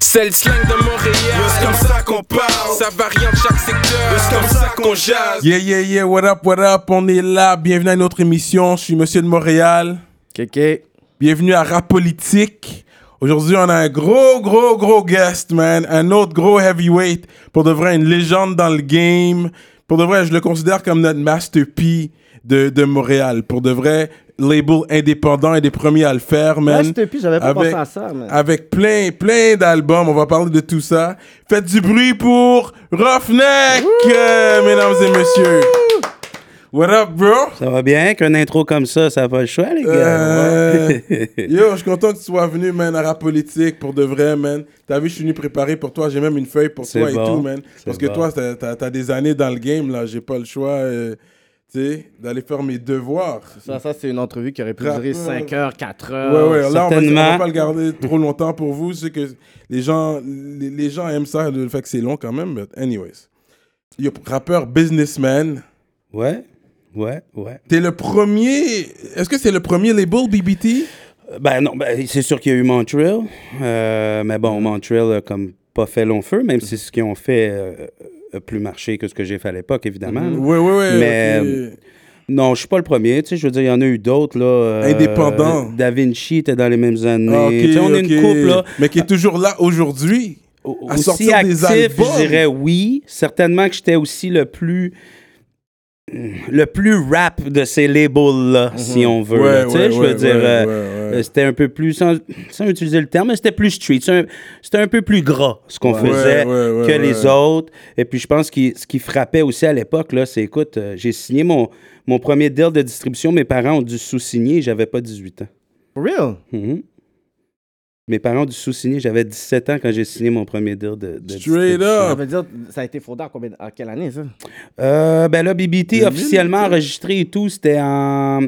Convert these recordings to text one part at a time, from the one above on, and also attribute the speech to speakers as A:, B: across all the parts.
A: C'est le slang de Montréal.
B: C'est comme ça qu'on parle.
A: Ça varie en chaque secteur.
B: C'est comme ça qu'on jase.
C: Yeah, yeah, yeah, what up, what up, on est là. Bienvenue à une autre émission. Je suis Monsieur de Montréal.
D: Kéké.
C: Bienvenue à Rap Politique. Aujourd'hui, on a un gros, gros, gros guest, man. Un autre gros heavyweight. Pour de vrai, une légende dans le game. Pour de vrai, je le considère comme notre Master P de, de Montréal. Pour de vrai, label indépendant et des premiers à le faire, man.
D: Master P, j'avais pas pensé à ça, man.
C: Avec plein, plein d'albums. On va parler de tout ça. Faites du bruit pour Roughneck, euh, mesdames et messieurs. What up, bro?
E: Ça va bien qu'un intro comme ça, ça va le choix, les gars.
C: Euh, yo, je suis content que tu sois venu, man, à Rap Politique, pour de vrai, man. T'as vu, je suis venu préparé pour toi. J'ai même une feuille pour
E: C'est
C: toi et
E: bon,
C: tout, man.
E: c'est
C: Parce que
E: bon.
C: toi, t'as- t'as t'as des années dans le game, là. J'ai pas le choix, euh, tu sais, d'aller faire mes devoirs.
D: Ça, ça c'est une entrevue qui aurait pu
C: Rappeur.
D: durer 5 heures, 4
C: Ouais,
D: heures.
C: ouais, là, on va, on
E: certainement.
C: va pas le garder trop longtemps pour vous. C'est que les gens, les, les gens aiment ça, le fait que c'est long quand même. But anyways. Yo, rappeur, businessman.
E: Ouais, ouais, ouais.
C: T'es le premier. Est-ce que c'est le premier label BBT?
E: Euh, Ben non, ben, c'est sûr qu'il y a eu Montreal. euh, mais bon, Montreal a comme pas fait long feu, même si ce qu'ils ont fait euh, a plus marché que ce que j'ai fait à l'époque, évidemment. là.
C: Ouais, ouais, ouais.
E: Mais,
C: ok.
E: Non, je suis pas le premier. Tu sais, je veux dire, il y en a eu d'autres, là. euh,
C: Indépendants.
E: Da Vinci était dans les mêmes années.
C: Ah, ok,
E: Tu sais, on est une
C: ok.
E: couple, là.
C: Mais qui est toujours là aujourd'hui.
E: au-
C: à
E: aussi
C: sortir des
E: actif,
C: albums.
E: je dirais oui. Certainement que j'étais aussi le plus le plus rap de ces labels-là,
C: Mhm.
E: si on veut. là. Tu sais, je veux dire, euh, euh, c'était un peu plus, sans, sans utiliser le terme, mais c'était plus street. C'est un- C'était un, peu plus gras, ce qu'on
C: Ouais,
E: faisait,
C: ouais, ouais,
E: que
C: ouais.
E: les autres. Et puis, je pense que ce qui frappait aussi à l'époque, là, c'est, écoute, euh, j'ai signé mon, mon premier deal de distribution. Mes parents ont dû sous-signer. J'avais pas 18 ans.
D: For real?
E: Mhm. Mes parents ont dû sous-signer. J'avais 17 ans quand j'ai signé mon premier deal de, de
C: Straight
E: distribution.
D: Ça
C: up.
D: veut dire, ça a été fraudé en, combien, en quelle année, ça?
E: Euh, ben là, BBT officiellement enregistré et tout, c'était en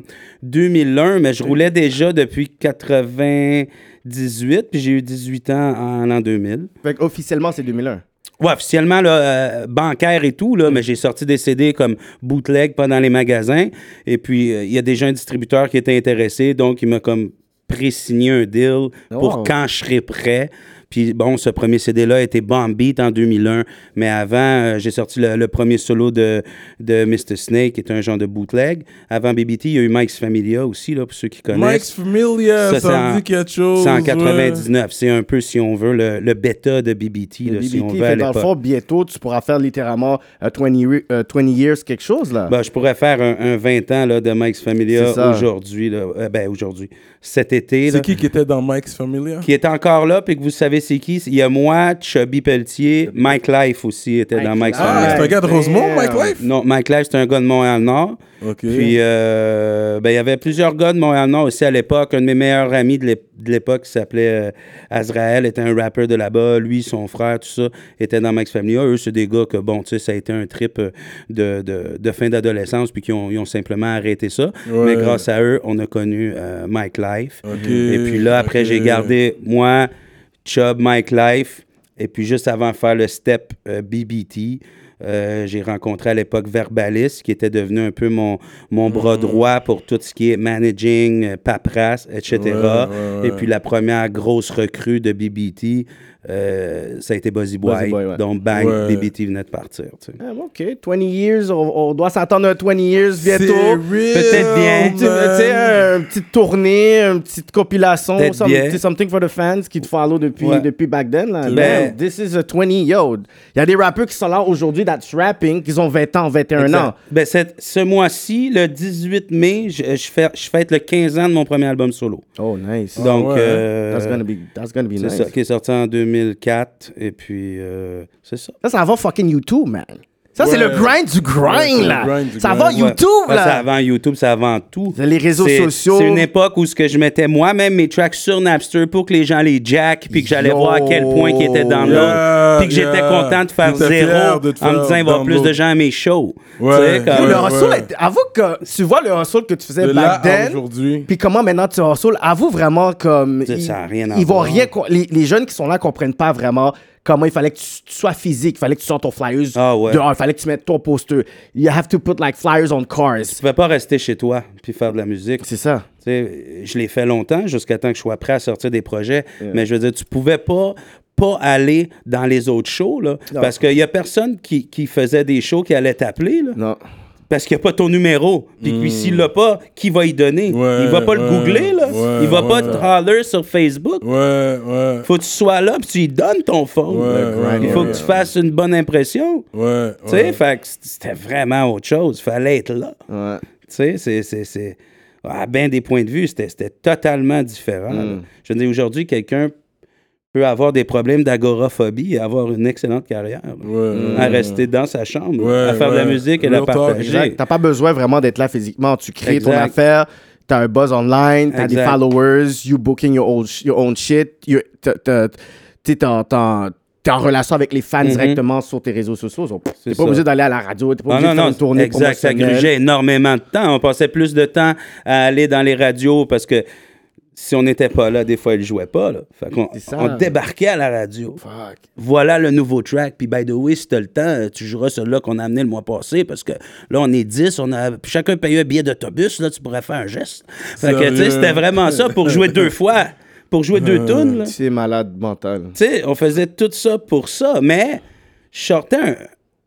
E: 2001, mais je roulais déjà depuis 98, puis j'ai eu 18 ans en l'an 2000.
D: Fait officiellement, c'est 2001.
E: Ouais, officiellement, là, euh, bancaire et tout, là, mais j'ai sorti des CD comme bootleg pas dans les magasins. Et puis, euh, il y a déjà un distributeur qui était intéressé, donc il m'a comme pré-signé un deal pour
D: Oh.
E: quand je serai prêt. Puis bon, ce premier CD-là était Bomb Beat en 2001, mais avant, euh, j'ai sorti le, le premier solo de, de Mr. Snake, qui est un genre de bootleg. Avant BBT, il y a eu Mike's Familia aussi, là, pour ceux qui connaissent.
C: Mike's Familia, ça,
E: Ça, c'est
C: me
E: en-
C: dit quelque chose.
E: C'est en
C: ouais.
E: 99. C'est un peu, si on veut, le, le bêta de BBT, là, si on
D: BBT,
E: veut, à
D: fait, dans le
E: l'époque.
D: fond, bientôt, tu pourras faire littéralement euh, 20, re- euh, 20 years quelque chose, là.
E: Ben, je pourrais faire un, un 20 ans là, de Mike's
D: C'est ça.
E: Familia aujourd'hui. là. Euh, ben, aujourd'hui. Cet été. là.
C: C'est qui qui était dans Mike's Familia?
E: Qui est encore là, puis que vous savez c'est qui. Il y a moi, Chubby Pelletier, Mike Life aussi était dans
D: Mike
E: Mike's
C: Ah,
D: Life.
C: c'est un gars
E: Familia.
C: de Rosemont, Mike Life?
E: Non, Mike Life, c'est un gars de Montréal-Nord.
C: Ok.
E: Puis, euh, ben, il y avait plusieurs gars de Montréal-Nord aussi à l'époque. Un de mes meilleurs amis de l'ép- de l'époque qui s'appelait euh, Azrael, était un rappeur de là-bas. Lui, son frère, tout ça, était dans Max Familia. Eux, c'est des gars que, bon, tu sais, ça a été un trip euh, de, de- de fin d'adolescence, puis qui ont, ils ont simplement arrêté ça.
C: Ouais.
E: Mais grâce à eux, on a connu euh, Mike Life.
C: Ok,
E: Et puis là, après,
C: ok.
E: j'ai gardé moi, Chubb, Mike Life. Et puis juste avant de faire le step euh, BBT, euh, j'ai rencontré à l'époque Verbalis, qui était devenu un peu mon, mon bras
C: Mm-hmm.
E: droit pour tout ce qui est managing, euh, paperasse, etc.
C: Ouais, ouais, ouais.
E: Et puis la première grosse recrue de BBT, euh, ça a été Buzzy Boy.
D: Boy, ouais.
E: Donc, bang,
C: Ouais.
E: BBT venait de partir. tu sais.
D: Ah, OK, 20 years, on, on doit s'attendre à 20 years
C: C'est
D: bientôt.
C: real,
E: Peut-être bien.
D: Tu tu sais,
E: euh,
C: man.
D: un- une petite tournée, une petite compilation,
E: Peut-être
D: some-
E: bien.
D: tu sais, something for the fans qui te follow depuis,
E: Ouais.
D: depuis back then. Là.
E: Ben-
D: Man, This is a 20 yo. Il y a des rappeurs qui sont là aujourd'hui, that's rapping, qui ont 20 ans, 21 ans.
E: Exact. Ben, cette- ce mois-ci, le 18 mai, je, je, fais- je fête le 15 ans de mon premier album solo.
D: Oh, nice.
E: Donc,
C: ouais, hein?
E: euh,
D: that's gonna be, that's gonna be
E: c'est
D: nice.
E: ça, qui est sorti en 2004. Et puis, euh, c'est ça.
D: Ça, ça va fucking YouTube, man. Ça, c'est
C: Ouais.
D: le grind du grind,
C: Ouais, c'est
D: là.
C: le grind du
D: ça
C: grind.
D: va YouTube,
E: Ouais, Ah,
D: là.
E: C'est avant YouTube, c'est avant tout.
D: C'est les réseaux
E: C'est-
D: sociaux.
E: C'est une époque où ce que je mettais moi-même mes tracks sur Napster pour que les gens les jack, puis que j'allais
D: Yo.
E: voir à quel point qu'ils étaient dans
C: Yeah,
E: l'autre, puis que j'étais
C: yeah.
E: content de faire
C: T'étais fier
E: zéro
C: de te
E: en
C: faire
E: me disant il va y avoir plus
C: download.
E: de gens à mes shows.
C: Ouais.
E: Tu sais, comme-
D: Yo,
C: Ouais,
D: le hustle,
C: ouais.
D: est- avoue que tu vois le hustle que tu faisais
C: De là à
D: back then.
C: aujourd'hui.
D: Puis comment maintenant tu hustles? Avoue vraiment comme.
E: Ça,
D: ils-
E: ça a rien à
D: ils vont
E: voir.
D: rien. co- Les, les jeunes qui sont là comprennent pas vraiment comment il fallait que tu, tu sois physique. Il fallait que tu sortes ton flyers
E: Ah ouais.
D: dehors. Il fallait que tu mettes ton poster. You have to put like flyers on
E: Tu
D: cars.
E: peux pas rester chez toi puis faire de la musique.
D: C'est ça.
E: Tu sais, je l'ai fait longtemps, jusqu'à temps que je sois prêt à sortir des projets. Mais je veux dire, tu pouvais pas pas aller dans les autres shows, là,
D: Non.
E: parce qu'il y a personne qui, qui faisait des shows qui allait t'appeler, là,
D: Non.
E: parce qu'il n'y a pas ton numéro. Puis puis s'il l'a pas, qui va y donner?
C: Hmm. Ouais,
E: il va pas le
C: ouais,
E: googler, là.
C: ouais,
E: il va pas
C: ouais.
E: te holler sur Facebook.
C: Ouais, ouais.
E: Faut que tu sois là, puis tu lui donnes ton phone.
C: Ouais,
E: là.
C: ouais,
E: il faut
C: ouais,
E: que tu fasses une bonne impression.
C: Ouais,
E: Tu sais, fait que c'était vraiment autre chose. Fallait être là.
D: Ouais.
E: Tu sais, c'est- c'est. c'est- À bien des points de vue, c'était c'était totalement différent. là.
D: Mm.
E: Je veux dire, aujourd'hui, quelqu'un peut avoir des problèmes d'agoraphobie et avoir une excellente carrière. là.
C: Ouais.
E: À rester dans sa chambre,
C: Ouais,
E: à faire de la
C: ouais.
E: musique et
C: Real
E: la
C: talk,
E: partager.
D: Exact. T'as pas besoin vraiment d'être là physiquement. Tu crées ton
E: Exact.
D: affaire, t'as un buzz online, t'as des
E: Exact.
D: followers, you booking your own, sh- your own shit, you- t'as- t'as- t'es en- t'en- t'es en relation avec les fans directement sur tes réseaux sociaux. Donc, T'es
E: Mm-hmm. ça.
D: pas obligé d'aller à la radio, t'es pas
E: Non,
D: obligé
E: non,
D: de faire
E: non,
D: une tournée
E: exact, ça
D: promotionnelle.
E: grugeait énormément de temps. On passait plus de temps à aller dans les radios parce que si on n'était pas là, des fois, ils ne jouaient pas. Là. Fait qu'on-
D: C'est ça.
E: on débarquait à la radio.
D: Fuck.
E: Voilà le nouveau track. Puis, by the way, si t'as le temps, euh, tu joueras celui-là qu'on a amené le mois passé parce que là, on est 10, on a, puis chacun paye un billet d'autobus. Là, tu pourrais faire un geste. Fait que, tu sais,
C: Sérieux?
E: c'était vraiment ça pour jouer deux fois, pour jouer deux tunes. là. Tu
D: C'est malade mental.
E: sais, on faisait tout ça pour ça, mais je sortais un-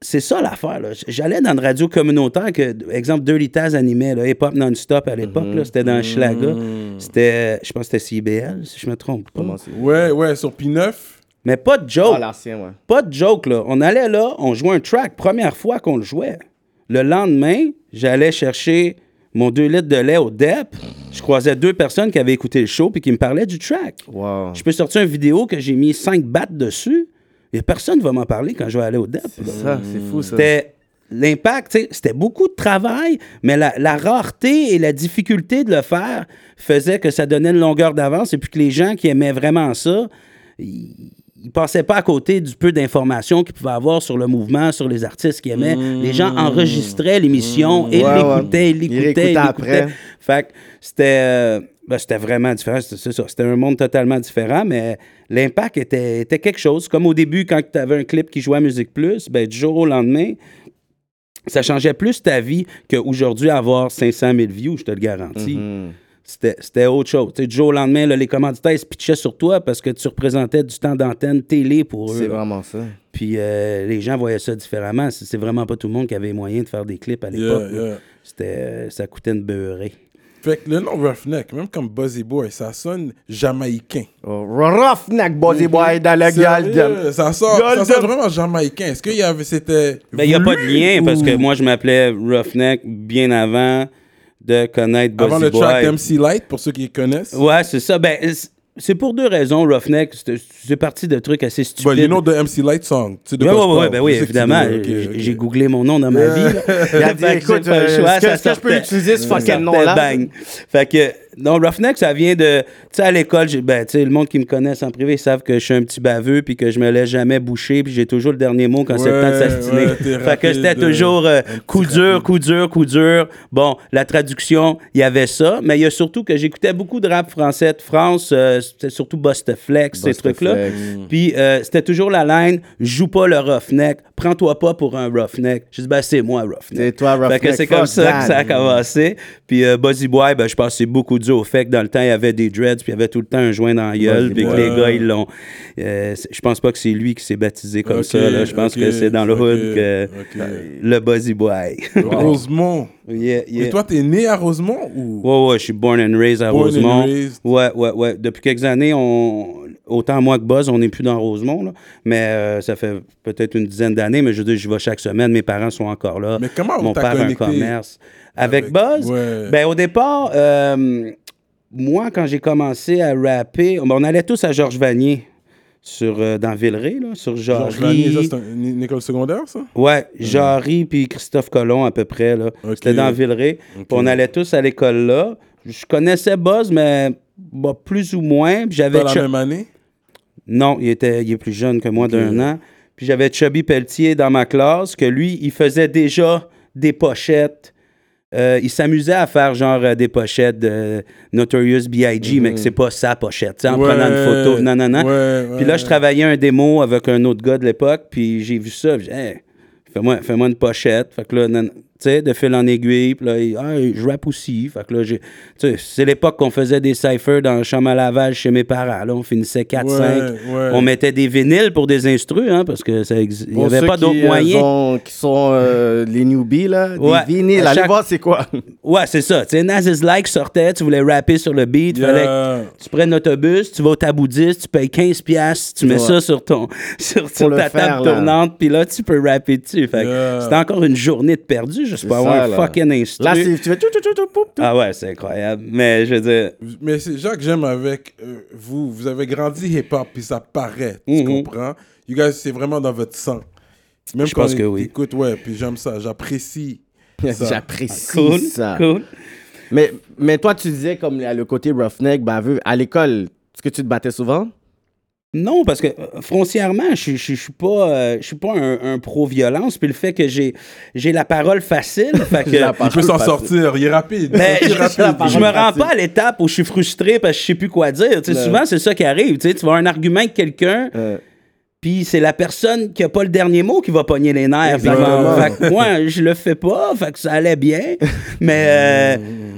E: C'est ça l'affaire. là. J'allais dans une radio communautaire que, exemple, Dirty Taz animait, là, hip-hop non-stop à l'époque. là, C'était dans Schlaga. C'était, je pense que c'était CBL, si je me trompe pas.
D: Comment c'est?
C: Ouais, ouais, sur P9.
E: Mais pas de joke.
D: Mm-hmm. Ah, l'ancien, ouais.
E: Pas de joke, là. On allait là, on jouait un track, première fois qu'on le jouait. Le lendemain, j'allais chercher mon 2 litres de lait au DEP. Je croisais deux personnes qui avaient écouté le show puis qui me parlaient du track.
D: Wow.
E: Je peux sortir une vidéo que j'ai mis 5 battes dessus et personne ne va m'en parler quand je vais aller au DEP. là.
D: Ça, c'est fou, ça.
E: C'était l'impact, tu sais, c'était beaucoup de travail, mais la, la rareté et la difficulté de le faire faisait que ça donnait une longueur d'avance et puis que les gens qui aimaient vraiment ça, ils, ils passaient pas à côté du peu d'informations qu'ils pouvaient avoir sur le mouvement, sur les artistes qu'ils aimaient. Les gens enregistraient l'émission et
D: Mmh. Ouais, ouais.
E: l'écoutaient, ils
D: Ils
E: l'écoutaient, ils
D: réécoutaient
E: l'écoutaient.
D: après.
E: Fait que c'était euh, ben, c'était vraiment différent, c'est c'est ça. C'était un monde totalement différent, mais l'impact était, était quelque chose. Comme au début, quand tu avais un clip qui jouait à Musique Plus, ben, du jour au lendemain, ça changeait plus ta vie qu'aujourd'hui avoir 500 000 views, je te le garantis.
C: Mhm.
E: C'était- C'était autre chose. Tu sais, du jour au lendemain, là, les commanditaires ils se pitchaient sur toi parce que tu représentais du temps d'antenne télé pour
D: C'est
E: eux. là.
D: vraiment ça.
E: Puis euh, les gens voyaient ça différemment. C'est c'est vraiment pas tout le monde qui avait moyen de faire des clips à l'époque.
C: Yeah,
E: là.
C: yeah.
E: C'était, euh, ça coûtait une beurrée.
C: Fait que le nom Roughneck, même comme Buzzy Boy, ça sonne jamaïcain.
D: Oh, Roughneck, body boy, dans le Golden.
C: Sérieux, Ça sort, ça
D: Golden.
C: sonne vraiment jamaïcain. Est-ce qu'il y avait, c'était.
E: Mais Ben, il n'y a pas de
C: voulu
E: lien parce
C: ou-
E: que moi, je m'appelais Roughneck bien avant de connaître Buzzy
C: Avant le
E: Boy.
C: track MC Light, pour ceux qui connaissent.
E: Ouais, c'est ça. Ben, c- c'est pour deux raisons, Roughneck. C'est- C'est parti de trucs assez stupides.
C: But you know the MC Light song. Tu sais de
E: Ouais,
C: quoi
E: ouais,
C: je
E: ouais,
C: parle.
E: ben oui,
C: Je sais que tu euh,
E: évidemment.
C: dois- ok,
E: J'ai
C: ok.
E: j'ai googlé mon nom dans ma vie.
D: Il a
E: là.
D: dit,
E: Fait que j'ai
D: écoute,
E: pas le
D: euh,
E: choix,
D: est-ce que-
E: ça
D: est-ce que je peux
E: sortait.
D: utiliser ce
E: Ça
D: fucking
E: sortait
D: nom-là?
E: bang. Fait que, non, Roughneck, ça vient de. Tu sais, à l'école, j'ai- ben, tu sais, le monde qui me connaît en privé, ils savent que je suis un petit baveux, puis que je me laisse jamais boucher, puis j'ai toujours le dernier mot quand c'est le temps de
C: Ouais,
E: s'astiner.
C: ouais, t'es
E: fait que c'était
C: rapide,
E: toujours euh,
C: un petit
E: coup dur, coup dur, coup dur. Bon, la traduction, il y avait ça, mais il y a surtout que j'écoutais beaucoup de rap français de France, euh, c'était surtout Bustaflex, ces
D: Flex.
E: trucs-là. Puis euh, c'était toujours la line joue pas le roughneck, prends-toi pas pour un roughneck. Je dis ben c'est moi roughneck.
D: C'est toi,
E: Fait que
D: roughneck,
E: c'est comme
D: fuck
E: ça que
D: that.
E: ça a commencé. Puis euh, Buzzy Boy, ben, je pense que c'est beaucoup dû au fait que dans le temps il y avait des dreads, puis il y avait tout le temps un joint dans la gueule,
D: Buzzy
E: puis que
D: Boy.
E: les gars ils l'ont. Euh, c'est- je pense pas que c'est lui qui s'est baptisé comme
C: Ok,
E: ça. là. Je pense
C: ok,
E: que c'est dans le hood
C: ok,
E: que
C: ok.
E: le Buzzy Boy.
C: Rosemont.
E: Yeah, yeah.
C: Et toi, t'es né à Rosemont ou.
E: Ouais, ouais, je suis born and raised à
C: Born and
E: Rosemont.
C: raised.
E: Ouais, ouais, ouais. Depuis quelques années, on... autant moi que Buzz, on n'est plus dans Rosemont, là. mais euh, ça fait peut-être une dizaine d'années, mais je veux dire, je vais chaque semaine, mes parents sont encore là.
C: Mais comment on
E: Mon
C: t'a
E: père a un
C: connecté
E: commerce. Avec,
C: avec-
E: Buzz,
C: Ouais.
E: ben, au départ, euh, moi, quand j'ai commencé à rapper, ben, on allait tous à Georges Vanier sur, euh, dans Villeray, là, sur
C: Georges Vanier, ça,
E: Jarry.
C: c'est un- une une école secondaire, ça?
E: Ouais, Jarry puis Christophe Colomb à peu près. là.
C: Hmm. Ok.
E: C'était dans Villeray. Puis on allait tous à l'école là. Je connaissais Buzz, mais bah, plus ou moins. Puis j'avais
C: Pas la
E: Chu-
C: même année?
E: Non, il, était, il est plus jeune que moi d'un an. Puis j'avais Chubby Pelletier dans ma classe, que lui, il faisait déjà des pochettes. Euh, il s'amusait à faire genre euh, des pochettes de Notorious B.I.G., mais que c'est pas sa pochette, tu sais, en
C: Mhm. Ouais,
E: prenant une photo. Non, non, non.
C: ouais,
E: Puis là, je
C: ouais.
E: travaillais un démo avec un autre gars de l'époque, puis j'ai vu ça. puis j'ai dit, Hey, fais-moi fais-moi une pochette. Fait que là, nan- tu tu sais, de fil en aiguille. Puis là, il- ah, je rappe aussi. Fait que là, j'ai- tu sais, c'est l'époque qu'on faisait des cyphers dans la chambre à lavage chez mes parents. Là, on finissait 4-5.
C: Ouais, ouais.
E: On mettait des vinyles pour des instrus, hein, parce que ça exi- il n'y
D: Pour
E: avait
D: ceux
E: pas d'autres
D: qui, euh,
E: moyens.
D: ont- qui sont euh, les newbies, là,
E: Ouais.
D: des vinyles.
E: À
D: Allez
E: chaque-
D: voir, c'est quoi?
E: Ouais, c'est ça. Tu sais, Nas is Like sortait, tu voulais rapper sur le beat,
C: Yeah.
E: fallait que tu prennes l'autobus, tu vas au taboudiste, tu payes 15 pièces, tu mets
D: Ouais.
E: ça sur ton sur, sur
D: le
E: ta
D: faire,
E: table
D: là.
E: tournante, puis là tu peux rapper dessus. Fait que
C: Yeah.
E: c'était encore une journée de perdu, juste pour
D: C'est
E: avoir
D: ça,
E: un
D: là.
E: fucking instru.
D: Là, c'est- tu fais tout, tout, tout, tout, tout, tout.
E: ah ouais, c'est incroyable. Mais je veux dire,
C: Mais c'est ça que j'aime avec euh, vous. Vous avez grandi hip-hop, puis ça paraît. Tu
E: Mhm.
C: comprends? You guys, c'est vraiment dans votre sang. Même
E: Je
C: quand
E: pense que oui.
C: Écoute, ouais, puis j'aime ça. J'apprécie. ça.
D: J'apprécie
E: Ah, cool,
D: ça.
E: cool.
D: Mais, mais toi, tu disais comme là, le côté roughneck, baveux. À l'école, est-ce que tu te battais souvent?
E: Non, parce que euh, foncièrement, je je- je suis pas, euh, je suis pas un, un pro-violence. Puis le fait que j'ai j'ai la parole facile, fait que
D: La parole
C: Il peut s'en
D: facile.
C: sortir. Il est rapide.
E: Mais
C: Il
E: je,
C: est rapide.
E: je me rends pas à l'étape où je suis frustré parce que je sais plus quoi dire. Tu sais, Souvent, c'est ça qui arrive. Tu sais, tu vas avoir un argument avec quelqu'un,
D: Euh,
E: puis c'est la personne qui a pas le dernier mot qui va pogner les nerfs. Fait que-
D: Exactement.
E: fait que moi, je le fais pas, fait que ça allait bien. Mais euh,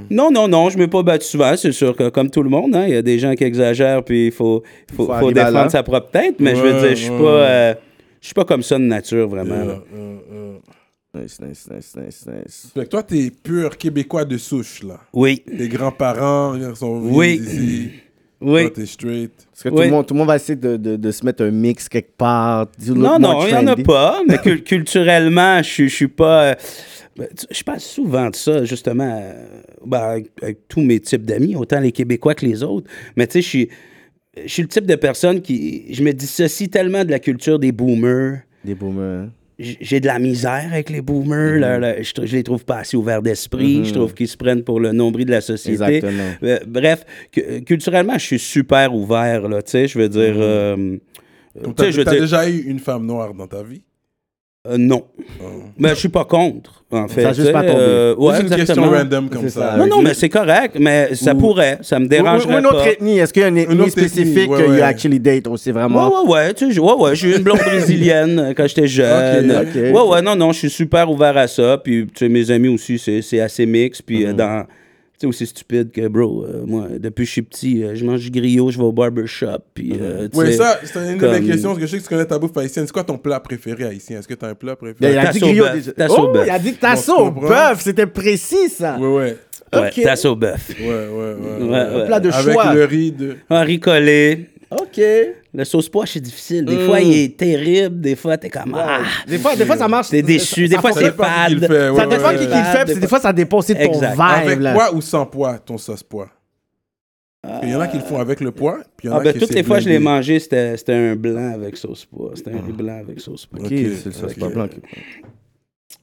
E: non, non, non, je me pas battu souvent. C'est sûr que, comme tout le monde, hein, il y a des gens qui exagèrent, puis il faut, faut,
D: Faut
E: faut
D: arriver à là.
E: défendre sa propre tête. Mais je veux
C: Ouais,
E: dire, je suis pas.
C: ouais.
E: euh, je suis pas comme ça de nature, vraiment. là.
D: Euh. Nice, nice, nice, nice, nice.
C: Fait que toi, t'es pur Québécois de souche, là.
E: Oui,
C: Tes grands-parents ils sont venus
E: Oui.
C: d'ici.
E: oui.
C: Toi, t'es straight.
D: Parce que tout,
E: Oui.
D: le monde, tout le monde va essayer de, de, de se mettre un mix quelque part. du-
E: Non,
D: moins
E: non, il n'y en a
D: trendy.
E: pas. Mais cul- culturellement, je suis- je suis pas. euh, ben, tu- Je parle souvent de ça, justement, euh, ben, avec, avec tous mes types d'amis, autant les Québécois que les autres. Mais tu sais, je suis- je suis le type de personne qui. Je me dissocie tellement de la culture des boomers.
D: Des boomers.
E: J- J'ai de la misère avec les
D: Mm-hmm.
E: boomers. là, là. je, trou- je les trouve pas assez ouverts d'esprit. Je trouve qu'ils se prennent pour le nombril de la société.
D: Exactement.
E: Euh, bref, que- culturellement, je suis super ouvert. là, Tu sais, je veux dire.
D: Mm-hmm.
E: euh,
C: Donc,
E: tu
C: T'as
E: sais, je veux
C: t'as
E: dire-
C: déjà eu une femme noire dans ta vie?
E: euh, non. Mais je suis pas contre, en fait.
D: Ça a juste
E: tu sais,
D: pas tombé.
E: euh, ouais,
C: C'est une question
E: exactement.
C: random comme
D: C'est
C: ça.
D: ça.
E: Non, non, mais c'est correct, mais ça
D: Ou-
E: pourrait, ça
D: Ou,
E: me
D: ou- ou
E: dérangerait
D: une autre
E: pas.
D: ethnie. Est-ce qu'il y a une ethnie
C: autre ethnie,
D: spécifique
C: ouais,
D: que
C: ouais.
D: you actually date aussi vraiment?
E: Ouais, ouais, ouais, tu sais, ouais, ouais, j'ai eu une blonde brésilienne euh, quand j'étais jeune.
C: Ok,
D: ok.
E: Ouais, ouais, non, non, je suis super ouvert à ça, puis tu sais, mes amis aussi, c'est c'est assez mix, puis euh,
D: Mhm.
E: dans... Tu sais, aussi stupide que, bro, euh, moi, depuis que je suis petit, euh, je mange du griot, je vais au barbershop, puis... euh, tu
C: Ouais,
E: sais,
C: ça, c'est une de mes
E: comme-
C: questions. Parce que je sais que tu connais ta bouffe haïtienne. C'est quoi ton plat préféré haïtien? Est-ce que t'as un plat
D: Il
C: préféré?
D: a dit
E: Tasse au
D: griot
E: bœuf,
D: déjà.
E: tasse au
D: Oh,
E: bœuf.
D: il a dit
C: On se
D: tasse au
C: comprend.
D: bœuf. C'était précis, ça.
C: Ouais, ouais.
E: Ouais,
D: ok.
E: tasse au bœuf.
C: Ouais, ouais, ouais.
E: Ouais,
C: ouais.
E: ouais.
D: Plat de
C: Avec
D: choix.
C: le riz de.
E: Henri Collet,
D: OK.
E: la sauce poche, c'est difficile. Des
C: Hmm.
E: fois, il est terrible, des fois, t'es comme... Ah,
D: Des fois, des fois, ça marche.
E: T'es déçu, des
D: Ça-
E: fois
D: ça-
E: c'est
C: dépend qui le
E: fade.
C: fait, ouais,
D: Ça dépend
C: ouais,
D: qui qui
C: ouais.
D: le fait, puis des fois, ça dépend aussi de ton
E: Exact.
D: vibe.
C: Avec
D: Ah, là.
C: poids ou sans poids, ton sauce poids? Il y en a qui le font avec le poids, puis il y en
E: Ah
C: a
E: ben
C: qui
E: toutes
C: c'est
E: les fois que je l'ai
C: blindé.
E: mangé, c'était c'était un blanc avec sauce pois. C'était un riz blanc avec sauce pois.
D: Ok,
C: Ok,
D: c'est ça, c'est
C: ok.
D: pas blanc.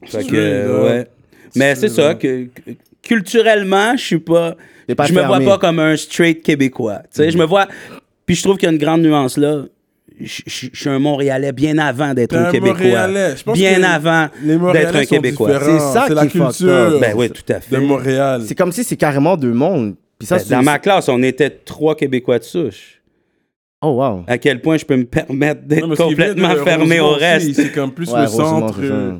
E: Fait que,
C: Tu es là.
E: ouais. Mais c'est ça, que, que- culturellement, je suis pas...
D: T'es pas
E: je me vois
D: fermé.
E: pas comme un straight Québécois. Tu sais, je me
C: Mhm.
E: vois... Puis je trouve qu'il y a une grande nuance là. Je je- je suis un Montréalais bien avant d'être
C: T'es
E: un
C: un
E: Québécois.
C: Montréalais. Je pense
E: bien
C: que
E: avant
C: les Montréalais
E: d'être un
C: sont
E: Québécois.
C: différents.
D: C'est ça
C: C'est la
D: qui fuck
C: culture
D: up.
E: Ben oui, tout à fait.
C: de Montréal.
D: C'est comme si c'est carrément deux mondes. Puis ça,
E: Ben,
D: c'est.
E: dans ma classe, on était trois Québécois de souche.
D: Oh, wow.
E: À quel point je peux me permettre
C: Non,
E: d'être
C: mais ce qui est bien de
E: complètement fermé au
C: Rosemont aussi,
E: reste. Tu
C: C'est comme plus
D: Ouais,
C: le
D: heureusement,
C: centre.
D: c'est ça.
C: euh,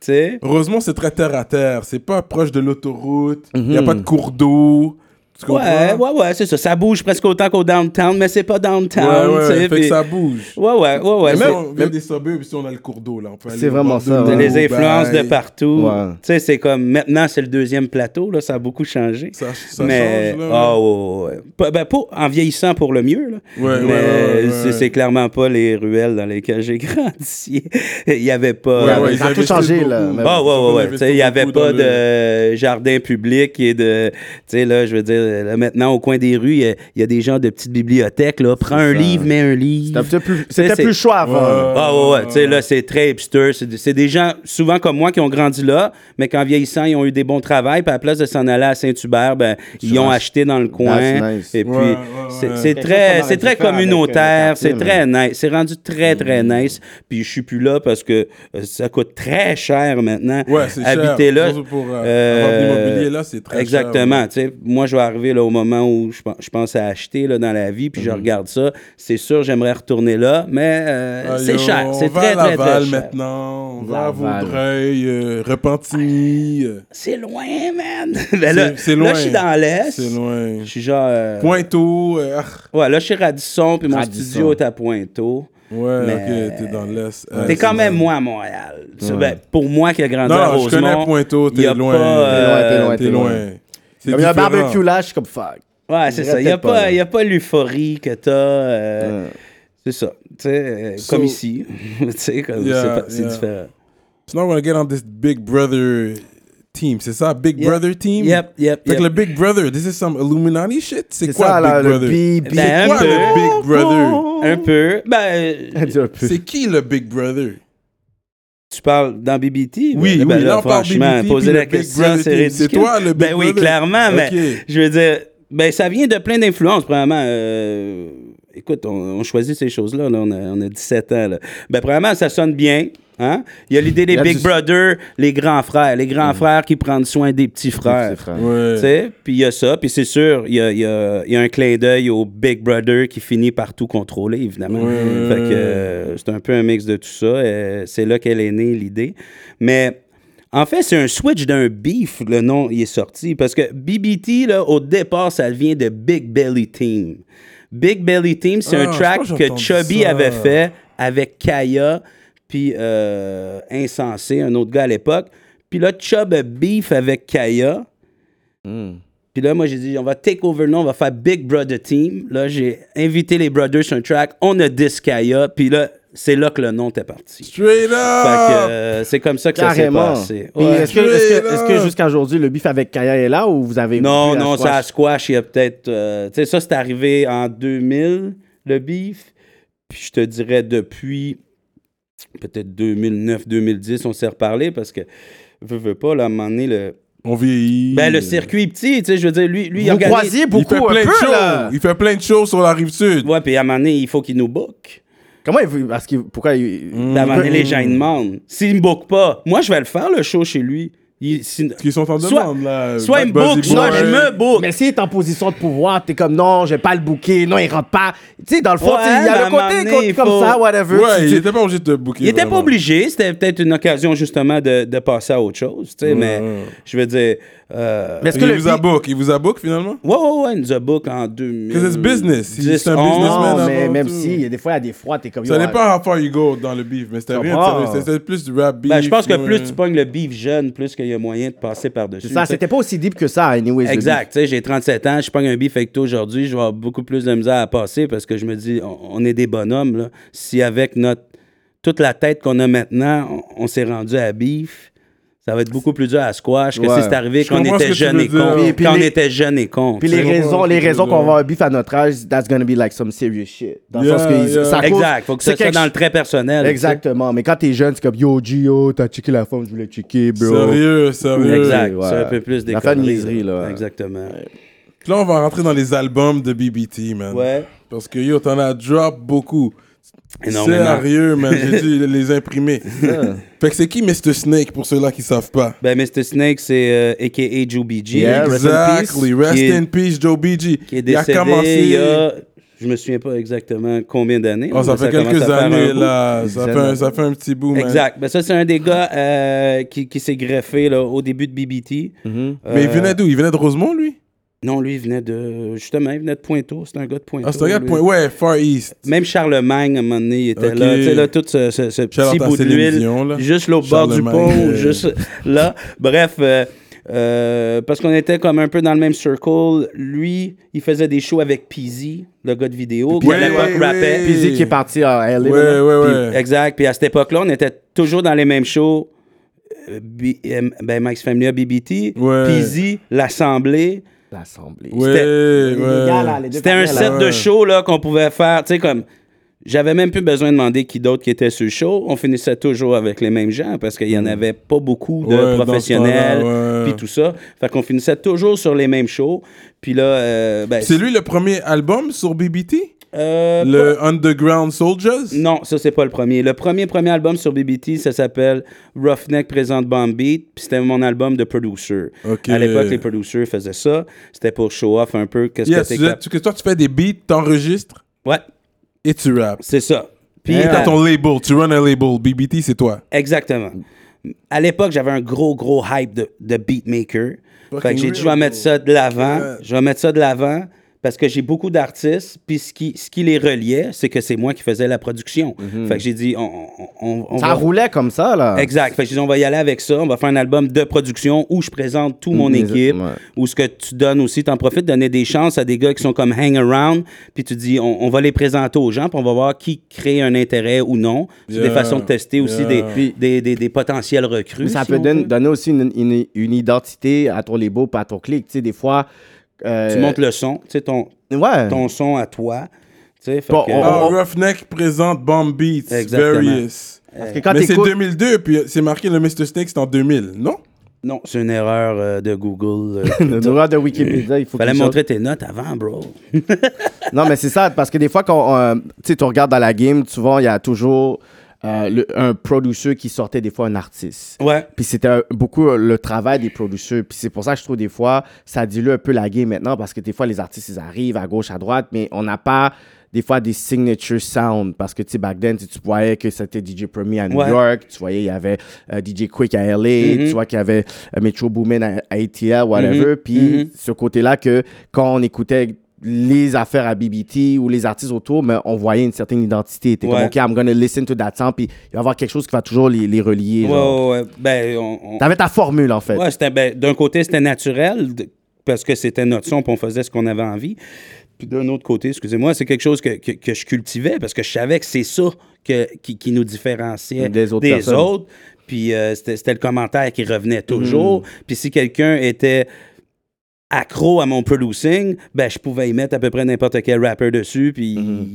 E: sais?
C: Heureusement, c'est très terre à terre. C'est pas proche de l'autoroute. Il n'y a
D: Mhm.
C: pas de cours d'eau. Tu comprends?
E: Ouais, ouais, ouais, c'est ça. Ça bouge presque autant qu'au downtown, mais c'est pas downtown.
C: Ouais, ouais,
E: tu sais,
C: fait que
E: puis-
C: ça bouge.
E: ouais, ouais, ouais, ouais.
C: Même, si
E: c'est-
C: on vient des suburbs, si on a le cours d'eau, là. on peut aller
D: C'est
C: au
D: vraiment
C: bord de
D: ça,
C: l'eau,
D: ouais.
E: les influences
C: bye.
E: de partout.
D: Oh, ben, Ouais.
E: Tu sais, c'est comme maintenant, c'est le deuxième plateau, là, ça a beaucoup changé.
C: Ça- ça
E: mais,
C: change, là.
E: Oh, ouais, ouais, ouais. Pas- ben, pas en vieillissant pour le mieux, là.
C: Ouais,
E: mais
C: ouais, ouais, ouais,
E: c'est,
C: ouais.
E: c'est clairement pas les ruelles dans lesquelles j'ai grandi. Il y avait pas.
D: Ouais,
E: euh,
D: ouais, ça a tout
C: investissent
D: changé,
C: beaucoup.
D: là, mais-
E: Ah, ouais, ouais, ouais. Tu sais, Il n'y avait
C: beaucoup dans
E: pas
C: le-
E: de jardin public et de. Tu sais, là, je veux dire, là, maintenant, au coin des rues, il y a- il y, a des gens de petites bibliothèques, là. Prends un
D: ça.
E: livre, mets un livre.
D: C'était plus,
E: sais,
D: c'était
E: c'est-
D: plus chaud avant.
C: Ouais.
D: là.
E: Ah ouais, ouais, tu sais, là, c'est très hipster. C'est, c'est des gens, souvent comme moi, qui ont grandi là, mais qu'en vieillissant, ils ont eu des bons travails, puis à la place de s'en aller à Saint-Hubert, ben, ils ont acheté dans le coin.
D: That's nice.
E: Et puis,
C: ouais, ouais.
E: c'est, c'est
D: Quelque chose qu'on
E: très,
D: aurait
E: c'est
D: dû
E: très
D: faire avec, euh, Mm-hmm. le
E: communautaire,
D: quartier,
E: c'est très nice. C'est rendu très, très nice. Puis je suis plus là parce que euh, ça coûte très cher maintenant.
C: Ouais, c'est cher.
E: Habiter là.
D: euh,
C: Surtout pour, euh, avoir de l'immobilier là, c'est très cher,
E: Exactement.
C: ouais.
E: Tu sais, moi, je vais arriver arrivé là, au moment où je, pen- je pense à acheter là, dans la vie, puis
C: Mhm.
E: je regarde ça. C'est sûr, j'aimerais retourner là, mais euh,
C: Ah,
E: c'est
C: yo,
E: cher.
C: on
E: C'est
C: va
E: très,
C: à
E: très, très
C: Laval
E: cher.
C: maintenant. On va à
D: Laval.
C: Vaudreuil, euh, Repentigny. euh,
E: C'est loin, man. Mais là,
C: C'est- c'est
E: là,
C: loin.
E: je suis dans l'Est.
C: C'est loin.
E: Je suis genre. euh,
C: Pointeau. euh, ah,
E: Ouais, là, je suis Radisson, puis mon
D: Radisson.
E: studio est à Pointeau.
C: ouais,
E: Mais-
C: ok, t'es dans l'Est. Ah,
E: T'es
C: c'est
E: quand même
C: loin.
E: moi à Montréal. Tu- ben, pour moi qui a grandi
C: Non,
E: à
C: non, je
E: Rosemont.
C: connais Pointeau,
E: y
C: t'es
E: a
C: loin.
E: pas,
D: T'es
E: euh,
D: loin,
C: T'es loin. C'est
D: Il y a un
C: différent.
D: barbecue là, je suis comme fuck.
E: Ouais, c'est
D: J'irais
E: ça. Il n'y a,
D: peut-être pas,
E: pas,
D: là.
E: y a pas l'euphorie que t'as. euh, C'est ça. Tu sais, euh,
C: So-
E: comme ici. tu sais, comme
C: Yeah,
E: c'est pas- c'est
C: yeah.
E: différent.
C: So now we're gonna get on this Big Brother team. C'est ça, Big
E: Yep.
C: Brother team?
E: Yep, yep,
C: Fait que
E: yep.
C: le Big Brother, this is some Illuminati shit? C'est
D: C'est
C: quoi
D: ça,
C: Big
D: là, le
C: Brother?
D: BB.
E: Ben,
C: C'est
E: un
C: quoi
E: peu.
C: le Big Brother?
E: Un peu. Ben, euh,
C: C'est qui le Big Brother?
E: tu parles dans BBT?
C: Oui,
E: ben,
C: oui,
E: ben
C: là, on parle
E: franchement,
C: BBT,
E: Poser
C: puis
E: la
C: le Big
E: question,
C: Brother
E: c'est
C: team.
E: ridicule.
C: C'est toi, le Big
E: Ben oui,
C: Brother?
E: clairement, mais
C: Ok.
E: je veux dire, ben ça vient de plein d'influences, premièrement. euh, écoute, on, on choisit ces choses-là, là, on, a, on a 17 ans. Là. Ben, premièrement, ça sonne bien. Hein? Il y a l'idée des
D: Il y a
E: Big
D: du-
E: Brother, les grands frères, les grands frères qui prennent soin des petits frères.
D: frères.
C: Ouais.
E: Tu sais, Puis il y a ça, puis c'est sûr, il y a, il y a- il y a un clin d'œil au Big Brother qui finit par tout contrôler, évidemment.
C: Ouais.
E: Fait que euh, c'est un peu un mix de tout ça. euh, c'est là qu'elle est née, l'idée. Mais en fait, c'est un switch d'un beef, le nom il est sorti. Parce que BBT, là, au départ, ça vient de Big Belly Team. Big Belly Team, c'est
C: Ah,
E: un
C: je
E: track
C: crois que j'ai
E: que
C: entendu
E: Chubby
C: ça.
E: avait fait avec Kaya, puis euh, Insensé, un autre gars à l'époque. Puis là, Chubb a beef avec Kaya. Puis là, moi, j'ai dit, on va take over le nom, on va faire Big Brother Team. Là, j'ai invité les brothers sur un track, on a Discaya. Puis là, c'est là que le nom est parti.
C: Straight
E: Fait que,
C: up!
E: euh, c'est comme ça que
D: Carrément.
E: ça s'est passé.
D: Puis
E: Ouais.
D: Est-ce que, est-ce que-
C: Là.
D: est-ce que jusqu'à aujourd'hui, le bif avec Kaya est là ou vous avez.
E: Non,
D: vu la
E: non, ça à
D: squash?
E: squash, il y a peut-être. euh, tu sais, ça, c'est arrivé en 2000, le beef. Puis je te dirais depuis peut-être 2009-2010, on s'est reparlé parce que, veux, veux pas, là, à un moment donné, le,
C: On vieillit.
E: ben, le circuit est petit, tu sais, je veux dire, lui, lui il
D: Hmm. Vous
E: organise.
D: croisiez beaucoup
C: il fait
D: un
C: plein de
D: peu,
C: shows.
D: là.
C: Il fait plein de shows sur la rive sud.
E: Ouais, puis à un moment donné, il faut qu'il nous book.
D: Comment il- Parce que. Pourquoi il.
C: Hmm.
E: Puis à un moment donné, les gens,
C: Mm.
E: ils demandent. S'il me book pas, moi, je vais le faire, le show chez lui. Il- si-
C: Parce qu'ils sont en
E: Soit-
C: demande, là.
E: soit il me
C: Euh, Buzzy
E: book, soit
C: Boy.
E: je me book.
D: Mais s'il est en position de pouvoir, t'es comme non, j'ai pas le bouquet, non, il rentre pas. Tu sais, dans le fond,
E: Ouais,
D: tu sais, il y
E: mais à
D: a
E: un
D: le
E: moment
D: côté
E: donné,
D: co-
E: il
D: comme
E: faut-
D: ça, whatever.
C: Ouais,
D: tu
C: il
D: dis-
C: était pas obligé de te booker.
E: Il était pas
C: vraiment.
E: obligé, c'était peut-être une occasion justement de, de passer à autre chose,
C: Mm.
E: tu sais, mais je veux dire... euh,
D: Mais est-ce que
C: Il
D: le
C: vous a
D: beef-
C: book. Il vous a book, finalement?
E: Ouais, ouais, ouais, il nous a book en 2000.
C: Because it's business. He's just a
E: 11.
C: businessman.
D: Non,
C: avant
D: mais même
C: tout.
D: si, il y a des fois, il y a des fois, t'es comme.
C: Ça
D: yo,
C: dépend how far you go dans le beef, mais c'était rien de
D: Comprends.
C: sérieux. C'était plus du rap beef.
E: Ben, je pense que
C: ouais.
E: plus tu pognes le beef jeune, plus qu'il y a moyen de passer par-dessus.
D: Ça,
E: tu sais.
D: c'était pas aussi deep que ça, anyways. le beef.
E: Exact. Tu sais, j'ai 37 ans, je pogne un beef avec toi aujourd'hui, je vais avoir beaucoup plus de misère à passer parce que je me dis, on, on est des bonhommes, là. Si avec notre... toute la tête qu'on a maintenant, on, on s'est rendu à beef... Ça va être beaucoup plus dur à squash que si
D: Ouais.
E: c'est arrivé
C: Je
E: quand on
C: comprends ce
E: était
C: que tu
E: jeune
C: veux
E: et
C: dire.
E: con.
D: Puis- puis
E: Quand on
D: les-
E: était jeune et con.
D: Puis
E: tu sais.
D: les raisons,
C: pas
D: les
C: ce que
D: raisons
C: je
D: qu'on
C: veux
D: va avoir un beef à notre âge, that's gonna be like some serious shit. Dans
C: Yeah,
D: le sens que
C: yeah.
D: ça cause-
E: Exact, faut que ça
D: c'est
E: soit
D: quelque
E: dans le
D: ch-
E: trait personnel.
D: Exactement. Mais quand t'es jeune, c'est comme yo, Gio, t'as checké la forme, je voulais checker, bro.
C: Sérieux,
E: tu sais.
C: sérieux.
E: Exact,
D: Ouais.
E: c'est un peu plus des
D: La fin de
E: conneries,
D: niaiserie, là, ouais.
E: Exactement.
C: Là, on va rentrer dans les albums de BBT, man.
E: Ouais.
C: Parce que yo, t'en as drop beaucoup.
E: Énormément.
C: Sérieux, man. J'ai dû les imprimer. fait que c'est qui Mr. Snake pour ceux-là qui savent pas?
E: Ben, Mr. Snake, c'est euh, a.k.a. Joe BG.
D: Yeah, rest in
C: exactly. Rest
E: qui est,
C: in peace, Joe BG.
E: qui est décédé
C: il a commencé.
E: il y a... Je me souviens pas exactement combien d'années.
C: Oh, ça
E: mais
C: fait
E: commence à
C: quelques
E: faire un
C: années,
E: bout.
C: là. Ça fait, un, ça fait un petit bout, man.
E: Exact. Ben, ça, c'est un des gars euh, qui, qui s'est greffé là, au début de BBT.
C: Mhm. Mais il venait d'où? Il venait de Rosemont, lui?
E: Euh, Non, lui, il venait de... Justement, il venait de Pointeau. C'est un gars de Pointeau.
C: Ah, c'est un gars de
E: lui.
C: point. Ouais, Far East.
E: Même Charlemagne, à un moment donné, il était
C: Ok.
E: là. Tu sais, là, tout ce, ce- ce petit
C: Shout-out à
E: bout de
C: Céline Dion, là.
E: l'huile, juste l'autre bord du
C: Charlemagne,
E: pont,
C: euh.
E: juste là. Bref, euh, euh, parce qu'on était comme un peu dans le même circle. Lui, il faisait des shows avec Peasy, le gars de vidéo, qui
C: Ouais,
E: à l'époque
C: ouais,
E: rappait.
C: ouais.
D: Puis Zeke qui est parti à
C: Ouais,
D: LA.
C: ouais,
D: là.
C: ouais.
E: Exact. Puis à cette époque-là, on était toujours dans les mêmes shows. Euh, B- euh, ben, Max Familia, BBT,
C: Ouais.
E: Peasy, l'Assemblée.
D: L'Assemblée.
C: Ouais,
E: c'était-
D: Les gars, là,
C: ouais.
D: les deux
E: C'était un
D: partenaires,
E: set
D: là.
E: de show là, qu'on pouvait faire. Tu sais, comme. J'avais même plus besoin de demander qui d'autre qui était sur le show. On finissait toujours avec les mêmes gens parce qu'il y en avait pas beaucoup de
C: Mm. Ouais, dans ce
E: professionnels
C: temps-là, ouais.
E: puis tout ça. Fait qu'on finissait toujours sur les mêmes shows. Puis là, euh, ben,
C: C'est lui le premier album sur BBT?
E: Euh,
C: Le Underground Soldiers?
E: Non, ça, c'est pas le premier. Le premier, premier album sur BBT, ça s'appelle Roughneck Présente Bomb Beat, puis c'était mon album de producer.
C: Ok.
E: À l'époque, les producers faisaient ça. C'était pour show off un peu. Qu'est-ce
C: Yes,
E: que t'es
C: tu-
E: cap-
C: tu- que toi, tu fais des beats, t'enregistres
E: Ouais,
C: et tu rappes.
E: c'est ça. Puis,
C: Puis
E: euh,
C: Hein, t'as ton label, tu runs un label. BBT, c'est toi.
E: Exactement. À l'époque, j'avais un gros, gros hype de, de beatmaker. Fait que j'ai dit, je vais mettre ça de l'avant. Je vais mettre ça de l'avant parce que j'ai beaucoup d'artistes. Puis ce qui, ce qui les reliait, c'est que c'est moi qui faisais la production.
C: Mhm.
E: Fait que j'ai dit, on, on, on- on
D: Ça
E: va-
D: roulait comme ça, là.
E: Exact. Fait que j'ai dit, on va y aller avec ça. On va faire un album de production où je présente tout mon
D: Mhm.
E: équipe,
D: Ouais.
E: où ce que tu donnes aussi, t'en profites de donner des chances à des gars qui sont comme hang around, puis tu dis, on, on va les présenter aux gens, puis on va voir qui crée un intérêt ou non. C'est
C: Yeah.
E: des façons de tester aussi
C: Yeah.
E: des,
D: Puis-
E: des, des, des potentiels recrues.
D: Mais ça
E: si
D: peut
E: on
D: donner,
E: veut.
D: donner aussi une, une- une identité à ton label pas à ton clic. Tu sais, des fois. euh,
E: Tu montes le son, tu sais, ton,
D: Ouais.
E: ton son à toi. tu sais, fait
D: Bon,
E: que- euh,
D: on-
C: Ah, Roughneck présente Bomb Beats,
E: Oh. Exactement.
C: Various.
D: Parce que quand
C: Mais c'est
D: t'écoutes.
C: 2002, puis euh, c'est marqué le Mr. Snake, c'est en 2000, non?
E: Non, c'est une erreur euh, de Google. euh,
D: Le droit de Wikipédia, il faut
E: Fallait
D: quelque chose.
E: montrer tes notes avant, bro.
D: Non, mais c'est ça, parce que des fois, quand euh, tu sais, tu regardes dans la game, souvent, il y a toujours euh, le- un producer qui sortait des fois un artiste.
E: Ouais.
D: Puis c'était euh, beaucoup euh, le travail des producteurs. Puis c'est pour ça que je trouve des fois, ça dilue un peu la game maintenant, parce que des fois, les artistes, ils arrivent à gauche, à droite, mais on n'a pas des fois des signature sound parce que tu sais back then tu tu voyais que c'était DJ Premier à New
E: Ouais. Mm-hmm.
D: York tu voyais il y avait euh, DJ Quick à LA tu vois qu'il y avait euh, Metro Boomin à, à ATL whatever
E: Mhm.
D: puis
E: Mhm.
D: ce côté-là que quand on écoutait les affaires à BBT ou les artistes autour, mais on voyait une certaine identité. T'es comme,
E: Ouais.
D: OK, I'm gonna listen to that sound, puis il va y avoir quelque chose qui va toujours les, les relier.
E: Ouais,
D: genre.
E: ouais, ouais. Ben, on- on,
D: T'avais ta formule, en fait.
E: Ouais, c'était- ben, d'un côté, c'était naturel d- parce que c'était notre son, puis on faisait ce qu'on avait envie. Puis d'un autre côté, excusez-moi, c'est quelque chose que, que- que je cultivais parce que je savais que c'est ça que- qui, qui nous différenciait
D: Des autres personnes.
E: autres. Puis euh, c'était c'était le commentaire qui revenait toujours.
D: Hmm.
E: Puis si quelqu'un était accro à mon producing, ben je pouvais y mettre à peu près n'importe quel rapper dessus, puis
D: Hmm.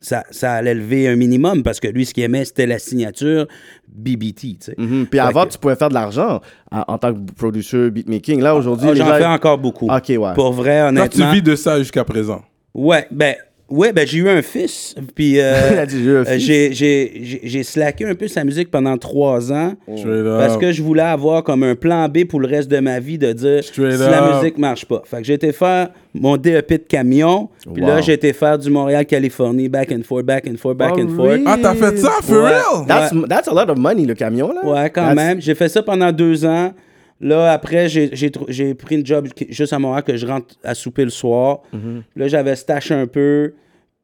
E: ça, ça allait lever un minimum parce que lui, ce qu'il aimait, c'était la signature BBT, tu sais.
D: Mhm. Puis
E: Fait
D: avant,
E: que-
D: tu pouvais faire de l'argent à- en tant que producer, beatmaking. Là, aujourd'hui,
E: Ah,
D: les
E: J'en
D: gens-
E: fais encore beaucoup.
D: Ok, ouais.
E: Pour vrai,
C: Toi, tu
E: honnêtement.
C: vis de ça jusqu'à présent.
E: Ouais, ben, ouais, ben j'ai eu un fils. Puis euh,
D: Il a dit, j'ai eu un fils.
E: euh, j'ai- j'ai j'ai- j'ai slacké un peu sa musique pendant trois ans.
C: Oh.
D: Oh.
C: Straight up.
E: Parce que je voulais avoir comme un plan B pour le reste de ma vie de dire
C: Straight
E: si la
C: up.
E: musique marche pas. Fait que j'ai été faire mon DEP de camion. Puis
D: Wow.
E: là, j'ai été faire du Montréal-Californie, back and forth, back and forth, back
D: Oh,
E: and forth.
D: really?
C: Ah, t'as fait ça, for
E: Ouais.
C: real?
D: that's, that's a lot of money, le camion, là.
E: Ouais, quand
D: That's-
E: même. J'ai fait ça pendant deux ans. Là, après, j'ai- j'ai trou- j'ai pris une job qui- juste à Montréal que je rentre à souper le soir. Là, j'avais staché un peu.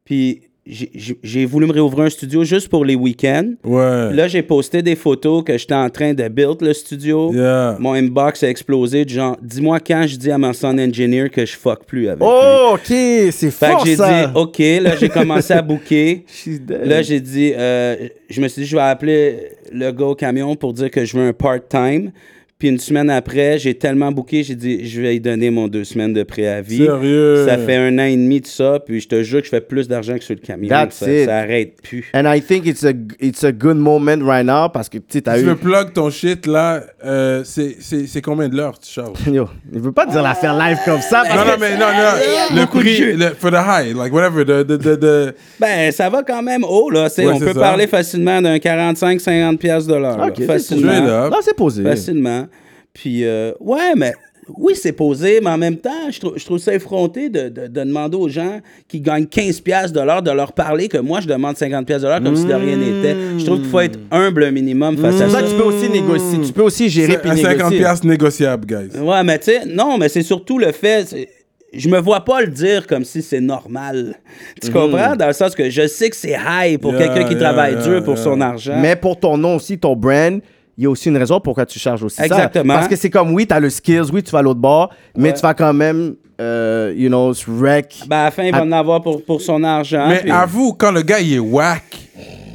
E: Puis j'ai- j'ai j'ai voulu me réouvrir un studio juste pour les week-ends.
C: Ouais.
E: Là, j'ai posté des photos que j'étais en train de build le studio.
C: Yeah.
E: Mon inbox a explosé. du Genre, dis-moi quand je dis à mon sound engineer que je fuck plus avec lui.
D: Oh, hein. OK, c'est
E: Fait
D: fort,
E: que j'ai
D: ça.
E: dit, OK, là, j'ai commencé à booker.
D: She's dead.
E: Là, j'ai dit, euh, je me suis dit, je vais appeler le gars au camion pour dire que je veux un part-time. Puis une semaine après, j'ai tellement booké, j'ai dit, je vais y donner mon deux semaines de préavis.
C: Sérieux?
E: Ça fait un an et demi de ça, puis je te jure que je fais plus d'argent que sur le camion.
D: That's
E: ça,
D: it.
E: ça arrête plus.
D: And I think it's a, it's a good moment right now parce que, tu sais, t'as
C: Tu
D: eu...
C: veux plug ton shit, là, euh, c'est- c'est c'est combien de l'heure, tu charges?
D: Yo, il veut pas dire l'affaire live comme ça. parce
C: Non, non,
D: que-
C: mais non, non. Le
E: beaucoup de
C: prix,
E: jeux.
C: le, for the high, like whatever, the, the, the, the-
E: Ben, ça va quand même haut, là. c'est-
C: Ouais,
E: on
C: c'est
E: peut
C: ça.
E: parler facilement d'un 45-50$ piastres de l'heure. là,
D: Ok, c'est
E: facilement.
C: posé, là.
D: Non, c'est posé.
E: Facilement. Puis, euh, ouais, mais oui, c'est posé, mais en même temps, je, trou- je trouve ça effronté de, de- de demander aux gens qui gagnent 15$ piastres de l'heure de leur parler que moi, je demande 50$ piastres de l'heure comme si de rien n'était. Je trouve qu'il faut être humble un minimum face à
D: Hmm. C'est ça
E: ça.
D: que tu peux aussi négocier. Tu peux aussi gérer
C: c'est
D: puis
C: à 50
D: négocier.
C: piastres négociable, guys.
E: Ouais, mais tu sais, non, mais c'est surtout le fait. c'est- Je me vois pas le dire comme si c'est normal.
D: Hmm.
E: Tu comprends? Dans le sens que je sais que c'est high pour
C: Yeah,
E: quelqu'un qui
C: yeah,
E: travaille
C: yeah,
E: dur pour
C: yeah.
E: son argent.
D: Mais pour ton nom aussi, ton brand, il y a aussi une raison pourquoi tu charges aussi ça.
E: Exactement.
D: Parce que c'est comme, oui, t'as le skills, oui, tu vas à l'autre bord, mais
E: Ouais.
D: tu vas quand même, euh, you know, se wreck.
E: Ben, à la fin, il va en avoir pour, pour son argent.
C: Mais
E: puis-
C: avoue, quand le gars, il est whack,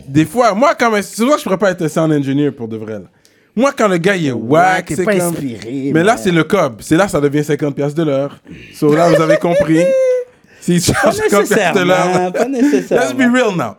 C: des fois, moi, quand même, c'est vrai que je pourrais pas être un sound engineer pour de vrai, là. Moi, quand le gars, il est whack,
D: t'es
C: c'est
D: pas
C: comme...
D: inspiré,
C: Mais là,
D: man.
C: c'est le cob. C'est là, ça devient 50 piastres de l'heure. So là, vous avez compris. S'il charge
E: Pas
C: 50 piastres de l'heure...
E: nécessairement. Pas nécessairement.
C: Let's be real now.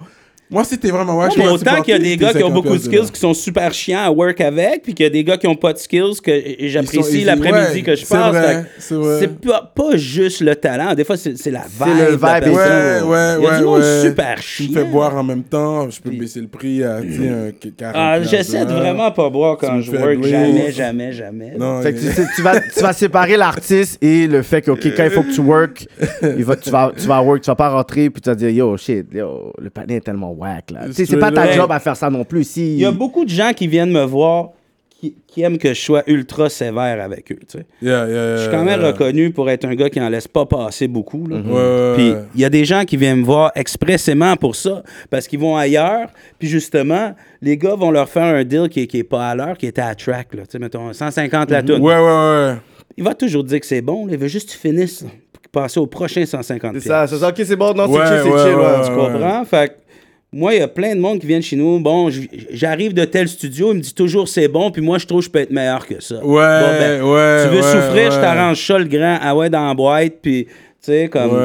C: Moi, c'était vraiment ouais. je
E: Mais
C: pense que c'est
E: autant qu'il y a
C: parti,
E: des gars
C: t'es
E: qui ont beaucoup de
C: 50
E: skills qui sont super chiants à work avec, puis qu'il y a des gars qui ont pas de skills que et
C: Ils
E: j'apprécie
C: sont-
E: l'après-midi
C: ouais,
E: que je
C: c'est
E: passe.
C: vrai,
E: Fait que
C: c'est vrai.
E: C'est pas, pas juste le talent. Des fois, c'est c'est la vibe.
D: le
E: de
D: vibe,
E: la
D: ouais,
E: personne.
C: Ouais, ouais,
E: Il y a
C: ouais,
E: du monde
C: ouais.
E: super
C: Tu
E: chiant.
C: me fais boire en même temps, je peux baisser le prix à tu sais, un qu- 40
E: Ah, J'essaie de
C: piastres.
E: vraiment pas boire quand
C: me
E: je
C: fais
E: work.
C: blé.
E: Jamais, jamais, jamais.
C: Non,
D: Fait que
C: il-
D: tu, tu- tu vas, tu vas séparer l'artiste et le fait que, OK, quand il faut que tu work, il va, tu, vas, tu vas work, tu vas pas rentrer, puis tu vas dire, yo, shit, yo, le panier est tellement whack, là. Tu sais, c'est pas ta
E: Ouais.
D: job à faire ça non plus. Si...
E: Il y a beaucoup de gens qui viennent me voir qui, qui aiment que je sois ultra sévère avec eux. tu sais.
C: Yeah, yeah, yeah,
E: Je suis quand même
C: yeah.
E: reconnu pour être un gars qui en laisse pas passer beaucoup. là.
C: ouais,
E: Puis
C: ouais.
E: il y a des gens qui viennent me voir expressément pour ça, parce qu'ils vont ailleurs. Puis justement, les gars vont leur faire un deal qui, est- qui est pas à l'heure, qui était à track. Là. Tu sais, mettons 150 la tonne.
C: Mhm. Ouais, ouais, ouais.
E: Il va toujours dire que c'est bon, là. il veut juste que tu finisses là, pour passer au prochain 150
D: C'est ça, c'est ça, OK, c'est bon, non,
C: Ouais,
D: c'est chill, c'est
C: ouais,
D: chill,
C: ouais,
D: ouais.
E: Tu comprends? Fait que moi, il y a plein de monde qui viennent chez nous. Bon, j- j'arrive de tel studio, il me dit toujours c'est bon, puis moi, je trouve que je peux être meilleur que ça. Bon, ben,
C: ouais,
E: Tu veux
C: ouais,
E: souffrir, je
C: ouais.
E: t'arrange ça le grand, ah ouais, dans la boîte, puis tu sais, comme. Il
C: Ouais,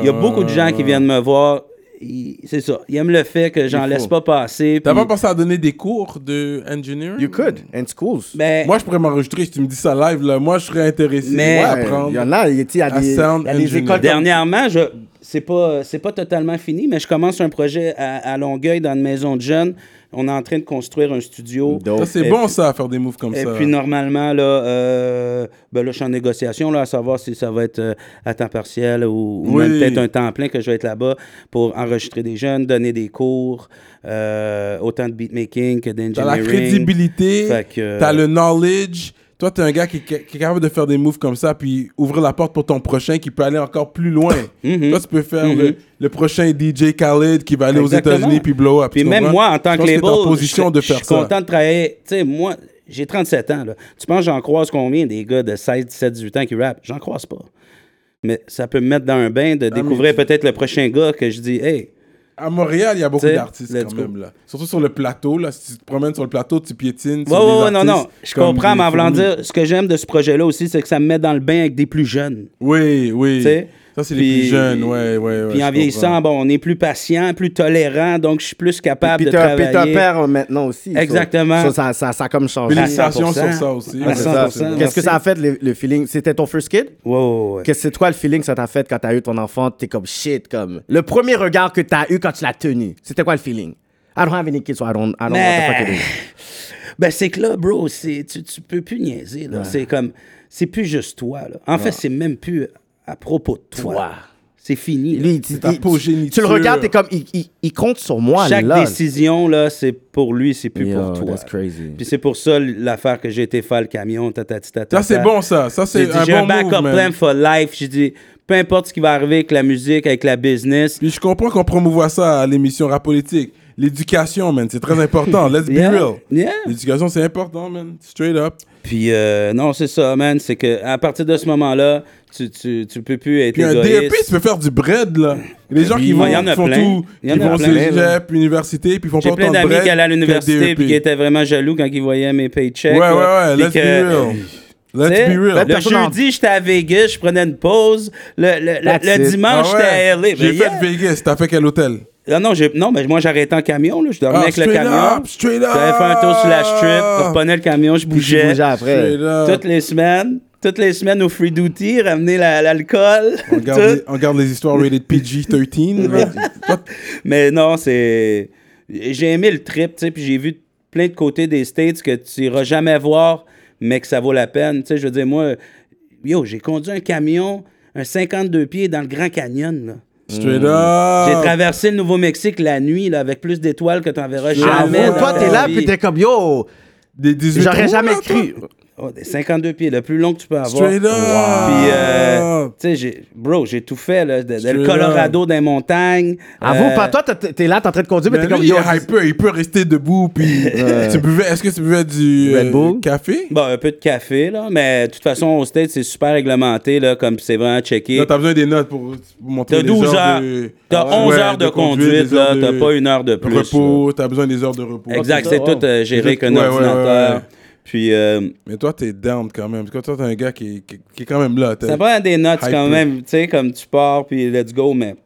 C: ouais,
E: y a
C: ouais,
E: beaucoup de
C: ouais,
E: gens qui
C: ouais.
E: viennent me voir. ils- C'est ça. Ils aiment le fait que j'en
D: Il
E: laisse
D: faut.
E: pas passer.
C: T'as
E: puis-
C: pas pensé à donner des cours de engineering?
D: You could, and schools.
E: Ben,
C: Moi, je pourrais m'enregistrer si tu me dis ça live, là. Moi, je serais intéressé
E: Mais-
C: à
D: Ouais,
C: apprendre.
D: Il y en a, il y a, tu sais, il y a
C: À
D: des, il y
C: sound
D: a des
C: engineer.
D: écoles. comme-
E: Dernièrement, je c'est pas c'est pas totalement fini, mais je commence un projet à, à Longueuil dans une maison de jeunes. On est en train de construire un studio.
C: Ça,
D: Dope.
C: c'est
E: Et
C: bon,
E: puis-
C: ça, faire des moves comme
E: Et
C: ça.
E: puis normalement, là, euh, ben là, je suis en négociation là, à savoir si ça va être euh, à temps partiel ou, ou
C: Oui.
E: même peut-être un temps plein que je vais être là-bas pour enregistrer des jeunes, donner des cours, euh, autant de beatmaking que
C: T'as la
E: d'engineering.
C: crédibilité,
E: Fait que- euh,
C: t'as le knowledge. Toi, t'es un gars qui, qui est capable de faire des moves comme ça, puis ouvrir la porte pour ton prochain qui peut aller encore plus loin.
E: Mm-hmm.
C: Toi, tu peux faire le, le prochain DJ Khaled qui va aller
E: Exactement.
C: aux États-Unis puis blow up.
E: Puis
C: tu
E: même
C: comprends?
E: moi, en tant
C: Je
E: que
C: pense
E: label,
C: t'es en position
E: je,
C: de
E: je suis
C: faire ça.
E: content de travailler. Tu sais, moi, j'ai 37 ans. Là. Tu penses que j'en croise combien des gars de 16, 17, 18 ans qui rappent? J'en croise pas. Mais ça peut me mettre dans un bain de découvrir peut-être le prochain gars que je dis, hey,
C: À Montréal, il y a beaucoup
E: T'sais,
C: d'artistes
E: let's
C: quand
E: go.
C: même. Là. Surtout sur le plateau. Là, si tu te promènes sur le plateau, tu piétines.
E: Ouais,
C: sur
E: ouais,
C: des
E: ouais, non, non.
C: artistes
E: Je
C: comme
E: comprends,
C: des
E: mais en voulant
C: fourmis.
E: dire, ce que j'aime de ce projet-là aussi, c'est que ça me met dans le bain avec des plus jeunes.
C: Oui, oui.
E: T'sais,
C: Ça, c'est les
E: puis-
C: plus jeunes. Ouais, ouais, ouais,
E: puis
C: je
E: en vieillissant, bah,
C: comprends.
E: bon, on est plus patient, plus tolérant, donc je suis plus capable
D: Puis
E: de
D: t'as puis t'as un
E: travailler.
D: père euh, maintenant aussi. so-
E: Exactement.
D: so Ça, ça, ça a comme changé.
C: Mais les
E: À 100%.
C: stations sur ça aussi.
E: À
C: Ouais,
D: C'est
E: 100%,
D: ça. Qu'est-ce
E: merci.
D: que ça a fait le, le feeling C'était ton first kid
E: Ouais, ouais, ouais.
D: Qu'est-ce que c'est toi le feeling que ça t'a fait quand t'as eu ton enfant T'es comme shit, comme. Le premier regard que t'as eu quand tu l'as tenu, c'était quoi le feeling I don't have any kids, so I don't, I don't
E: Mais-
D: what the fuck it is.
E: Ben, c'est que là, bro, c'est, tu, tu peux plus niaiser. Là. C'est comme, c'est plus juste toi. Là. En fait, c'est même plus à propos de toi.
D: Toi.
E: C'est fini. là.
D: Lui, il dit-
C: ta
D: il- tu,
C: progéniture.
D: le regardes, t'es comme, il, il- il compte sur moi
E: Chaque
D: là.
E: décision, là, c'est pour lui, c'est plus
D: Yo,
E: pour toi.
D: that's crazy.
E: Puis c'est pour ça l'affaire que j'ai été faire le camion, tatati,
C: Ça,
E: tatata.
C: c'est bon, ça. Ça,
E: J'ai
C: c'est
E: dit,
C: un
E: j'ai un
C: bon
E: backup
C: move, man.
E: plan for life. J'ai dit, peu importe ce qui va arriver avec la musique, avec la business.
C: Puis je comprends qu'on promouvoit ça à l'émission Rap Politique. L'éducation, man, c'est très important. Let's be
E: Yeah,
C: real.
E: yeah.
C: L'éducation, c'est important, man. Straight up.
E: Puis euh, non, c'est ça, man. C'est que à partir de ce moment-là, tu, tu, tu peux plus être
C: Puis un
E: égoïste.
C: DEP, tu peux faire du bread, là. Les gens qui
E: Oui.
C: vont,
E: Il y en a
C: font
E: plein.
C: tout,
E: Il y
C: qui
E: en a
C: vont au
E: plein,
C: cégep, université, puis ils font pas
E: J'ai plein
C: autant de bread
E: d'amis qui allaient à
C: qu'un
E: l'université
C: DEP.
E: puis qui étaient vraiment jaloux quand ils voyaient mes paychecks.
C: Ouais, ouais,
E: là.
C: ouais.
E: Puis
C: Let's
E: que-
C: be real. Let's
E: T'sais,
C: be real.
E: Le
D: Personne en-
E: jeudi, j'étais à Vegas, je prenais une pause. Le, le- le-
D: That's
E: le
D: it.
E: dimanche,
C: Ah ouais.
E: j'étais à LA.
C: J'ai
E: Ben,
C: fait
E: yeah.
C: Vegas. T'as fait quel hôtel?
E: Ah non, j'ai- non, mais moi, j'arrêtais en camion. Là. Je dormais
C: Ah,
E: avec le
C: straight
E: camion.
C: up, straight
E: J'avais fait un tour sur la
C: up.
E: strip, je reprenais le camion, je
D: Puis tu
E: bougeais.
D: bougeais après.
C: Straight up.
E: Toutes les semaines. Toutes les semaines au free duty, ramener la- l'alcool.
C: On regarde, les,
E: tout.
C: on regarde les histoires rated PG-13. là. Toi,
E: Mais non, c'est. J'ai aimé le trip, tu sais, puis j'ai vu plein de côtés des States que tu iras jamais voir, mais que ça vaut la peine. Tu sais, je veux dire, moi, yo, j'ai conduit un camion, un 52 pieds dans le Grand Canyon, là.
C: Straight up.
E: Hmm. J'ai traversé le Nouveau-Mexique la nuit, là, avec plus d'étoiles que t'en verras jamais.
D: Ah,
E: dans
D: toi,
E: ta
D: t'es là,
E: vie.
D: puis t'es comme, yo,
C: Des 18
D: j'aurais
C: trous,
D: jamais
C: là,
D: cru.
E: Oh, des 52 pieds, le plus long que tu peux avoir.
C: Straight up.
E: Puis, euh, tu sais, j'ai- bro, j'ai tout fait, là, de- de
C: Straight
E: le Colorado dans les montagnes.
D: Avoue,
E: Euh,
D: pas toi, t'es- t'es là, t'es en train de conduire, mais
C: Mais
D: t'es
C: lui,
D: comme,
C: il
D: yo,
C: est hyper, il peut rester debout. Puis, tu buvais, est-ce que tu buvais du euh,
D: Red Bull?
C: café?
E: Bon, un peu de café, là, mais de toute façon, au States, c'est super réglementé, là, comme c'est vraiment checké.
C: Là, t'as besoin des notes pour, pour montrer
E: T'as
C: les
E: 12
C: heures.
E: heures,
C: de- Ah
E: t'as
C: Ouais,
E: 11 heures de conduite,
C: des heures
E: là, t'as
C: de
E: pas une heure de plus.
C: Repos, t'as besoin des heures de repos.
E: là. Exact,
D: Ah,
E: c'est
D: c'est ça,
E: tout euh, géré avec un
C: Ouais, ouais,
E: ordinateur.
C: ouais, ouais.
E: Puis, euh,
C: Mais toi, t'es down quand même. Parce que toi, t'es un gars qui, qui, qui est quand même là. t'es-
E: ça prend des notes
C: Hyper.
E: quand même, tu sais, comme tu pars, puis let's go, mais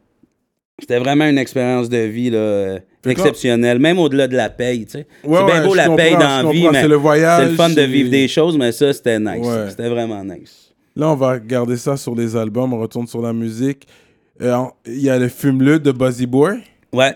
E: C'était vraiment une expérience de vie là, euh, exceptionnelle, même au-delà de la paye. tu sais.
C: Ouais,
E: c'est bien
C: ouais,
E: beau
C: je
E: la
C: comprends,
E: paye dans
C: je
E: la vie,
C: comprends,
E: mais
C: c'est le voyage,
E: c'est le fun de
C: c'est-
E: vivre des choses, mais ça, c'était nice.
C: Ouais.
E: C'était vraiment nice.
C: Là, on va regarder ça sur les albums. On retourne sur la musique. Euh, en- Il y a le Fume-le de Buzzy Boy.
E: Ouais,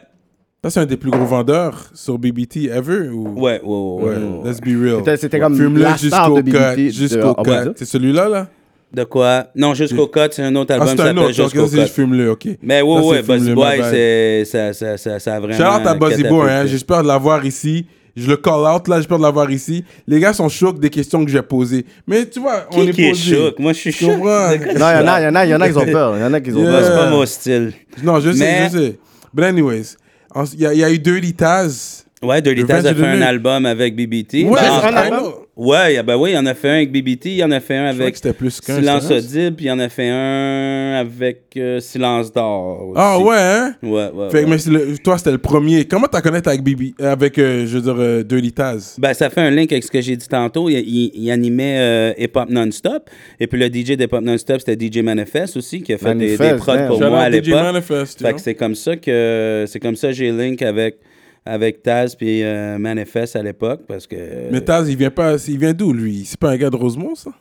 C: Ça, c'est un des plus gros vendeurs sur BBT ever. Ou...
E: ouais, ouais, ouais.
C: Ouais,
E: ouais, ouais.
C: let's be real.
D: C'était- c'était comme
C: Fume-le
D: la star
C: jusqu'au
D: de BBT
C: cut,
D: de-
C: Jusqu'au
D: on va
C: cut.
D: dire.
C: C'est celui-là, là?
E: De quoi Non, Jusqu'au Code, c'est un autre
C: Ah,
E: album
C: c'est
E: qui
C: un
E: s'appelle
C: autre. Donc,
E: Jusqu'au
C: là, c'est
E: Code.
C: Fume-le, OK.
E: Mais ouais,
C: Ça,
E: ouais,
C: Fume-le,
E: Buzzy
C: ma
E: Boy,
C: bad.
E: c'est, ça, ça, ça, ça a vraiment.
C: Shout out à Buzzy Boy, hein.
E: catapulté.
C: j'espère de l'avoir ici. Je le call out là, j'espère de l'avoir ici. Les gars sont choqués des questions que j'ai posées. Mais tu vois, on
E: Qui,
C: est
E: qui est
C: posé.
E: choc Moi, je suis
C: Tu
E: choc.
C: comprends?
D: Non, il y en a, il y en a, il y en a qui ont peur. Il y en a qui ont
C: Yeah.
E: C'est
D: peur.
E: pas mon style.
C: Non, je sais,
E: Mais-
C: je sais. But anyways, en- il y, a- il y a eu deux Litas.
E: Ouais, Dirty
C: Le
E: Taz a
C: Venge
E: fait un
C: Lulu.
E: album avec BBT.
C: Ouais,
E: Ben,
D: c'est
E: entre
D: un
E: autres-
C: album?
E: Ouais, y a- ben oui, il y en a fait un avec BBT, il y en a fait un
C: croyais
E: avec
C: que c'était plus qu'un,
E: Silence
C: c'était un,
E: Audible, puis il y en a fait un avec euh, Silence d'or. aussi.
C: Ah ouais, hein?
E: Ouais, ouais.
C: Fait que,
E: ouais.
C: mais c'est le- toi, c'était le premier. Comment t'as connecté avec Bibi, euh, avec, euh, je veux dire, euh, deux Litas?
E: Ben, ça fait un lien avec ce que j'ai dit tantôt. Il, il- il animait euh, Hip Hop Non-Stop. Et puis le DJ d'Hip Hop Non-Stop, c'était DJ Manifest aussi, qui a fait des, des
D: Manifest,
E: prods
D: man.
E: pour
C: Shout
E: moi
C: out
E: à
C: DJ
E: l'époque.
C: Manifest, you
E: Fait
C: know?
E: que c'est comme ça que c'est comme ça que j'ai link avec, avec Taz puis euh, Manifest à l'époque parce que euh,
C: Mais Taz, il vient pas, il vient d'où, lui? C'est pas un gars de Rosemont, ça?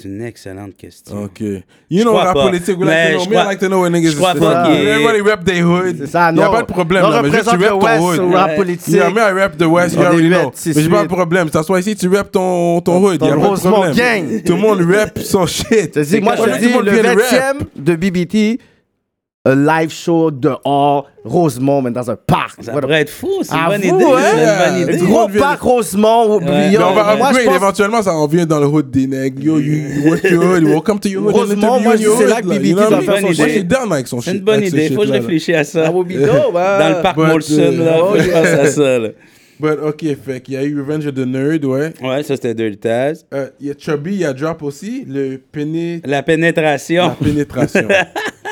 E: c'est une excellente question.
C: OK. You know,
E: crois
C: rap
E: pas.
C: politique, we like
E: Mais
C: to know,
E: je
C: me, I
E: crois-
C: like to know where niggas
E: je crois
C: is
E: pas
C: from.
E: qu'il y ait-
C: Everybody rap their hood.
D: C'est ça, non.
C: Y a pas de problème,
D: Non,
C: là, mais juste tu
D: représente le
C: rap ton
D: West,
C: hood.
D: le rap
E: Ouais.
D: politique.
C: Yeah, mais I rap the West, you
D: On
C: already
D: est
C: know.
D: huit, six,
C: Mais j'ai pas
D: huit.
C: de problème. T'assois ici, tu rap ton, ton hood.
D: Ton
C: y a pas de
D: Rosemont
C: problème.
D: gang.
C: Tout le monde rap son shit.
D: Je te dis, moi, je
C: Tout
D: te dis,
C: monde
D: le
C: vient de rap.
D: 20e de BBT, un live show dehors, Rosemont, mais dans un parc.
E: Ça
D: What a-
E: pourrait être fou, c'est une
D: À
E: bonne
D: vous,
E: idée.
D: hein?
E: C'est une bonne idée.
C: Tout le
D: Gros
C: monde vient de-
D: parc Rosemont,
E: Ouais.
D: oublions.
C: Mais on va
D: Moi, je
C: upgrade.
D: pense-
C: Éventuellement, ça revient dans le hood des nègres. Yo, you, you work your hood. Welcome to your hood.
D: Heureusement,
C: Interview
D: moi,
C: in your
D: c'est
C: hood,
D: là que
C: là,
D: BBT
C: you know
E: va
C: what I
E: faire
C: mean?
E: son
C: Moi,
E: shit.
C: j'ai down avec son shit.
E: C'est une bonne
C: avec ce
E: idée. Faut que je
C: shit-là, là.
E: réfléchisse à ça.
D: Ah, Bobido, ouais.
E: Dans le parc
C: But,
E: Molson,
C: euh,
E: là,
D: oh,
E: faut que je pense à ça. là.
C: But, ok, fait qu'il y a eu Revenge of the Nerd, ouais.
E: Ouais, ça c'était Dirty Taz.
C: Euh, Il y a Chubby, il y a Drop aussi. Le péné...
E: La pénétration.
C: La pénétration.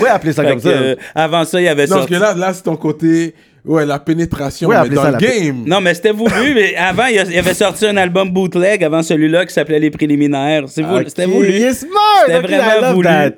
D: Ouais, appelez ça
E: Fait
D: comme
E: que,
D: ça.
E: euh, avant ça, il y avait
C: hein. non, parce
E: sorti-
C: que là, là c'est ton côté... Ouais, la pénétration,
D: Ouais,
C: mais
D: appelez
C: dans
D: ça
C: le
D: la pé-
C: game.
E: Non, mais c'était voulu, mais avant, il y a- il avait sorti un album bootleg avant celui-là qui s'appelait Les Préliminaires. C'est voulu- C'était
D: Ok,
E: voulu.
D: il est smart,
E: C'était
D: ok, I
E: vraiment
D: love
E: voulu.
D: that.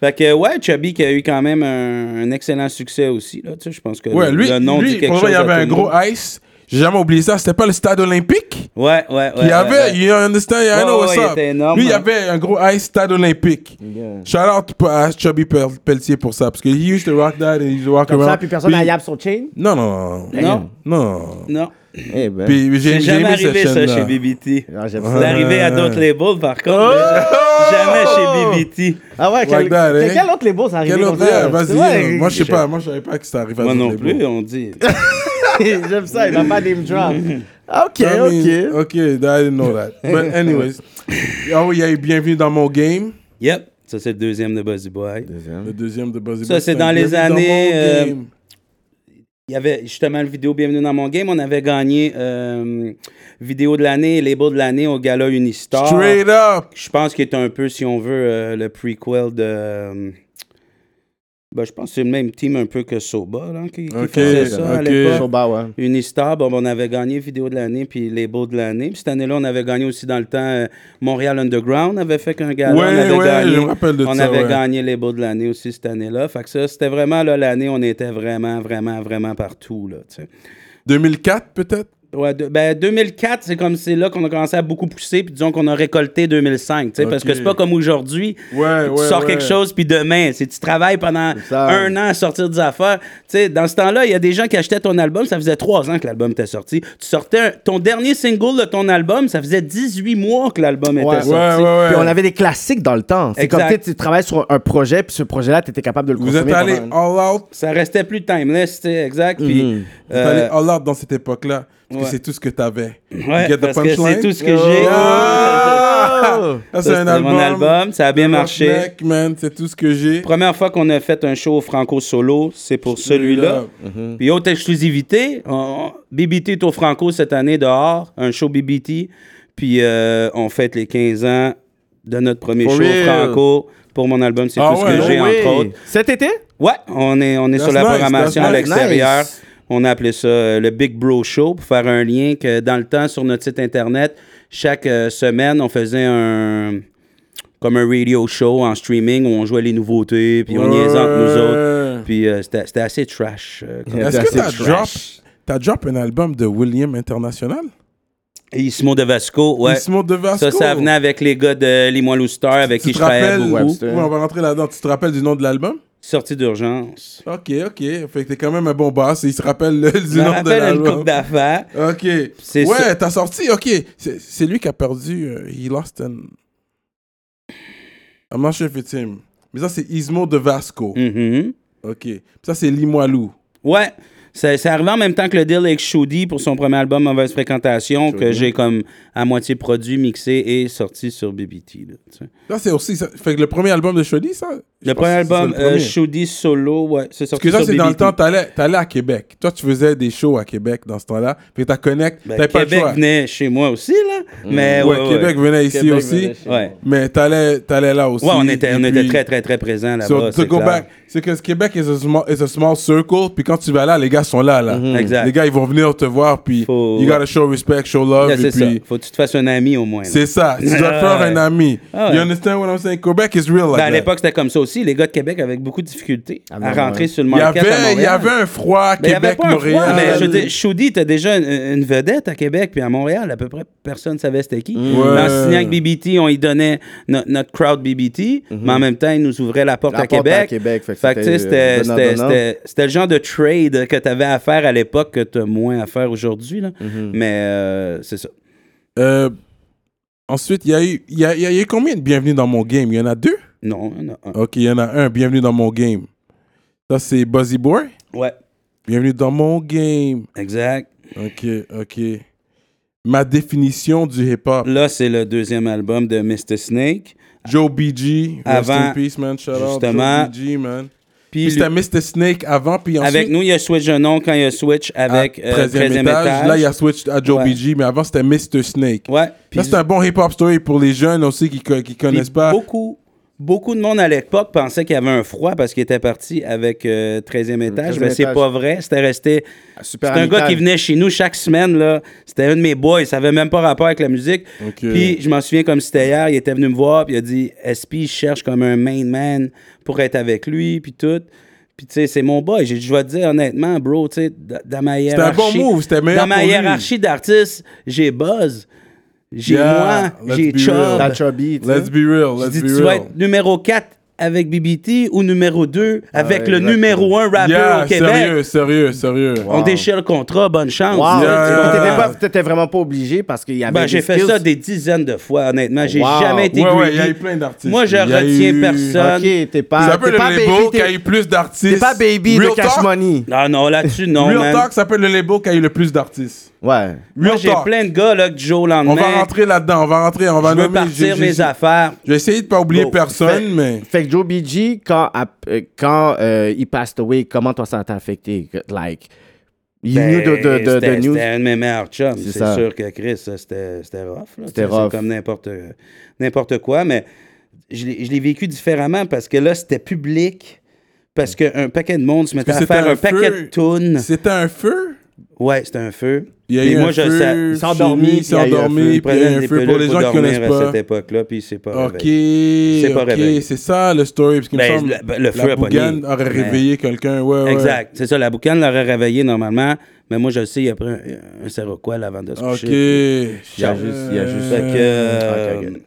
E: Fait que, ouais, Chubby qui a eu quand même un, un excellent succès aussi, là, tu sais, je pense que
C: Ouais,
E: le-
C: lui,
E: le nom
C: lui
E: dit quelque
C: pour
E: chose.
C: vrai, il y
E: à
C: avait
E: tout
C: un
E: le
C: gros
E: monde. ice.
C: ice. J'ai jamais oublié ça. C'était pas le stade olympique?
E: Ouais, ouais, ouais.
C: Il y
E: ouais,
C: avait,
E: ouais.
C: you understand, I
E: Ouais,
C: know
E: ouais,
C: what's
E: il
C: up.
E: était énorme,
C: Lui, il y
E: hein.
C: avait un gros ice stade olympique. Shout out à Chubby Pel- Pelletier pour ça, parce que he used to rock that and he used to rock
D: Comme
C: around.
D: ça, puis personne n'a yab son chain.
C: Non, non, non.
E: Non,
C: Non.
E: non.
D: Eh ben.
C: Puis j'ai
E: C'est
C: j'ai
E: jamais
C: aimé cette
E: arrivé ça
C: chaîne-là.
E: chez BBT.
D: Ah, j'aime
E: C'est
D: ça.
E: arrivé à d'autres labels, par contre.
C: Oh!
E: mais Jamais chez BBT.
D: Ah ouais, quel,
C: Like that,
D: quel-
C: hein?
D: quel autre les beaux, ça arrive
C: Quel
D: comme
C: autre
D: ça?
C: yeah, Vas-y.
D: C'est vrai,
C: euh, Moi, je sais pas. Moi, je savais pas que ça arrivait à
E: Moi
C: d'autres
E: non
C: labels.
E: plus, hein. on dit.
D: J'aime ça, il va pas name drop. Ok,
C: I mean,
D: ok.
C: ok, I didn't know that. But anyways, ah oui, il y a eu Bienvenue dans mon game,
E: Yep. Ça, c'est le deuxième de Buzzy Boy.
C: le deuxième de Buzzy.
E: Ça,
C: Buzz,
E: c'est dans les
C: Bienvenue mon
E: années, euh,
C: game.
E: Il y avait justement le vidéo Bienvenue dans mon game. On avait gagné euh, vidéo de l'année et label de l'année au gala Unistar.
C: Straight up.
E: Je pense qu'il est un peu, si on veut, euh, le prequel de. euh, ben, je pense que c'est le même team un peu que Soba là, qui, qui
C: Ok,
E: faisait ça à
C: ok.
E: l'époque.
D: Soba, ouais.
E: Unistar, bon, ben, on avait gagné vidéo de l'année puis label de l'année. Puis cette année-là, on avait gagné aussi dans le temps euh, Montréal Underground avait fait qu'un gala.
C: Ouais,
E: on avait
C: ouais,
E: gagné,
C: je me rappelle de
E: on
C: ça,
E: avait
C: ouais.
E: gagné label de l'année aussi cette année-là. Fait que ça, c'était vraiment là, l'année, on était vraiment, vraiment, vraiment partout. Là, tu sais.
C: 2004 peut-être.
E: Ouais, de- ben 2004, c'est comme c'est là qu'on a commencé à beaucoup pousser, puis disons qu'on a récolté 2005, tu sais, parce
C: Ok.
E: que c'est pas comme aujourd'hui.
C: Ouais,
E: tu
C: ouais,
E: sors
C: ouais.
E: quelque chose, puis demain, c'est tu travailles pendant
D: ça.
E: un an à sortir des affaires. Tu sais, dans ce temps-là, il y a des gens qui achetaient ton album, ça faisait trois ans que l'album était sorti. Tu sortais un- ton dernier single de ton album, ça faisait 18 mois que l'album
D: Ouais.
E: était
C: Ouais, ouais,
E: sorti.
C: ouais.
D: Puis on avait des classiques dans le temps. C'est comme
E: Exact.
D: tu sais, tu travailles sur un projet, puis ce projet-là, tu étais capable de le
C: Vous
D: consommer.
C: êtes allé
D: pendant-
C: all out
E: Ça restait plus timeless, tu sais, exact. Puis,
C: T'es
E: euh,
C: allé all out dans cette époque-là. Parce que
E: ouais.
C: c'est tout ce que t'avais.
E: ouais,
C: You get the
E: parce que c'est
C: punchline?
E: tout ce que j'ai.
C: Ah! Ça, c'est
E: Ça,
C: un
E: c'était
C: album.
E: mon album, ça a bien
C: Le
E: marché.
C: Roughneck, man, c'est tout ce que j'ai.
E: Première fois qu'on a fait un show franco solo, c'est pour celui-là. Puis haute exclusivité, on- on- BBT est au franco cette année dehors, un show BBT. Puis euh, on fête les 15 ans de notre premier
D: For
E: show
D: real?
E: franco pour mon album C'est
C: Ah
E: tout
C: ouais,
E: ce que j'ai,
D: No
E: entre
D: way.
E: autres.
D: Cet été?
E: Ouais, on est, on est sur la
C: nice,
E: programmation
C: that's
E: à
C: nice.
E: l'extérieur.
D: Nice.
E: On a appelé ça euh, le Big Bro Show pour faire un lien que dans le temps, sur notre site Internet, chaque euh, semaine, on faisait un comme un radio show en streaming où on jouait les nouveautés, puis on
C: Ouais.
E: niaisait entre nous autres. Puis euh, c'était c'était assez trash. euh, comme-
C: Est-ce que
D: assez
C: t'as drop,
E: trash.
C: t'as drop un album de William International?
E: Ismo de Vasco, ouais.
C: Ismo de Vasco.
E: Ça, ça venait avec les gars de Limois Looster avec
C: Tu
E: qui
C: te
E: je travaillais
C: rappelles,
E: beaucoup.
D: Webster.
C: Ouais, on va rentrer là-dedans. Tu te rappelles du nom de l'album?
E: Sortie d'urgence.
C: Ok, ok. Fait que t'es quand même un bon boss. Il se rappelle le- du
E: Je me
C: nom de
E: rappelle une
C: l'album.
E: coupe d'affaires.
C: Ok.
E: C'est
C: Ouais,
E: ça.
C: t'as sorti. Ok. C'est c'est lui qui a perdu. euh, he lost an. I'm not sure if it's him. Mais ça, c'est Ismo de Vasco.
E: Mhm.
C: Ok. Ça, c'est Limoilou.
E: Ouais. Ça, ça arrivait en même temps que le deal avec Shoudi pour son premier album Mauvaise Fréquentation, que j'ai comme à moitié produit, mixé et sorti sur BBT. là, tu sais.
C: Ça, c'est aussi. ça- Fait que le premier album de Shoddy, ça. je
E: Le
C: pense
E: premier
C: que c'est ça,
E: album,
C: le premier.
E: euh, Shoudi Solo, ouais, c'est
C: Parce
E: sorti
C: que ça,
E: sur
C: c'est dans le
E: BBT.
C: temps, t'allais, t'allais à Québec. Toi, tu faisais des shows à Québec dans ce temps-là. Fait que t'as connect.
E: Ben,
C: t'avais pas le
E: Québec
C: choix. Hmm.
E: venait chez moi aussi, là. Mais,
C: ouais,
E: ouais,
C: Québec venait ici
D: Québec
C: aussi.
D: venait chez nous.
E: Ouais.
C: Mais t'allais, t'allais là aussi.
E: Ouais, on était, on
C: et
E: était
C: puis-
E: très, très, très présents là-bas.
C: So, to
E: c'est
C: go
E: clair.
C: back, c'est que Québec is a, small, is a small circle, puis quand tu vas là, les gars sont là, là.
E: Mm-hmm, Exact.
C: Les gars, ils vont venir te voir, puis
E: Faut-
C: you gotta show respect, show love,
E: Là,
C: et
E: c'est ça.
C: euh, puis...
E: Faut que tu te fasses un ami au moins. là.
C: C'est ça, tu dois te
E: Ah
C: faire
E: ouais.
C: un ami.
E: Ah ouais.
C: You understand what I'm saying? Québec is real like
E: Ben, à
C: that.
E: l'époque, c'était comme ça aussi. Les gars de Québec avaient beaucoup de difficultés
D: Ah,
E: à
D: non,
E: rentrer
D: ouais.
E: sur le
C: il y,
E: market à
C: avait,
E: Montréal.
C: il y avait un froid
E: Mais il y avait pas un froid,
C: Québec-Montréal.
E: Ah, mais je veux dire, Shoudi était déjà une, une vedette à Québec, puis à Montréal, à peu près personne ne savait c'était qui. Mais en signant avec BBT, on y donnait no- notre crowd BBT, mais en même temps, ils nous ouvraient la porte,
D: La
E: à,
D: porte
E: Québec.
D: à Québec, fait que
E: Fait que, tu sais,
D: c'était,
E: c'était
D: euh,
E: c'était-
D: donnant-donnant.
E: c'était- c'était le genre de trade que tu avais à faire à l'époque que tu as moins à faire aujourd'hui. là. Mais euh, c'est ça.
C: Euh, ensuite, il y, a eu- il y a, il y a- il y a eu combien de Bienvenue dans mon game? Il y en a deux?
E: Non, il y en a un.
C: OK, il y en a un, Bienvenue dans mon game. Ça, c'est Buzzy Boy.
E: Ouais,
C: Bienvenue dans mon game.
E: exact.
C: OK, OK. Ma définition du hip-hop.
E: Là, c'est le deuxième album de Mr. Snake.
C: Joe BG, rest
E: Avant,
C: in peace, man. Shout out
E: justement.
C: Joe BG, man.
E: Puis,
C: Puis
E: lui-
C: c'était Mr. Snake avant, puis ensuite...
E: avec nous, il y a Switch Genon quand il y a Switch
C: à
E: avec euh, 13e, étage.
C: Là, il a switch à Joe
E: Ouais.
C: BG, mais avant, c'était Mr. Snake.
E: Ouais. Puis-
C: Ça, c'est un bon hip-hop story pour les jeunes aussi qui co- qui
E: Puis
C: connaissent pas.
E: Beaucoup, beaucoup de monde à l'époque pensait qu'il y avait un froid parce qu'il était parti avec euh, 13e étage,
D: 13e
E: mais c'est
D: étage.
E: pas vrai. C'était resté. C'est
D: Super
E: un gars
D: amical.
E: qui venait chez nous chaque semaine, là. C'était un de mes boys. Ça avait même pas rapport avec la musique.
C: Ok.
E: Puis je m'en souviens comme si c'était hier. Il était venu me voir, puis il a dit SP, je cherche comme un main man pour être avec lui, puis tout. Puis tu sais, c'est mon boy. J'ai dit, Je vais te dire honnêtement, bro, tu sais, d- dans ma
C: C'était un
E: hiérarchie.
C: bon move, c'était meilleur
E: Dans ma
C: pour lui.
E: hiérarchie d'artistes, j'ai Buzz. J'ai
C: Yeah,
E: moi,
C: let's
E: j'ai
C: be
E: Chubb.
C: real.
D: T'as Chubby, tu sais.
C: Let's be real,
E: Je
C: let's
E: dis,
C: be
E: tu vas
C: real.
E: être numéro 4 avec BBT ou numéro 2 avec le
D: exactement.
E: numéro 1 rappeur
C: Ah, Yeah,
E: au Québec.
C: sérieux, sérieux, sérieux.
E: On déchire le contrat, bonne chance.
C: Yeah,
D: Wow. Tu-
C: yeah,
D: t'étais
C: yeah.
D: pas- T'étais vraiment pas obligé parce qu'il y avait
E: Ben,
D: des
E: j'ai fait
D: skills.
E: ça des dizaines de fois, honnêtement. J'ai
D: Wow.
E: jamais été
C: Ouais, ouais,
E: greedy.
C: il y a eu plein d'artistes.
E: Moi, je
C: Il y a
E: retiens
C: eu-
E: personne.
D: Ok, t'es
C: C'est
D: pas.
C: un peu
D: t'es
C: le
D: pas baby,
C: label qui a
D: t'es-
C: eu plus d'artistes.
D: t'es pas baby
C: Real
D: de Cash
C: Talk,
D: Money.
E: Ah non, là-dessus, non,
C: Real
E: man.
C: Talk, ça s'appelle le label qui a eu le plus d'artistes.
D: Ouais.
E: Moi,
C: Real
E: j'ai
C: Talk.
E: plein de gars, là, que du jour au lendemain,
C: On va rentrer là-dedans, on va rentrer, on va
E: je veux
C: nommer- j'ai-
E: partir
C: j'ai-
E: mes affaires.
C: J'ai essayé de pas oublier
D: Bon,
C: personne,
D: fait-
C: mais
D: Fait que Joe BG, quand, ap- euh, quand euh, il passed away, comment toi ça t'a affecté? Que- Like, you
E: Ben,
D: knew the, the, the,
E: c'était-
D: the news.
E: C'était un de mes meilleurs chums. C'est
D: ça.
E: sûr que Chris, ça, c'était c'était rough. là.
D: C'était
E: C'est- c'est
D: rough.
E: comme n'importe n'importe quoi, mais je l'ai je l'ai vécu différemment parce que là, c'était public. Parce qu'un paquet de monde se mettait à
C: c'était
E: faire
C: un
E: un paquet
C: feu.
E: de tunes.
C: c'était un feu.
E: Ouais, c'était un feu.
C: Il y a
E: Et
C: eu
E: moi,
C: un
E: je- ça-
C: feu.
D: il s'est endormi,
C: Jimmy s'est
D: puis il y a eu un
C: endormi,
D: feu.
C: puis il
E: il
C: y a eu
E: prenait
C: un
E: des
C: feu pour les
E: pilules
C: gens qui connaissent
E: dormir à
C: pas.
E: cette époque-là, puis c'est pas
C: Ok,
E: réveillé. C'est pas
C: ok,
E: réveillé.
C: c'est ça le story parce qu'il me
E: Ben,
C: semble
E: le- le feu
C: la
E: a
C: boucane
E: pogné.
C: aurait
E: Ouais.
C: réveillé quelqu'un. Ouais, ouais.
E: Exact. C'est ça, la boucane l'aurait réveillé normalement, mais moi, je le sais, il a pris un, un Seroquel avant de se
C: Ok.
E: coucher.
D: Il y a juste- il y a juste-
E: Fait que, euh,
D: Ok, ok.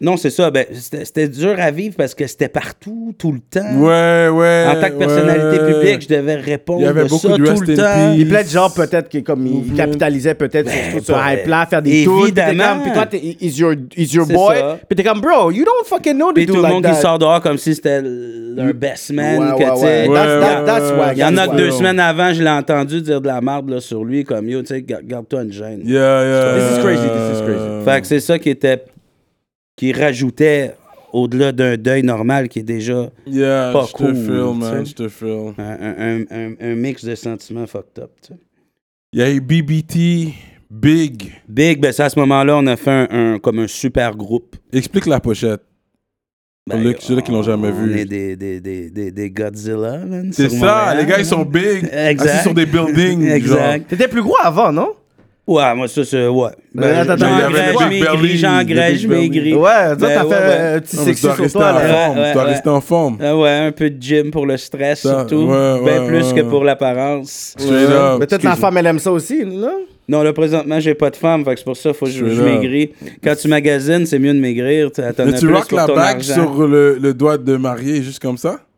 E: Non, c'est ça. Ben, c'était c'était dur à vivre parce que c'était partout, tout le temps.
C: Ouais, ouais.
E: en tant que personnalité
C: ouais.
E: publique, je devais répondre
C: Il y avait
E: de
C: beaucoup
E: ça
C: de
E: tout
C: rest
E: le
C: in
E: temps.
C: peace.
D: Il y a plein de gens peut-être qui comme ils
C: Mouvement.
D: capitalisaient peut-être sur- sur ce
E: ben,
D: hype-là, faire des tours. puis t'es
E: évidemment.
D: comme- Puis toi, t'es, he's your, he's your
E: C'est
D: boy.
E: ça.
D: Puis t'es comme, bro, you don't fucking know
E: Puis
D: they
E: tout
D: do
E: le
D: like
E: monde
D: that.
E: qui sort dehors comme si c'était leur best man.
D: Ouais,
E: que,
D: ouais,
E: tu
D: ouais.
E: sais,
C: Ouais,
D: That's- that- that's
C: ouais,
D: why.
E: Il y en a
D: that's
E: que
D: why.
E: deux semaines avant, je l'ai entendu dire de la marde là, sur lui, comme yo, tu sais, gar- garde-toi une gêne.
C: Yeah, yeah.
D: This is crazy, this is crazy.
E: Fait que c'est ça qui était. qui rajoutait au-delà d'un deuil normal qui est déjà
C: Yeah,
E: pas
C: je te
E: cool,
C: feel,
E: tu
C: man,
E: sais.
C: je te feel.
E: un, un- un- un- un mix de sentiments fucked up. tu sais.
C: Il y a eu BBT, Big.
E: Big, ben, c'est à ce moment-là, on a fait un, un- comme un super groupe.
C: Explique la pochette. Pour ceux- ceux-là qui l'ont jamais
E: Ben, on
C: vu.
E: est des, des, des, des, des Godzilla, man.
C: C'est
E: sur
C: ça,
E: Montréal,
C: les gars, ils
E: man.
C: sont big.
E: Exact.
C: Assis sur des buildings.
E: Exact.
D: T'étais plus gros avant, non?
E: Ouais, moi, ça, c'est. Ouais. Ben,
D: attends,
E: Jean
D: attends, il y
C: avait
E: Grège
C: le Big
E: maigri,
C: Belly,
E: Jean
C: le Big
E: Grège
C: Belly.
E: maigri.
D: Ouais, toi,
E: Ben,
D: t'as fait euh, un petit
C: Non, mais tu
D: sexy
C: dois
D: sur
C: rester
D: toi,
C: en
D: là.
E: Ouais,
C: forme.
E: ouais,
C: tu dois
E: ouais.
C: rester en forme.
E: Ah ouais, un peu de gym pour le stress,
C: Ça,
E: surtout.
C: ouais,
E: ben
C: ouais,
E: plus
C: ouais,
E: que
C: ouais.
E: pour l'apparence.
C: Straight up.
D: Mais peut-être la femme, elle aime ça aussi, non?
E: Non, là, présentement, j'ai pas de femme, fait que c'est pour ça, faut que je,
C: Straight
E: je
C: up.
E: maigris. Quand tu magasines, c'est mieux de maigrir. t'en as
C: Mais tu
E: plus
C: rock
E: pour
C: la
E: ton
C: bague
E: argent.
C: sur le, le doigt de marié, juste comme ça?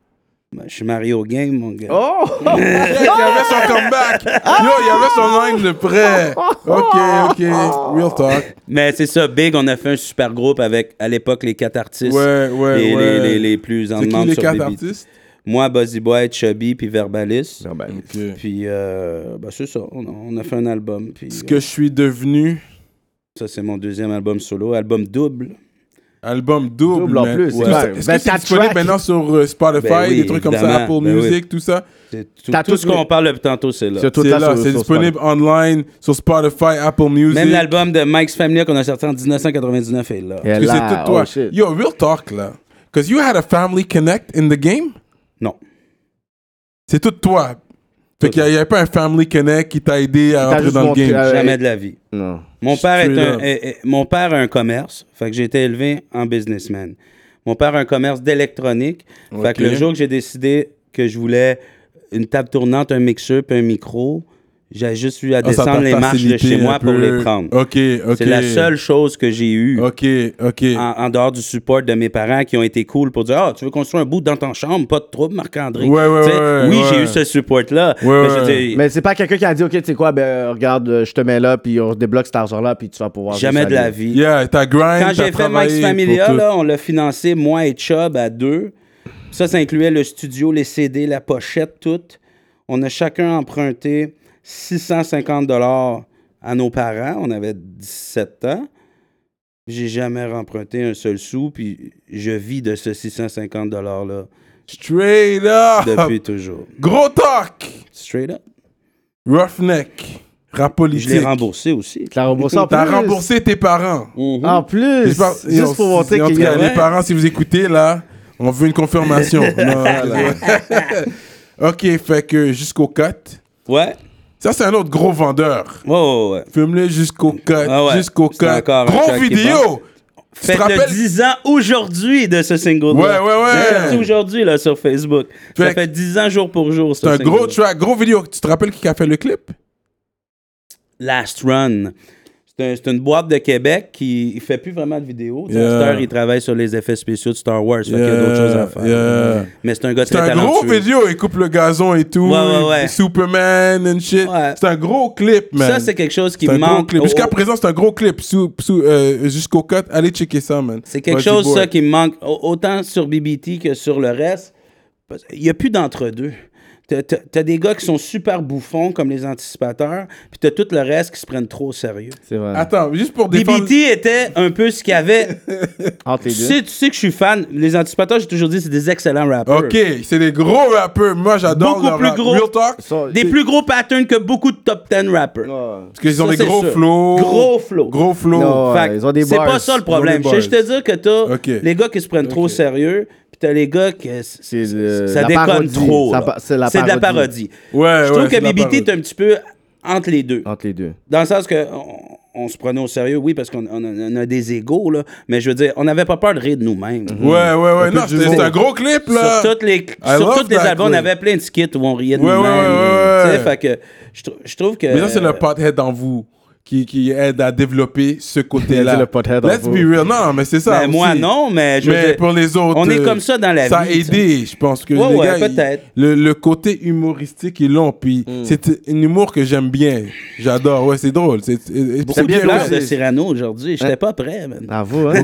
E: Ben, je suis marié au game, mon gars.
D: Oh!
C: Il y avait son comeback! Yo, il y avait son angle de près! Ok, ok, real talk.
E: Mais c'est ça, Big, on a fait un super groupe avec, à l'époque, les quatre artistes.
C: Ouais, ouais,
E: les,
C: ouais.
E: Les, les, les plus en
C: C'est qui
E: demande
C: les
E: sur
C: quatre
E: des beats.
C: artistes?
E: Moi, Buzzy Boy, Chubby, puis Verbalis.
D: ben,
C: Ok.
E: Puis, euh, ben, c'est ça, on a, on a fait un album. Puis, euh,
C: Ce que je suis devenu,
E: Ça, c'est mon deuxième album solo, album double.
C: album double.
D: Double en
C: man.
D: plus,
C: Est-ce
D: ouais.
C: que c'est- Est-ce que
D: 24
C: c'est disponible
D: tracks.
C: maintenant sur euh, Spotify,
E: Ben oui,
C: des trucs comme ça,
E: évidemment,
C: Apple
E: ben oui.
C: Music, tout ça?
E: C'est Tout,
D: T'as
E: tout
D: tout
E: ce qu'on
D: les-
E: parle depuis tantôt, c'est là.
D: C'est tout
C: C'est
D: là,
C: là,
D: sur-
C: c'est
D: sur
C: disponible online sur Spotify, Apple Music.
E: Même l'album de Mike's Family qu'on a sorti en 1999 est là.
D: Et
C: Puis c'est
D: là,
C: tout
D: oh
C: toi.
D: shit.
C: Yo, real talk là. Cause you had a family connect in the game.
E: Non.
C: C'est tout toi. Fait
E: Tout
C: qu'il n'y avait pas un family connect qui t'a aidé à
D: t'a
C: rentrer
D: juste
C: dans le
D: montré,
C: game.
D: euh,
E: Jamais de la vie.
D: Non.
E: Mon père, est
C: Straight
E: un,
C: up.
E: est- est- mon père a un commerce. Fait que j'ai été élevé en businessman. Mon père a un commerce d'électronique. Fait que
C: Ok.
E: le jour que j'ai décidé que je voulais une table tournante, un mixeur puis un micro, j'ai juste eu
C: Ah,
E: à
C: ça t'a
E: descendre les marches de
C: facilité
E: chez
C: un
E: moi pour
C: peu.
E: les prendre.
C: Ok, ok.
E: C'est la seule Ah, chose que j'ai eue.
C: Ok, ok.
E: En, en dehors du support de mes parents qui ont été cool pour dire Ah, tu veux construire un bout dans ton chambre, pas de trouble, Marc-André.
C: Ouais, ouais,
E: Tu sais,
C: ouais,
E: oui,
C: ouais.
E: j'ai eu ce support-là.
C: Ouais,
E: mais je
C: ouais.
E: veux dire,
D: Mais c'est pas quelqu'un qui a dit, OK, tu sais quoi, ben, euh, regarde, euh, je te mets là, puis on débloque cet argent-là, puis tu vas pouvoir.
E: jamais
D: juste
E: de la
D: aller.
E: vie.
C: Yeah, t'as grind.
E: Quand
C: t'as
E: j'ai fait Max
C: travaillé pour
E: Familia,
C: tout.
E: là, on l'a financé, moi et Chubb, à deux. Ça, ça incluait le studio, les CD, la pochette, tout. On a chacun emprunté 650 à nos parents. On avait 17 ans. J'ai jamais emprunté un seul sou, puis je vis de ce 650 $-là
C: Straight up.
E: depuis toujours.
C: Gros talk.
E: Straight up.
C: Roughneck. Rap
E: Je
C: politique.
E: l'ai remboursé aussi. Mhm.
D: Tu l'as remboursé en plus.
C: T'as remboursé tes parents.
D: En
C: Hmm.
D: plus.
C: J'espère-
D: Juste pour montrer
C: En tout
D: qu'il y
C: cas,
D: a.
C: les parents, si vous écoutez, là, on veut une confirmation. Non, là. OK, fait que jusqu'au cut.
E: Ouais.
C: Ça, c'est un autre gros vendeur.
E: Ouais, ouais, ouais.
C: Fume-le jusqu'au cut,
E: Ah ouais,
C: jusqu'au
E: c'est
C: cut.
E: encore un
C: Gros
E: track qui
C: vidéo! Tu te
E: Faites
C: rappelles-
E: le 10 ans aujourd'hui de ce single-là.
C: Ouais, ouais, ouais.
E: C'est sorti aujourd'hui, là, sur Facebook.
C: Fait
E: Ça
C: que-
E: fait 10 ans jour pour jour,
C: C'est un gros track, gros vidéo. Tu te rappelles qui a fait le clip?
E: Last Run. C'est un- c'est une boîte de Québec qui ne fait plus vraiment de vidéos.
C: Yeah.
E: À cette heure, il travaille sur les effets spéciaux de Star Wars. fait qu'il y a
C: Yeah,
E: d'autres choses à faire.
C: yeah.
E: Mais c'est un gars
C: C'est
E: très
C: un
E: talentueux.
C: gros vidéo. Il coupe le gazon et tout.
E: Ouais, ouais, ouais.
C: Superman and shit.
E: Ouais.
C: C'est un gros clip, man.
E: Ça, c'est quelque chose qui
C: C'est un gros
E: manque.
C: clip.
E: au-
C: Jusqu'à présent, c'est un gros clip. Sous- sous, euh, Jusqu'au cut, allez checker ça, man.
E: C'est quelque
C: Vas-y,
E: chose,
C: boy.
E: ça, qui me manque au- autant sur BBT que sur le reste. Parce- Il n'y a plus d'entre-deux. T'as- T'as t'as des gars qui sont super bouffons, comme les anticipateurs, puis t'as tout le reste qui se prennent trop au sérieux.
D: C'est vrai.
C: Attends, juste pour défendre...
E: BBT était un peu ce qu'il y avait.
D: Entre les
E: tu,
D: deux.
E: sais, tu sais que je suis fan. Les anticipateurs, j'ai toujours dit, c'est des excellents rappeurs.
C: Ok, c'est des gros rappeurs. Moi, j'adore
E: Beaucoup
C: leur
E: plus
C: rap.
E: gros.
C: Real talk.
D: Ça,
E: Des
D: c'est-
E: plus gros patterns que beaucoup de top 10 rappeurs.
C: Parce qu'ils ont
E: Ça,
C: des
E: c'est
C: gros
E: sûr.
C: flows.
E: Gros flows.
C: Gros flows.
D: Non,
E: Fait que
D: ils ont des
E: c'est
D: bars.
E: pas ça le
C: Ils ont des
E: problème. Je sais, je te
C: bars.
E: dis que t'as
C: Ok.
E: les gars qui se prennent trop au sérieux, puis t'as les gars qui.
D: C'est le-
E: ça
D: la
E: déconne
D: parodie.
E: trop.
D: Ça
E: là.
D: pa- C'est la
E: de la parodie.
C: Ouais,
E: je
C: ouais,
E: trouve
C: c'est
E: que
C: de la
E: BBT est
C: parodie.
E: un petit peu entre les deux.
D: Entre les deux.
E: Dans le sens que on, on se prenait au sérieux, oui, parce qu'on on a, on a des égaux, là. Mais je veux dire, on n'avait pas peur de rire de nous-mêmes.
C: Ouais, ouais, ouais.
D: Un
C: Non,
D: peu
C: c'est
D: d'humour.
C: c'est un gros
D: Mm-hmm.
C: clip, là.
E: Sur toutes les,
C: I
E: sur
C: love
E: toutes les
C: that
E: albums, on
C: clip.
E: avait plein de skits où on riait de
C: Ouais, ouais,
E: nous-mêmes.
C: ouais, ouais,
E: Tu sais,
C: ouais.
E: fait que je, trou- je trouve que.
C: Mais ça, c'est le pothead en vous qui, qui aide à développer ce côté-là.
D: C'est le pothead en
C: Let's
D: vous.
C: be real. Non, mais c'est ça.
E: Ben, moi,
C: aussi.
E: non, mais je veux
C: Mais
E: dire,
C: pour les autres.
E: on est
C: euh,
E: comme ça dans la
C: ça
E: vie,
C: a aidé, je pense. que
E: Ouais,
C: les
E: ouais,
C: gars, ils-
E: peut-être. Mm.
C: Le, le côté humoristique, ils l'ont. Puis c'est un humour que j'aime bien. J'adore. Ouais, c'est drôle. C'est c'est- c'est
E: C'est bien
C: bien
E: plus
C: fait.
E: de Cyrano aujourd'hui. J'étais pas prêt, man.
D: Bravo, hein.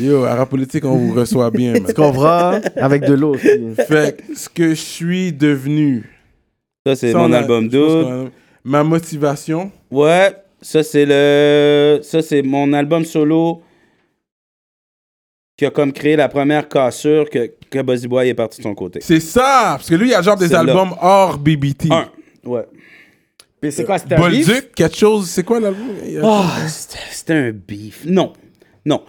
C: Yo, à la politique, on vous reçoit bien, man.
D: Tu comprends? Avec de l'eau aussi.
C: Fait que ce que je suis devenu.
E: Ça, c'est
C: Ça,
E: mon
C: on a-
E: album
C: je pense
E: double.
C: qu'on a- Ma motivation.
E: Ouais, ça c'est le. Ça c'est mon album solo qui a comme créé la première cassure que, que Buzzy Boy est parti de son côté.
C: C'est ça! Parce que lui, il a genre des
E: C'est
C: albums hors BBT.
E: Un. Ouais.
D: Mais c'est quoi, c'était
E: Ah.
C: Bolduc, quelque chose, c'est quoi l'album?
E: Oh, c'était c'était un beef. Non. Non.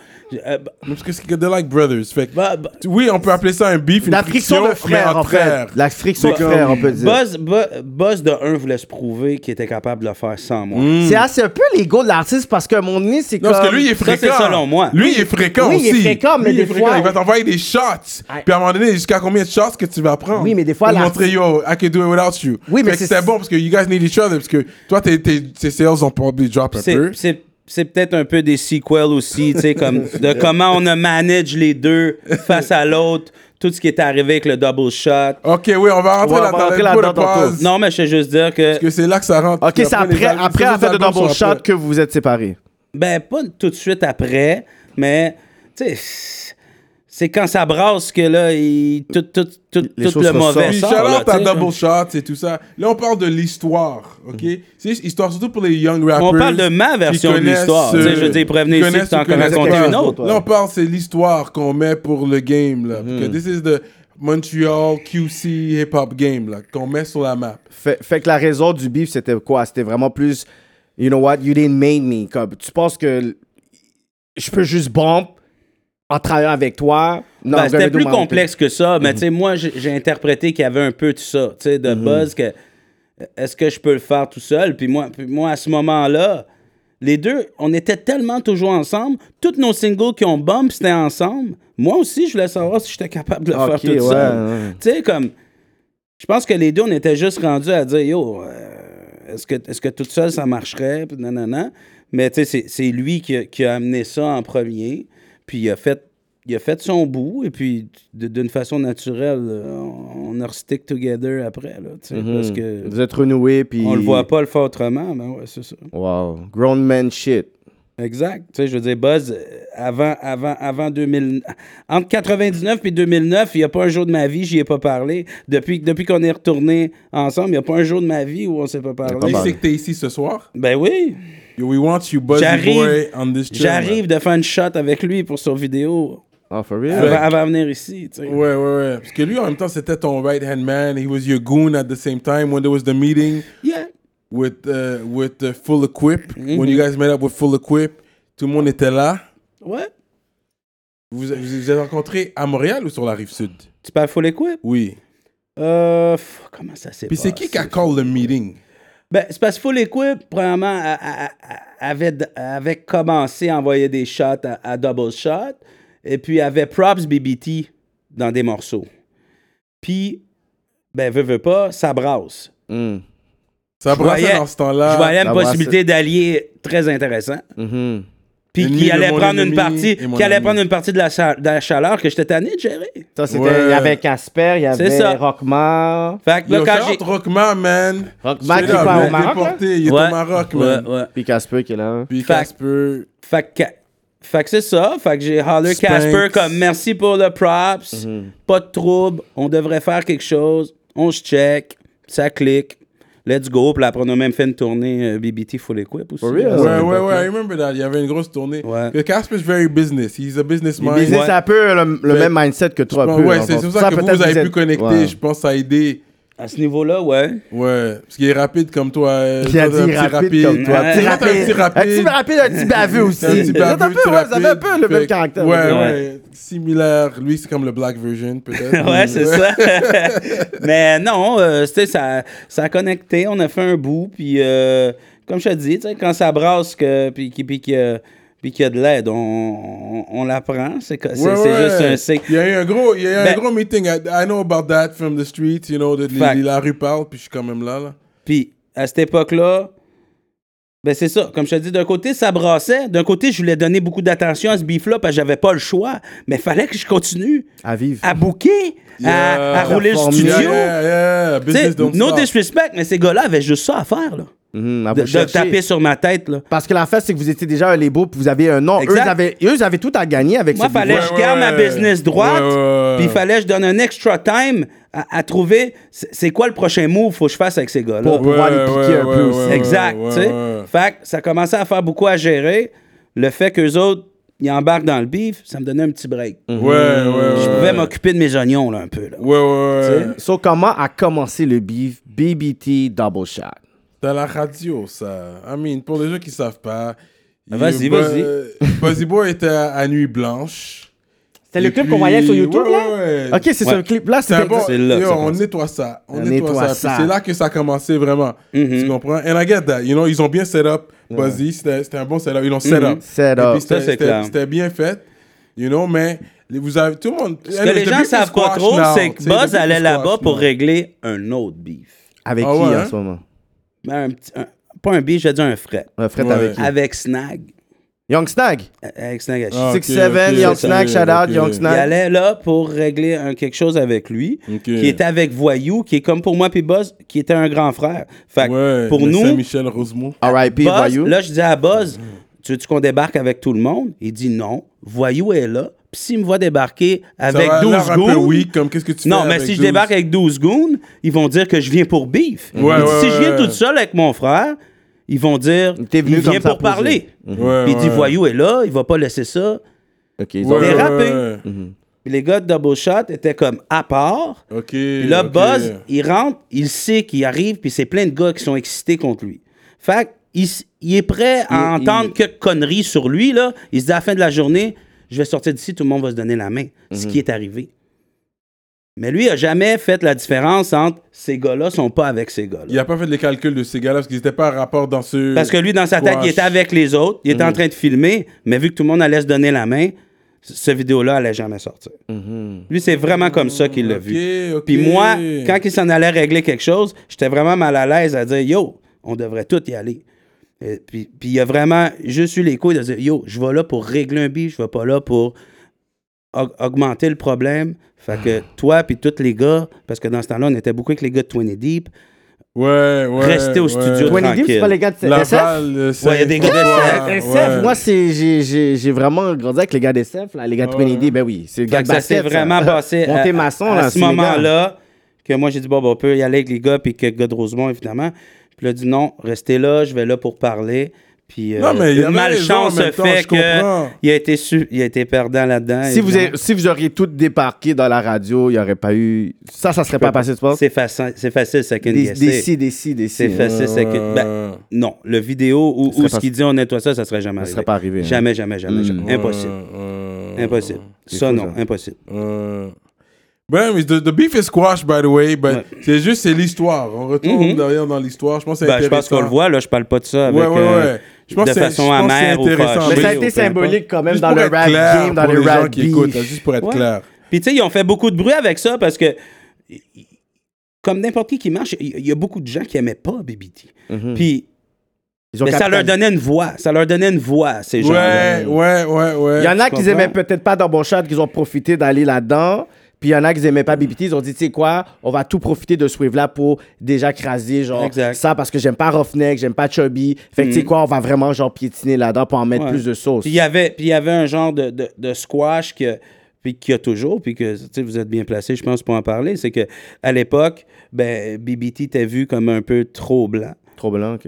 E: Euh, bah,
C: Parce que c'est que de like brothers. Fait que-
E: bah, bah,
C: oui, on peut appeler ça un beef, une
D: La friction de
C: mais
D: frère, en
C: entre frères.
D: fait. La friction de
C: C'est comme-
D: frère, on peut dire.
E: Buzz, Bu- Buzz, de un voulait se prouver qu'il était capable de le faire sans moi.
C: Hmm,
D: C'est assez un peu l'ego de l'artiste parce que mon nez, c'est
C: Non,
D: comme.
C: parce que lui, il est
E: Ça, c'est
C: fréquent.
E: selon moi.
C: Lui, il est fréquent
D: Oui,
C: aussi.
D: il est fréquent, mais
C: Lui, il est
D: des
C: fréquent.
D: fois-
C: Il va t'envoyer des shots.
D: Ouais.
C: Puis à un moment donné, jusqu'à combien de shots que tu vas prendre
D: Oui, mais des fois,
C: Pour
D: la-
C: montrer, yo, I can do it without you.
D: Oui,
C: Fait
D: mais
C: que
D: c'est-
C: c'était bon parce que you guys need each other. Parce que toi, tes, tes, tes sales ont probably drop un
E: C'est-
C: peu.
E: C'est c'est peut-être un peu des sequels aussi, tu sais, comme de comment on a manage les deux face à l'autre, tout ce qui est arrivé avec le double shot.
C: Ok, oui, on va rentrer
D: Ouais, on
C: là
D: va
C: dans
D: rentrer
C: la
D: là-dedans
C: de
D: tantôt.
C: pause.
E: Non, mais je sais juste dire que,
C: Parce que c'est là que ça rentre.
D: Ok, c'est après, après la fête de Double Shot que vous vous êtes séparés.
E: ben, pas tout de suite après, mais, tu sais, c'est quand ça brasse que là, il- tout, tout, tout,
D: Les
E: tout
D: choses
E: le
D: se
E: mauvais
D: sortent.
C: Puis
E: sort.
C: shout
E: là,
C: out
E: tu
C: à
E: sais,
C: Double
E: comme-
C: Shot et tout ça. Là, on parle de l'histoire, OK? C'est juste histoire, surtout pour les young rappers.
E: Mhm. parle de ma
C: qui
E: version de
C: connaissent,
E: l'histoire. Tu sais, je veux dire, prévenez
C: qui
E: ici que
C: connaissent
E: t'en
C: ou connaissent
E: racontes
C: pas.
E: une autre. Mhm.
C: Là, on parle, c'est l'histoire qu'on met pour le game, là. Parce Que this is the Montreal QC hip-hop game, là, qu'on met sur la map.
D: Fait, fait que la raison du beef, c'était quoi? C'était vraiment plus, you know what, you didn't make me. Comme, tu penses que je peux juste bump en travaillant avec toi? Non,
E: Ben,
D: I'm
E: c'était
D: gonna do
E: plus
D: my own thing.
E: complexe que ça, mais tu sais, moi, j'ai j'ai interprété qu'il y avait un peu de ça, tu sais,
D: Mhm.
E: de buzz, que euh, est-ce que je peux le faire tout seul? Puis moi, puis moi à ce moment-là, les deux, on était tellement toujours ensemble. Tous nos singles qui ont bump, c'était ensemble. Moi aussi, je voulais savoir si j'étais capable de le
D: Ok,
E: faire tout
D: ouais,
E: seul.
D: ouais.
E: Tu sais, comme, je pense que les deux, on était juste rendus à dire, yo, euh, est-ce que, est que tout seul, ça marcherait? Puis nanana. Mais tu sais, c'est- c'est lui qui a, qui a amené ça en premier. Puis il a fait, il a fait son bout. Et puis, d- d'une façon naturelle, euh, on, on a stick together après. Là, tu sais, Parce que
D: Vous êtes renoués, puis...
E: on le voit pas le faire autrement. Mais ouais, c'est ça.
D: Wow. Grown man shit.
E: Exact. Tu sais, je veux dire, Buzz, euh, avant, avant, avant 2000... Entre 99 et 2009, il n'y a pas un jour de ma vie, j'y ai pas parlé. Depuis, depuis qu'on est retourné ensemble, il n'y a pas un jour de ma vie où on s'est pas parlé.
D: Pas
C: Et
D: mal.
C: c'est que t'es ici ce soir.
E: Ben oui.
C: Yo, We want you, Buzzy
E: J'arrive.
C: Boy, on this train,
E: J'arrive de faire une shot avec lui pour son vidéo
D: Oh, for
E: avant,
D: real?
E: avant de venir ici. tu sais.
C: Ouais, ouais, ouais. Parce que lui, en même temps, c'était ton right-hand man. He was your goon at the same time when there was the meeting.
E: Yeah.
C: with uh, with uh, Full Equip. When you guys met up with Full Equip, tout le monde était là.
E: Ouais.
C: Vous vous vous êtes rencontrés à Montréal ou sur la rive sud
E: Tu parles full equip?
C: Oui.
E: Euh, pff, comment ça s'est
C: Puis
E: passé?
C: c'est qui qui a call le meeting
E: Ben, c'est parce que Full Equip, premièrement, a- a- a- avait, avait commencé à envoyer des shots à, à double shot, et puis avait props BBT dans des morceaux. Puis, ben, veux, veux pas, ça brasse.
D: Mm.
C: Ça brassait
E: voyais-
C: dans ce
E: Je voyais
C: temps-là.
E: une
D: ça brasse.
E: possibilité d'allier très intéressant.
D: Mhm.
E: Puis
C: Ennemi
E: qui
C: de
E: allait
C: mon
E: prendre une
C: ennemi
E: partie,
C: et mon
E: qui allait
C: ami.
E: prendre une partie de la, cha- de la chaleur que j'étais tanné de gérer.
D: Ça, c'était... Il
C: Ouais.
D: y avait Casper, il y
E: C'est
D: avait
E: ça.
D: Rockman.
E: Fait que là,
C: Yo,
E: quand j'ai.
C: shout Rockman, man.
D: Rockman
C: Straight
D: qui
C: up,
D: part
C: man.
D: au Maroc,
C: Déporté, il est
E: Ouais,
C: au Maroc, man.
E: ouais, ouais.
D: Puis Casper qui est là.
C: Puis
E: Fact.
C: Casper.
E: Fait que, fait que c'est ça. Fait que j'ai holler
C: Spanx.
E: Casper comme merci pour le props. Pas de trouble. On devrait faire quelque chose. On se check. Ça clique. Let's go. Puis après, on a même fait une tournée euh, BBT Full Equip aussi.
D: For real?
E: à cette
C: Ouais, ouais,
E: époque-là.
C: ouais. I remember that. Il y avait une grosse tournée.
E: Ouais.
C: Casper Casper's very business. He's a business mind.
D: Mais
E: Ouais.
D: c'est un peu le, le même mindset que toi. un peu,
C: Ouais,
D: dans
C: c'est
D: le
C: c'est pour
D: fond.
C: ça que vous,
D: hein, peut-être
C: vous avez
D: êtes-
C: pu connecter.
D: Ouais.
C: Je pense que ça a aidé.
E: À ce niveau-là, ouais.
C: Ouais, parce qu'il est rapide comme toi. euh,
D: Qui a
C: toi, t'es un
D: dit
C: petit
D: rapide comme toi.
E: Ouais.
D: Petit
C: Toi, t'es un petit
D: rapide. Un
C: rapide.
D: petit rapide, un petit baveux aussi.
C: C'est un petit
D: Vous êtes
C: baveux,
D: un peu,
C: petit
D: ouais, vous avez un
C: rapide.
D: peu le
C: Fait
D: même
C: que-
D: caractère.
C: Ouais, ouais,
E: Ouais.
C: Similaire. Lui, c'est comme le black version, peut-être.
E: Ouais, c'est ça. Mais non, euh, c'était- ça, ça a connecté. On a fait un bout. Puis, euh, comme je te dis, tu sais, quand ça brasse, que, puis, qu'il- puis, que- puis qu'il y a de l'aide, on, on, on la prend. C'est que- c'est-
C: Ouais,
E: c'est
C: ouais.
E: juste un signe.
C: Il y a eu un gros, il y a eu un
E: Ben-
C: gros meeting. I, I know about that from the street, you know, de, les-
E: Fact.
C: la rue parle, puis je suis quand même là. là.
E: Puis à cette époque-là, ben c'est ça. Comme je te dis, d'un côté, ça brassait. D'un côté, je voulais donner beaucoup d'attention à ce beef-là parce que j'avais pas le choix. Mais fallait que je continue
D: À vivre.
E: à booker, à-
C: Yeah.
E: à, rouler le
D: Performer.
E: studio.
C: Yeah, yeah, yeah.
E: Tu sais,
C: Business don't
E: no
C: stop.
E: disrespect, mais ces gars-là avaient juste ça à faire, là.
D: Mhm, à
E: De,
D: vous
E: de
D: chercher.
E: taper sur ma tête, là.
D: Parce que la face, c'est que vous étiez déjà un label puis vous aviez un nom. Eux,
E: Exact.
D: ils avaient, eux, ils avaient tout à gagner avec
E: Moi,
D: ce
E: fallait que
D: business.
E: je
C: ouais,
E: garde ma
C: ouais.
E: business droite,
C: Ouais, ouais, ouais.
E: puis il fallait que je donne un extra time à, à trouver c'est c'est quoi le prochain move faut que je fasse avec ces gars-là.
D: Pour pouvoir
C: Ouais,
D: les piquer un
C: ouais,
D: peu
C: ouais,
D: aussi.
C: ouais,
E: Exact,
C: Ah, ouais,
E: tu sais.
C: ouais.
E: Fait que ça commençait à faire beaucoup à gérer. Le fait qu'eux autres, ils embarquent dans le beef, ça me donnait un petit break.
C: Ouais, ouais, Mhm. ouais.
E: Je pouvais m'occuper de mes oignons, là, un peu. là.
C: Ouais, ouais, ouais.
D: So, comment a commencé le beef BBT Double Shot?
C: Dans la radio, ça. I mean, pour les gens qui savent pas, il-
E: Ah, Vas-y,
C: Et
E: vas-y. Ah,
C: Bo- Buzzy Boy était à, à Nuit Blanche.
D: C'était le
C: Et
D: clip qu'on
C: puis-
D: voyait sur YouTube,
C: ouais,
D: là?
C: ouais, ouais.
D: Ok, c'est
E: Ouais.
D: ce clip-là,
C: C'est
D: c'était...
C: un bon.
E: C'est là que
C: yo,
E: ça
C: on
E: commence.
C: nettoie ça. On,
D: On
C: nettoie,
D: nettoie
C: ça.
D: ça.
C: Puis c'est là que ça a commencé vraiment.
E: Mm-hmm.
C: Tu comprends? And I get that. You know, ils ont bien set up. Buzzy, c'était c'était un bon set up. Ils l'ont set up.
D: Set
C: Et
D: up.
C: puis c'était-
E: Mm-hmm. Ça, c'est
C: c'était-
E: clair.
C: C'était bien fait. You know, mais les- vous avez tout le monde.
E: Ce que les gens savent pas trop, c'est que Buzz allait là-bas pour régler un autre beef.
D: Avec
C: Ah
D: qui,
C: ouais,
D: en
C: hein?
D: ce moment?
E: Mais un petit- un- pas un beef, j'ai dit un fret.
D: Un fret
C: Ouais.
D: avec qui?
E: Avec Snag.
D: Young Snag.
E: Avec Snag à chier.
C: Ah, ok,
D: 6-7,
C: ok,
D: Young
C: ok,
D: Snag, shout-out,
C: ok.
D: Young
C: Il
E: Il
D: Snag.
E: allait là pour régler un- quelque chose avec lui,
C: Ok.
E: qui était avec Voyou, qui est comme pour moi puis Buzz, qui était un grand frère. Fait que
C: Ouais,
E: pour
C: le
E: nous,
C: Saint-Michel Rosemont.
D: R.I.P.
E: Buzz,
D: Voyou.
E: là, je dis à Buzz, tu veux-tu qu'on débarque avec tout le monde? Il dit non. Voyou est là. Puis s'il me voit débarquer avec
C: ça a
E: 12
C: l'air un
E: goons.
C: peu weak, comme qu'est-ce que tu
E: non,
C: fais
E: mais
C: avec
E: si je
C: 12?
E: débarque avec 12 goons, ils vont dire que je viens pour beef.
C: Ouais,
E: Il dit,
C: ouais,
E: si je viens
C: ouais.
E: toute seule avec mon frère, ils vont dire
D: T'es venu
E: il vient
D: comme ça Mhm.
E: pour
D: posé.
E: parler.
C: Ouais,
E: Puis il dit
C: ouais.
E: Voyou est là, il va pas laisser ça.
D: Ok, ils
C: Ouais,
D: ont-
C: ouais,
E: dérapé.
C: ouais.
E: Puis les gars de Double Shot étaient comme à part.
C: Ok.
E: Puis là,
C: ok.
E: Buzz, il rentre, il sait qu'il arrive, puis c'est plein de gars qui sont excités contre lui. Fait qu'il s- il est prêt à
D: Il-
E: entendre que conneries sur lui, là. Il se dit à la fin de la journée, je vais sortir d'ici, tout le monde va se donner la main. Ce
C: Mhm.
E: qui est arrivé. Mais lui, il a jamais fait la différence entre ces gars-là sont pas avec ces gars-là.
C: Il a pas fait les calculs de ces gars-là parce qu'ils n'étaient pas en rapport dans ce.
E: Parce que lui, dans sa tête, il
C: squash. Mm-hmm.
E: était avec les autres, il était en train de filmer, mais vu que tout le monde allait se donner la main, c- ce vidéo-là allait jamais sortir. Lui, c'est vraiment comme ça qu'il l'a
C: Mm-hmm. Ok,
E: vu.
C: ok.
E: Puis moi, quand il s'en allait régler quelque chose, j'étais vraiment mal à l'aise à dire Yo, on devrait tout y aller. Et puis, puis il a vraiment juste eu les couilles de dire Yo, je vais là pour régler un bif, je vais pas là pour aug- augmenter le problème. Fait que
C: Ah.
E: toi, puis tous les gars, parce que dans ce temps-là, on était beaucoup avec les gars de 20 Deep.
C: Ouais, ouais.
E: Restez au
C: ouais.
E: studio.
D: 20 Deep, c'est pas
E: Tranquille.
D: les gars de SF?
C: Laval, euh,
E: Ouais, il y a des gars de
C: Saint-François,
E: SF.
C: ouais.
D: Moi, c'est- j'ai- j'ai j'ai vraiment grandi avec les gars des SF, là, les gars de
C: Ouais.
D: 20 Deep, ben oui, c'est les gars
E: Fait
D: de
E: que ça s'est
D: basket.
E: vraiment
D: ça.
E: passé à,
D: Monter maçon,
E: à
D: là,
E: ce
D: c'est les gars.
E: moment-là que moi j'ai dit bon ben, on peut y aller avec les gars puis que le gars de Rosemont évidemment puis il a dit non restez là je vais là pour parler puis euh,
C: Non, mais il y
E: une
C: en a
E: malchance
C: raison en même temps,
E: fait
C: je comprends.
E: que il a été su- il a été perdant là-dedans
D: Si vous,
E: évidemment.
D: avez- si vous auriez tout débarqué dans la radio, il n'y aurait pas eu. Ça, ça serait pas passé, tu penses?
E: c'est facile c'est facile second
D: Des,
E: guesser.
D: des si, des si, hein. des
E: c'est
D: si.
E: facile second ben, non le vidéo ou,
D: serait
E: ou
D: pas-
E: ce qu'il dit on nettoie ça ça serait jamais
D: Ça
E: arrivé
D: serait pas arrivé. hein.
E: jamais jamais jamais,
C: Hmm.
E: jamais. impossible
C: Euh, euh,
E: impossible ça
D: fou,
E: non
D: ça.
E: impossible
C: euh. Ouais, mais the, the beef is squash, by the way, but
E: Ouais. Mhm.
C: c'est juste, c'est l'histoire. On retourne derrière dans l'histoire. Je pense que c'est
E: Ben, je pense
C: intéressant.
E: qu'on le voit là je parle pas de ça avec,
C: Ouais, ouais,
E: euh,
C: ouais. Je pense
E: de
C: que c'est-
E: façon
C: je pense que c'est
E: amère ou
C: intéressant.
D: Mais
E: fâchée
D: ça a
E: ou
D: été
E: peu importe.
D: symbolique quand même
C: Juste
D: dans
C: pour
D: le
C: être
D: rap
C: clair,
D: game, dans
C: pour
D: le
C: les gens
D: rap
C: qui écoutent, là,
D: beef.
C: juste pour être
E: Ouais.
C: clair.
E: Puis tu sais, ils ont fait beaucoup de bruit avec ça parce que, i- i- comme n'importe qui qui marche, il il y a beaucoup de gens qui n'aimaient pas BBT.
C: Mhm.
E: Puis,
D: Ils ont
E: mais ça
D: capitalisé.
E: leur donnait une voix. Ça leur donnait une voix, à ces gens-là.
C: Ouais, ouais, ouais, ouais.
D: Il y en a
E: tu
D: qui aimaient
E: comprends?
D: peut-être pas Double Shot, qu'ils ont profité d'aller là-dedans. Puis il y en a qui aimaient pas BBT, ils ont dit, tu sais quoi, on va tout profiter de ce wave-là pour déjà craser, genre,
E: Exact. Mm.
D: ça, parce que j'aime pas Roughneck, j'aime pas Chubby. Fait que, tu sais quoi, on va vraiment, genre, piétiner là-dedans pour en mettre
E: Ouais.
D: plus de sauce.
E: Puis il y avait, puis il y avait un genre de, de- de squash que, puis qu'il y a toujours, puis que tu sais, vous êtes bien placé, je pense, pour en parler. C'est que à l'époque, ben, BBT était vu comme un peu trop blanc.
D: Trop blanc, OK.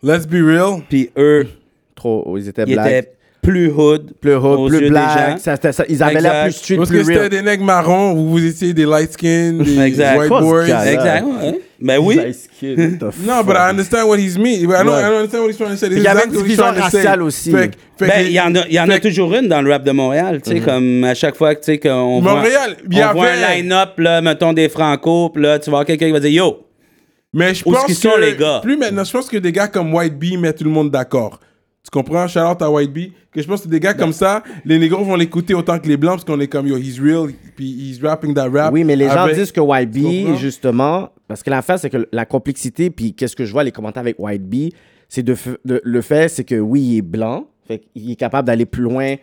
C: Let's be real.
E: Puis eux,
D: Trop, oh, ils étaient
E: ils
D: black.
E: étaient plus hood,
D: plus
E: aux
D: hood,
E: yeux
D: plus
E: des
D: black.
E: gens.
D: ça- ça- ça- ils avaient l'air
E: Exact.
D: plus street,
C: Parce que
D: plus
C: c'était
D: real.
C: des nègres marrons, vous, vous étiez des light skin, des
E: Exact.
C: white
D: Quoi, ce
C: boys.
D: gars-là?
E: Exact. ouais. Ben oui.
C: Non, but I understand what he's mean. I don't, I don't understand what he's trying to say. This
D: Il y
C: is
D: avait
C: exactly
D: une
C: what he's
D: division
C: trying to say.
D: raciale aussi.
C: Fait que- fait
E: Ben,
C: que-
E: il y en a, il y en a
C: fait que-
E: toujours une dans le rap de Montréal, tu sais, comme à chaque fois que, tu sais, qu'on voit,
C: Montréal, il y
E: on voit
C: avait-
E: un line-up, là, mettons des Franco, puis là, tu vois quelqu'un qui va dire Yo,
C: Mais je
E: Où
C: pense
E: est-ce
C: que
E: qu'ils sont, les gars?
C: plus maintenant, je pense que des gars comme White Bee mettent tout le monde d'accord. Tu comprends? Shout out à White Bee. Que je pense que des gars comme ça, les négros vont l'écouter autant que les blancs parce qu'on est comme yo, he's real, puis he's rapping that rap.
D: Oui, mais les gens
C: Ah, Avec-
D: disent que
C: Tu
D: YB,
C: comprends?
D: justement, parce que l'affaire, c'est que la complexité, puis qu'est-ce que je vois les commentaires avec YB, c'est de, f- de- le fait, c'est que oui, il est blanc, fait il est capable d'aller plus loin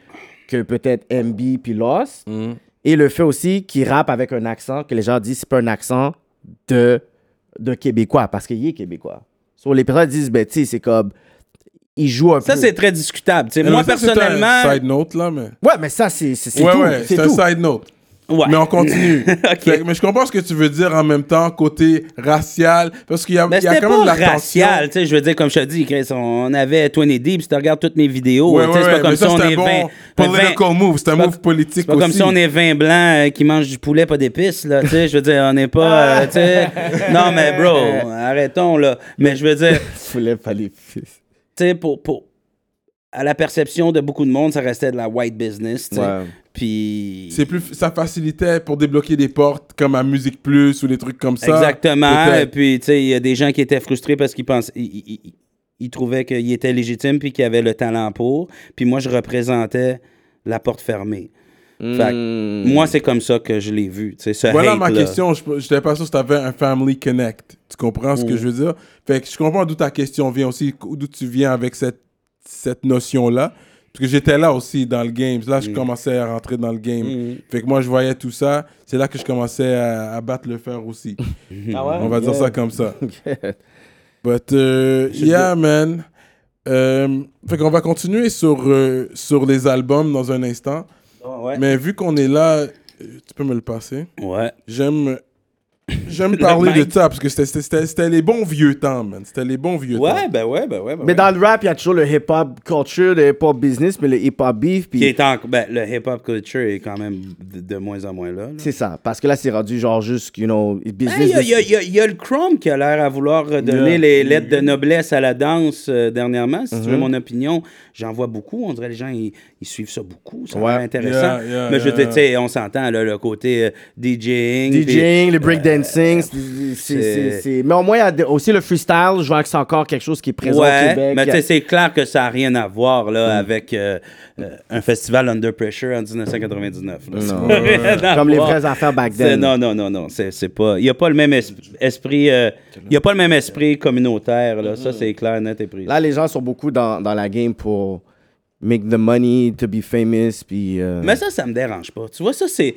D: que peut-être MB puis Lost.
C: Mm.
D: Et le fait aussi qu'il rappe avec un accent que les gens disent, c'est pas un accent de, de Québécois, parce qu'il est Québécois. So, les personnes disent, ben, tu sais, c'est comme. Il joue un
E: ça
D: peu.
E: c'est très discutable. tu sais.
C: Mais
E: Moi,
C: ça, c'est un
E: personnellement.
C: Side note là, mais.
D: Ouais, mais ça, c'est c'est- c'est
C: ouais,
D: tout.
C: ouais,
D: c'est
C: c'est un
D: tout.
C: side note.
E: Ouais.
C: Mais on continue.
E: Ok.
C: Fait que- mais je comprends ce que tu veux dire en même temps, côté racial, parce qu'il y a,
E: Mais
C: il y a
E: Ben, c'était
C: quand même
E: pas
C: la tension.
E: racial, tu sais, je veux dire, comme je te dis, Chris, on avait 20 Deep, si tu regardes toutes mes vidéos,
C: Ouais,
E: tu sais,
C: ouais,
E: c'est pas
C: ouais,
E: comme
C: mais
E: ça,
C: ça,
E: on
C: c'est
E: est
C: un
E: 20.
C: bon
E: on est 20
C: political move, c'est un
E: pas-
C: move politique
E: c'est pas comme
C: aussi.
E: si on est 20 blancs euh, qui mangent du poulet pas d'épices, là, tu sais, je veux dire, on n'est pas, euh, tu sais, non, mais bro, arrêtons, là, mais je veux dire,
D: Foulet, fallait-
E: tu sais, pour, pour, à la perception de beaucoup de monde, ça restait de la white business. tu sais.
D: Ouais.
E: Puis.
C: C'est plus, ça facilitait pour débloquer des portes comme à Musique Plus ou des trucs comme ça.
E: Exactement. Et
C: Peut-être.
E: puis, tu sais, il y a des gens qui étaient frustrés parce qu'ils pensaient. Ils, ils- ils- ils trouvaient qu'ils étaient légitimes puis qu'ils avaient le talent pour. Puis moi, je représentais la porte fermée. Fait que moi, c'est comme ça que je l'ai vu. tu sais, Ce
C: Hmm. Voilà ma
E: hate-là.
C: question. Je n'étais pas sûr si tu avais un Family Connect. Tu comprends ce que je veux dire? Fait que je comprends d'où ta question vient aussi, d'où tu viens avec cette, cette notion-là. Parce que j'étais là aussi dans le game. Là, je commençais à rentrer dans le game. Fait que moi, je voyais tout ça. C'est là que je commençais à, à battre le fer aussi. On va dire ça comme ça. But, euh, yeah, man. Euh, fait qu'on va continuer sur, euh, sur les albums dans un instant.
E: Ah Ouais.
C: Mais vu qu'on est là, euh, tu peux me le passer?
E: Ouais.
C: J'aime. J'aime parler
E: mic.
C: de ça parce que c'était- c'était- c'était c'était les bons vieux temps, man. C'était les bons vieux
E: Ouais,
C: temps.
E: ben ouais, ben ouais. ben
D: Mais
E: ouais.
D: dans le rap, il y a toujours le hip-hop culture, le hip-hop business, mais le hip-hop beef.
E: Qui
D: Puis
E: est en- ben, le hip-hop culture est quand même de, de moins en moins là. là.
D: c'est ça. Parce que là, c'est rendu genre juste, you know,
E: Ben, Il
D: business.
E: y, a- il y a- il y a- il y a le Chrome qui a l'air à vouloir redonner
C: Yeah.
E: les lettres de noblesse à la danse euh, dernièrement. Si
D: Mm-hmm.
E: tu veux mon opinion, j'en vois beaucoup. On dirait que les gens, ils, ils suivent ça beaucoup. Ça a l'air
D: Ouais.
E: intéressant.
C: Yeah, yeah,
E: Mais je te
C: yeah.
E: tu sais, on s'entend, là, le côté euh, DJing. puis-
D: DJing, le breakdancing, c'est- c'est-
E: c'est-
D: c'est- c'est- mais au moins il y a de- aussi le freestyle, je vois que c'est encore quelque chose qui est présent au
E: Ouais,
D: Québec. Mm.
E: mais tu sais, c'est clair que ça n'a rien à voir là, avec euh, euh, un festival under pressure en 1999. là.
D: Non.
E: Ça n'a rien à
D: Comme les
E: voir.
D: vraies affaires back
E: C'est-
D: then.
E: Non, non, non, non. C'est c'est pas. Il n'y a pas le même es- esprit. euh, Il y a pas le même esprit communautaire. Là.
D: Mm-hmm.
E: Ça, c'est clair, net et pris.
D: Là, les gens sont beaucoup dans, dans la game pour make the money, to be famous, puis. euh,
E: Mais ça, ça me dérange pas. Tu vois, ça, c'est.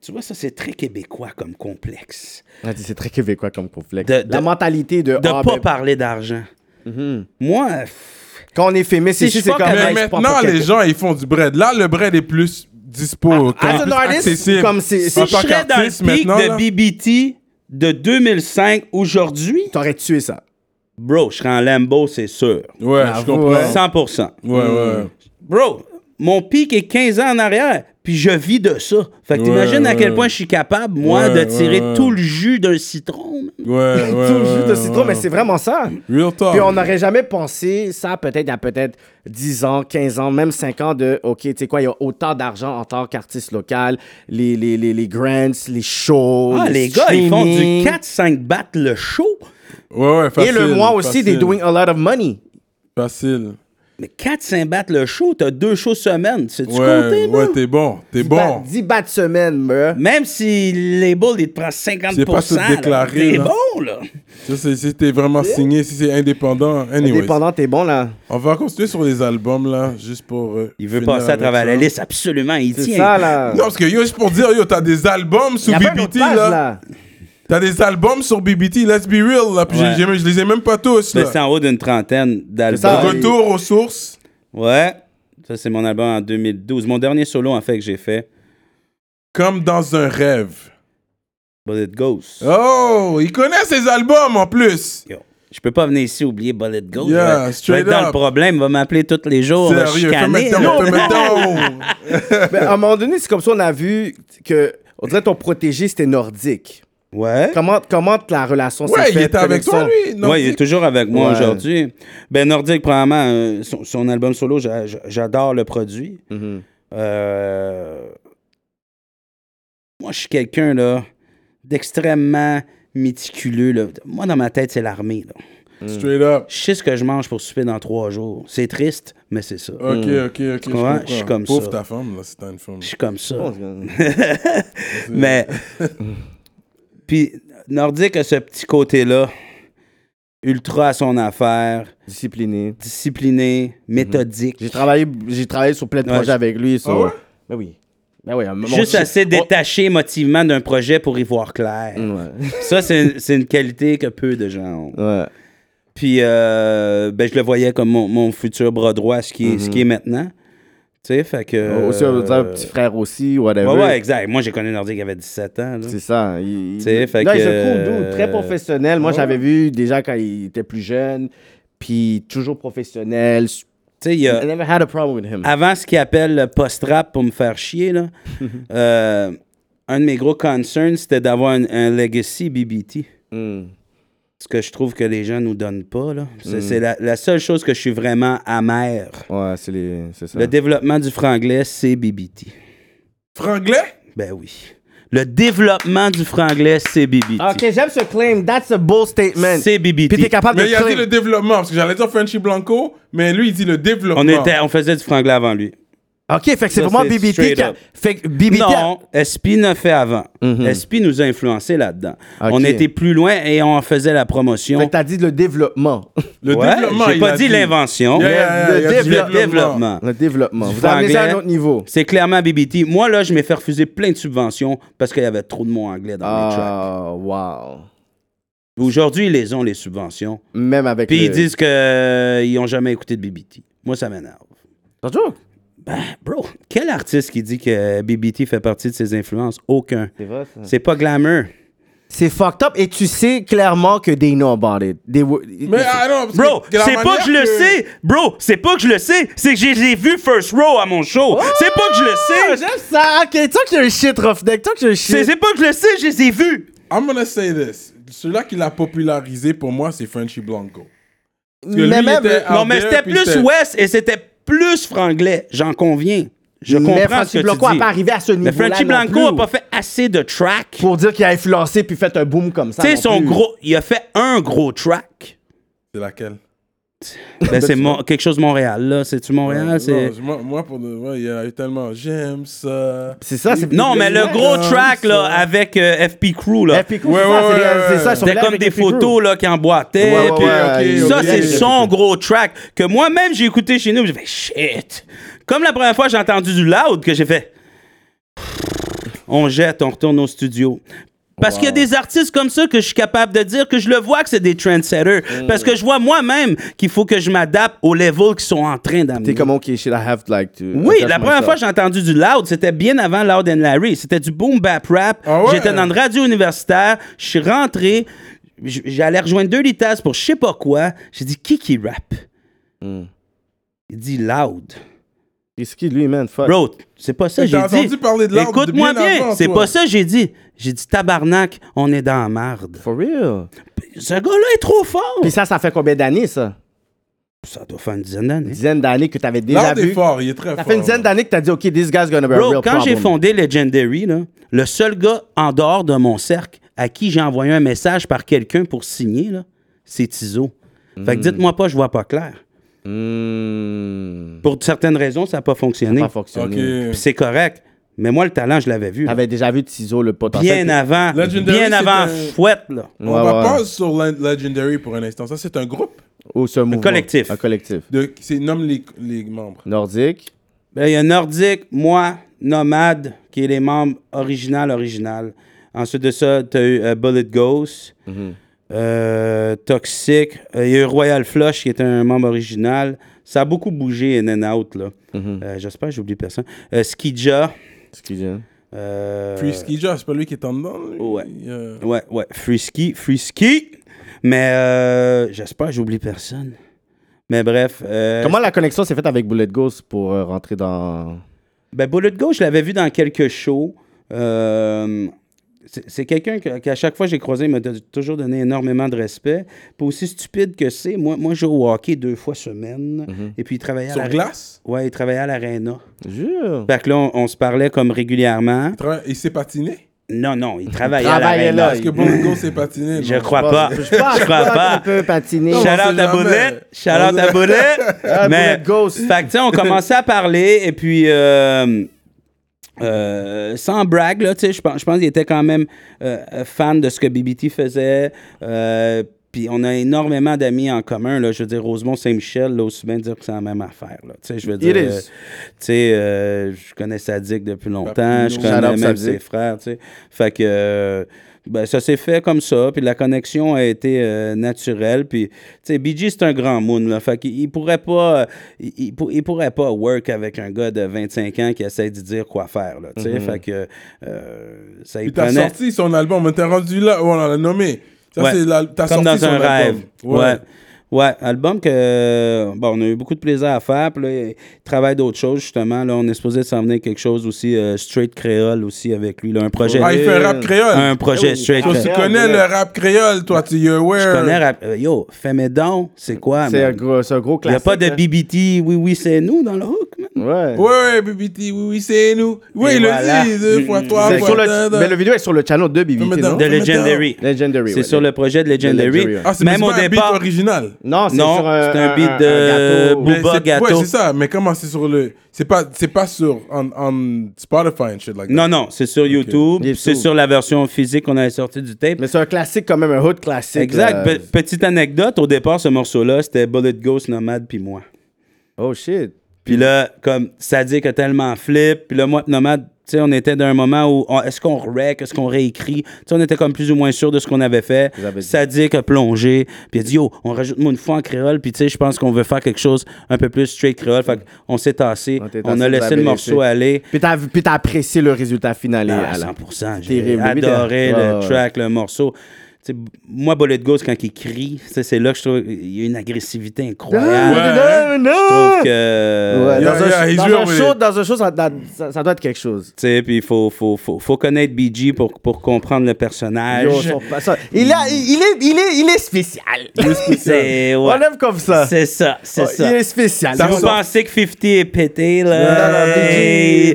E: Tu vois, ça, c'est très québécois comme complexe.
D: Ah, dis, c'est très québécois comme complexe.
E: De- de-
D: la mentalité de.
E: De
D: ah,
E: pas
D: ben,
E: parler d'argent.
C: Mhm.
E: Moi, pff,
D: Quand on est famous, c'est
E: je
D: c'est
E: pense
D: comme.
E: que-
D: ah,
C: Mais
D: c'est pas
C: maintenant,
D: pour
C: les
D: quelqu'un.
C: gens, ils font du bread. Là, le bread est plus dispo, comme
D: Ah, as an
C: plus
D: artist,
C: accessible.
D: comme c'est-
E: si
C: En
E: je
C: tant
E: serais dans
C: qu'artiste,
E: le pic
C: maintenant,
E: de
C: là,
E: BBT de 2005 aujourd'hui,
D: T'aurais tué ça.
E: bro, je serais en Lambo, c'est sûr.
C: Ouais, je comprends.
D: ouais. Mm.
E: 100%.
C: Ouais, ouais.
E: Bro, mon pic est 15 ans en arrière, puis je vis de ça. Fait que
C: Ouais,
E: t'imagines à
C: ouais.
E: quel point je suis capable, moi,
C: Ouais,
E: de tirer
C: ouais, ouais.
E: tout le jus d'un citron. man.
C: Ouais, ouais.
D: Tout le jus de
C: ouais,
D: citron,
C: ouais. Ah,
D: mais c'est vraiment ça.
C: Real talk.
D: Puis on n'aurait jamais pensé ça peut-être il y a peut-être 10 ans, 15 ans, même 5 ans de OK, tu sais quoi, il y a autant d'argent en tant qu'artiste local, les, les, les, les grants, les shows.
E: Ah, les gars, ils font
D: streaming.
E: du 4-5 battes le show.
C: Ouais, ouais,
D: Et
C: facile.
D: le mois aussi,
C: des
D: they're doing a lot of money.
C: Facile.
E: Mais 4-5 battes le show, t'as deux shows semaine. C'est-tu compté,
C: Ouais,
E: bro?
C: ouais, t'es bon. T'es bon.
D: 10 bats de semaine, bruh.
E: Même si le label, il te prend 50
C: C'est pas tout
E: là,
C: déclaré,
E: t'es
C: là.
E: bon, là.
C: Ça, c'est- Si t'es vraiment signé, si c'est indépendant, anyways.
D: Dépendant, t'es bon là.
C: On va continuer sur les albums, là, juste pour. euh,
E: Il veut
C: finir
E: passer à
C: avec
E: travers
C: ça.
E: la liste, absolument, il
D: C'est
E: tient.
D: ça là.
C: Non, parce que yo, juste pour dire, yo, t'as des albums
D: Il y
C: sur
D: a pas une autre
C: BBT,
D: page,
C: là. T'as des albums sur BBT, let's be real, là. Puis
E: Ouais.
C: j'ai- j'ai- je les ai même pas tous,
E: Mais
C: là.
E: c'est en haut d'une trentaine
D: ça.
E: d'albums.
C: Retour aux sources.
E: Ouais. Ça, c'est mon album en 2012. Mon dernier solo, en fait, que j'ai fait.
C: Comme dans un rêve.
E: Bullet Ghost.
C: Oh, il connaît ses albums en plus.
E: Yo, Je peux pas venir ici oublier Bullet Ghost.
C: Yeah,
E: là. je vais
C: straight
E: être dans
C: up.
E: le problème. Il va m'appeler tous les jours. on va
C: Sérieux,
E: chicaner,
C: fais-moi
E: là.
C: down, fais-moi down.
D: Mais à un moment donné, c'est comme ça, on a vu que, on dirait ton protégé, c'était nordique.
E: Ouais.
D: Comment, comment la relation s'est
C: Ouais,
D: faite?
C: il était avec toi,
D: connexion?
C: lui. Non,
E: ouais, il est toujours avec moi
D: Ouais.
E: aujourd'hui. Ben, Nordic, premièrement, euh, son, son album solo, j'a- j'a- j'adore le produit.
D: Mhm.
E: Euh, Moi, je suis quelqu'un, là, d'extrêmement méticuleux. là. Moi, dans ma tête, c'est l'armée. là.
C: Straight up.
E: Je sais ce que je mange pour souper dans trois jours. C'est triste, mais c'est ça.
C: Ok, ok, ok. je
E: comprends?
C: comprends.
E: Mm. Je suis comme
C: Pauvre
E: ça.
C: ta femme, là, c'est une femme.
E: Je suis comme ça. Mais. Puis, Nordique a ce petit côté-là, ultra à son affaire,
D: Discipliné.
E: discipliné, méthodique.
D: J'ai travaillé, j'ai travaillé sur plein de
E: Ouais,
D: projets
E: je-
D: avec lui. sur-
C: Ah ouais?
D: Ben oui. Ben oui, à un moment-
E: Juste
D: on-
E: assez
D: on- Mm.
E: détaché émotivement d'un projet pour y voir clair.
D: Oh, Ouais.
E: Ça, c'est c'est une qualité que peu de gens ont.
D: Ouais.
E: Puis, euh, ben, je le voyais comme mon, mon futur bras droit, ce qui est, ce qui est maintenant. Tu sais, fait que.
D: Mm-hmm. Oh, Aussi, on dirait un
E: euh,
D: petit frère aussi, whatever.
E: Ouais, ouais, exact. Moi, j'ai connu Nordique qui avait 17 ans. là.
D: C'est ça. Il, il-
E: Tu sais, fait
D: non,
E: que,
D: il se trouve
E: euh,
D: dude, très professionnel. Moi, j'avais vu déjà quand il était plus jeune, puis toujours professionnel.
E: Tu sais, il y a.
D: I never had a problem with him.
E: avant ce qu'ils appellent le post-rap pour me faire chier, là, euh, un de mes gros concerns, c'était d'avoir un, un legacy BBT.
D: Mm.
E: Tu ce que je trouve que les gens nous donnent pas. là. C'est c'est la, la seule chose que je suis vraiment amer.
D: Ouais, c'est les- c'est ça.
E: Le développement du franglais, c'est BBT.
C: Franglais?
E: Ben oui. Le développement du franglais, c'est BBT.
D: Ok, j'aime ce claim. That's a bold statement.
E: C'est BBT.
D: Puis t'es capable
C: Mais
D: Ah, de
C: il a dit
D: claim.
C: le développement, parce que j'allais dire Frenchy Blanco, mais lui, il dit le développement.
E: On, était, on faisait du franglais avant lui.
D: Ok, fait que c'est
E: Ça,
D: vraiment
E: c'est
D: BBT
E: straight
D: qui a...
E: up.
D: Fait que BBT... a- Mhm.
E: Non, SP ne fait avant. SP nous a influencés là-dedans.
D: Ok.
E: On était plus loin et on faisait la promotion.
D: Fait que t'as dit le développement.
C: Le
E: Ouais,
C: développement,
E: J'ai
C: il
E: pas
C: a
E: dit l'invention.
C: Yeah, yeah, yeah,
D: Le
C: il a dit
D: développement.
E: Développement.
D: Le développement.
E: Du
D: Vous avez ça à
E: franglais.
D: un autre niveau.
E: C'est clairement BBT. Moi, là, je m'ai fait refuser plein de subventions parce qu'il y avait trop de mots anglais dans mes tracks.
D: Ah, wow.
E: Aujourd'hui, ils les ont, les subventions.
D: Même avec
E: Puis
D: le...
E: ils disent qu'ils n'ont jamais écouté de BBT. Moi, ça m'énerve.
D: T'as toujours?
E: Bro, quel artiste qui dit que BBT fait partie de ses influences? Aucun.
D: C'est vrai, ça.
E: C'est pas glamour.
D: C'est fucked up et tu sais clairement que they know about it. They wo-
C: Mais ah non, parce
E: Bro,
C: la
E: c'est pas
C: manière
E: que je le sais. Bro, c'est pas que je le sais. C'est que j'ai j'ai vu First Row à mon show. C'est pas que Oh, je le sais.
D: J'aime ça. Ok, toi que j'ai un shit, Roughneck. Toi que j'ai un
E: C'est
D: shit.
E: c'est pas que je le sais, je les ai vus.
C: I'm gonna say this. Celui-là qui l'a popularisé pour moi, c'est Frenchy Blanco. que
D: mais
C: lui
D: même.
C: était en-
E: Non,
C: Andrea,
E: mais E, c'était
C: puis
E: plus
C: c'était-
E: ouest et c'était plus franglais. J'en conviens. Je
D: mais
E: comprends
D: Frankie
E: ce que
D: Blanco
E: tu
D: a
E: dis.
D: pas arrivé à ce
E: mais
D: niveau-là.
E: Frankie
D: non
E: Blanco a
D: plus.
E: pas fait assez de tracks.
D: Pour dire qu'il a influencé puis fait un boom comme ça.
E: Tu sais,
D: non
E: son
D: plus.
E: gros. Il a fait un gros track.
C: C'est laquelle?
E: Ben, c'est mon- quelque chose de Montréal, là. C'est-tu Montréal? Ah, C'est.
C: Non, je- moi, moi, pour de vrai, il y a eu tellement. J'aime ça.
D: C'est ça, c'est.
E: Non, mais le gros
C: non,
E: track, là,
C: ça.
E: avec euh, FP Crew, là.
D: FP Crew,
C: Ouais,
D: Eh, c'est
C: ouais,
D: ça, c'est-
C: ouais,
D: c'est
C: ouais.
D: ça. ils sont
E: C'était
D: là
E: comme
D: avec
E: des
D: FP Crew.
E: photos là, qui emboîtaient.
D: Ouais, ouais,
E: puis-
D: ouais,
E: ça,
D: ils ont
E: c'est
D: bien-
E: son gros track que moi-même, j'ai écouté chez nous. J'ai fait shit. Comme la première fois, j'ai entendu du loud que j'ai fait. On jette, on retourne au studio. Parce qu'il y a des artistes comme ça que je suis capable de dire que je le vois que c'est des trendsetters.
D: Mm.
E: Parce que je vois moi-même qu'il faut que je m'adapte au level qu'ils sont en train d'amener.
D: T'es comme, ok, shit, I have to, like. to
E: Oui,
D: adjust
E: la première
D: myself.
E: fois que j'ai entendu du loud, c'était bien avant Loud and Larry. C'était du boom bap rap.
C: Ah ouais?
E: J'étais dans une radio universitaire. Je suis rentré. j- J'allais rejoindre deux litas pour je sais pas quoi. J'ai dit, qui qui rap?
C: Hmm.
E: Il dit loud.
D: C'est qui lui, man? Fuck.
E: Bro, c'est pas ça
C: Mais
E: j'ai dit.
C: t'as entendu parler de loud
E: Écoute-moi
C: bien
E: bien.
C: avant,
E: C'est
C: toi.
E: pas ça j'ai dit. J'ai dit tabarnak, on est dans la marde.
D: For real.
E: Ce gars-là est trop fort.
D: Puis ça, ça fait combien d'années, ça?
E: Ça doit faire une dizaine d'années.
D: Une dizaine d'années que t'avais déjà
C: L'art est
D: vu.
C: fort, il est très fort.
D: Ça fait une dizaine d'années que t'as dit, OK, this guy's gonna be a
E: Bro,
D: real
E: quand j'ai
D: problem.
E: fondé Legendary, là, le seul gars en dehors de mon cercle à qui j'ai envoyé un message par quelqu'un pour signer, là, c'est Tizo. Fait que dites-moi pas, je vois pas clair.
D: Hmm.
E: Pour certaines raisons, ça n'a pas fonctionné.
D: Pas fonctionné.
E: Puis
C: Ok.
E: C'est correct. Mais moi, le talent, je l'avais vu. là.
D: T'avais déjà vu Tizo, le potentiel.
E: Bien avant.
C: Legendary,
E: bien avant
C: c'était-
E: Fouette, là.
C: On
D: Ouais,
C: va
D: ouais.
C: pas sur Len- Legendary pour un instant. Ça, c'est un groupe.
D: Ou ce mouvement.
E: collectif.
D: Un collectif.
C: De, c'est nomme les, les membres.
E: Euh.
D: Nordique.
E: Ben, Il y a Nordique, moi, Nomade, qui est les membres original, original. Ensuite de ça, tu as eu euh, Bullet Ghost, euh, Toxic. Euh, Il y a eu Royal Flush, qui est un membre original. Ça a beaucoup bougé in and out. là. Euh, J'espère que j'oublie personne. Euh, Skija.
D: Excusez.
E: euh,
C: Puis Skija, c'est pas lui qui est en dedans. lui?
E: Ouais.
C: Il, euh,
E: Ouais, ouais. Frisky, Frisky. Mais euh, j'espère que j'oublie personne. Mais bref. euh,
D: Comment la connexion s'est faite avec Bullet Ghost pour euh, rentrer dans.
E: Ben, Bullet Gauche, je l'avais vu dans quelques shows. Euh, c'est c'est quelqu'un que- qu'à chaque fois que j'ai croisé, il m'a do- toujours donné énormément de respect. Puis aussi stupide que c'est, moi, moi, je joue au hockey deux fois semaine.
D: Mm-hmm.
E: Et puis, il travaillait à
C: Sur
E: la-
C: glace.
E: Ouais, il travaillait à l'Arena.
D: Jure.
E: Fait que là, on, on se parlait comme régulièrement.
C: Tra- Il s'est patiné.
E: Non, non, il travaillait à
D: Travaillait
E: l'Arena.
D: là,
C: Est-ce que Bongo s'est patiné?
E: Je
C: non?
E: crois pas.
D: Je
E: Je crois pas.
D: Un peu patiné.
C: Non,
E: Shout
C: on
E: out
C: sait
E: à
C: jamais.
E: Bullet. Shout out à
D: Ah,
E: Bullet. Mais,
D: Bullet Ghost.
E: fait que, tu sais, on commençait à parler et puis. euh, euh, sans brague, là, tu sais, je pense, je pense qu'il était quand même euh, euh, fan de ce que BBT faisait. euh, puis on a énormément d'amis en commun, là. Je veux dire, Rosemont-Saint-Michel, là, aussi bien dire que c'est la même affaire, là. Tu sais, je veux
D: It
E: dire. euh,
D: is.
E: Tu sais, euh, je connais Sadik depuis longtemps.
C: Papineau.
E: Je
D: Shout
E: connais
D: out
E: même
D: Sadik.
E: ses frères, tu sais. Fait que. euh, ben, ça s'est fait comme ça, puis la connexion a été euh, naturelle, puis, tu sais, BG, c'est un grand moon, là, fait qu'il il pourrait pas, euh, il, il pour- il pourrait pas work avec un gars de 25 ans qui essaie de dire quoi faire, là, tu sais, fait que euh, ça y
C: Puis t'as
E: prenait...
C: sorti son album. On t'a rendu là. Oh, on l'a nommé. Ça,
E: Ouais.
C: c'est la- t'as sorti
E: Comme dans
C: son
E: un
C: album.
E: rêve. Ouais. ouais. Ouais, album que. Bon, on a eu beaucoup de plaisir à faire. Puis là, il travaille d'autres choses, justement. Là, on est supposé s'en venir quelque chose aussi, euh, straight créole aussi avec lui. là, un projet.
C: Ah, il fait un rap créole.
E: Un projet
D: Ben oui. Ah,
E: straight
C: Toi,
E: créole.
C: tu connais le rap créole, toi, tu es aware.
E: Je connais rap- euh, Yo, fais-mes donc, c'est quoi,
D: C'est un
E: man?
D: gros, c'est un gros
E: Il n'y
D: classique.
E: a
D: hein.
E: pas de
D: là.
E: BBT, oui, oui, c'est nous dans le hook, man.
D: Ouais.
C: Ouais, ouais, BBT, oui, oui, c'est nous. Oui,
E: Et
C: il
E: voilà.
C: le dit, deux fois, trois
D: Mm, C'est
C: fois.
D: sur le-
C: da, da.
D: mais le vidéo est sur le channel de BBT,
C: Madame.
D: non?
E: De
C: fais-mes
E: Legendary.
D: Legendary,
E: C'est
D: ouais.
E: sur le projet de
D: De
E: Legendary.
D: Legendary, ouais.
C: Ah, c'est
E: Même
C: pas
E: au
C: un beat
E: départ.
C: original.
D: Non, c'est
E: Non,
D: sur un,
E: c'est un beat de
D: gâteau.
E: Booba.
C: Mais c'est-
E: gâteau.
C: Ouais, c'est ça, mais comment c'est sur le. C'est pas, c'est pas sur. On, on Spotify and shit like that.
E: Non, non, c'est sur YouTube.
D: YouTube.
E: C'est sur la version physique qu'on avait sortie du tape.
D: Mais c'est un classique quand même, un hood classique. euh,
E: Exact.
D: là.
E: Pe- petite anecdote, au départ, ce morceau-là, c'était Bullet Ghost, Nomade, puis moi.
D: Oh shit.
E: Puis là, comme Sadiq a tellement flip, puis là, moi, pis Nomade, tu sais, on était d'un moment où on- est-ce qu'on rec, est-ce qu'on réécrit? Tu sais, on était comme plus ou moins sûr de ce qu'on avait fait.
D: Vous avez dit.
E: Sadiq a plongé, puis il a dit, yo, on rajoute moi une fois en créole, puis tu sais, je pense qu'on veut faire quelque chose un peu plus straight créole. Fait qu'on s'est tassé,
D: On t'est
E: on
D: tassé,
E: a
D: vous
E: laissé
D: avez
E: le morceau
D: laissé. Ah,
E: aller.
D: Puis t'as, puis t'as apprécié le résultat final.
E: Ah,
D: Alan.
E: 100%. J'ai
D: Terrible. Le beat est-
E: adoré
D: Ouais,
E: le
D: ouais.
E: track, le morceau. Tu sais, b- moi, Bullet Ghost, quand il crie, ça, c'est là que je trouve il y a une agressivité incroyable.
D: Non, non,
E: Je trouve
D: non.
E: que.
D: Ouais,
E: tu
C: hein? Yeah,
D: dans un-
C: yeah, he's
D: dans
C: real
D: un
C: with
D: show-
C: it.
D: Dans un show, ça- ça ça doit être quelque chose.
E: sais, puis il faut, faut, faut, faut connaître BG pour, pour comprendre le personnage.
D: Yo, son- ça- il, a- il est, il, est, il est spécial.
E: C'est- ouais.
D: On aime comme ça.
E: C'est ça, c'est
D: Oh,
E: ça.
D: hein. Il est spécial.
E: Si vous
D: Yo,
E: pensez que 50 est pété,
D: Non, non,
E: là.
D: non,
E: hey,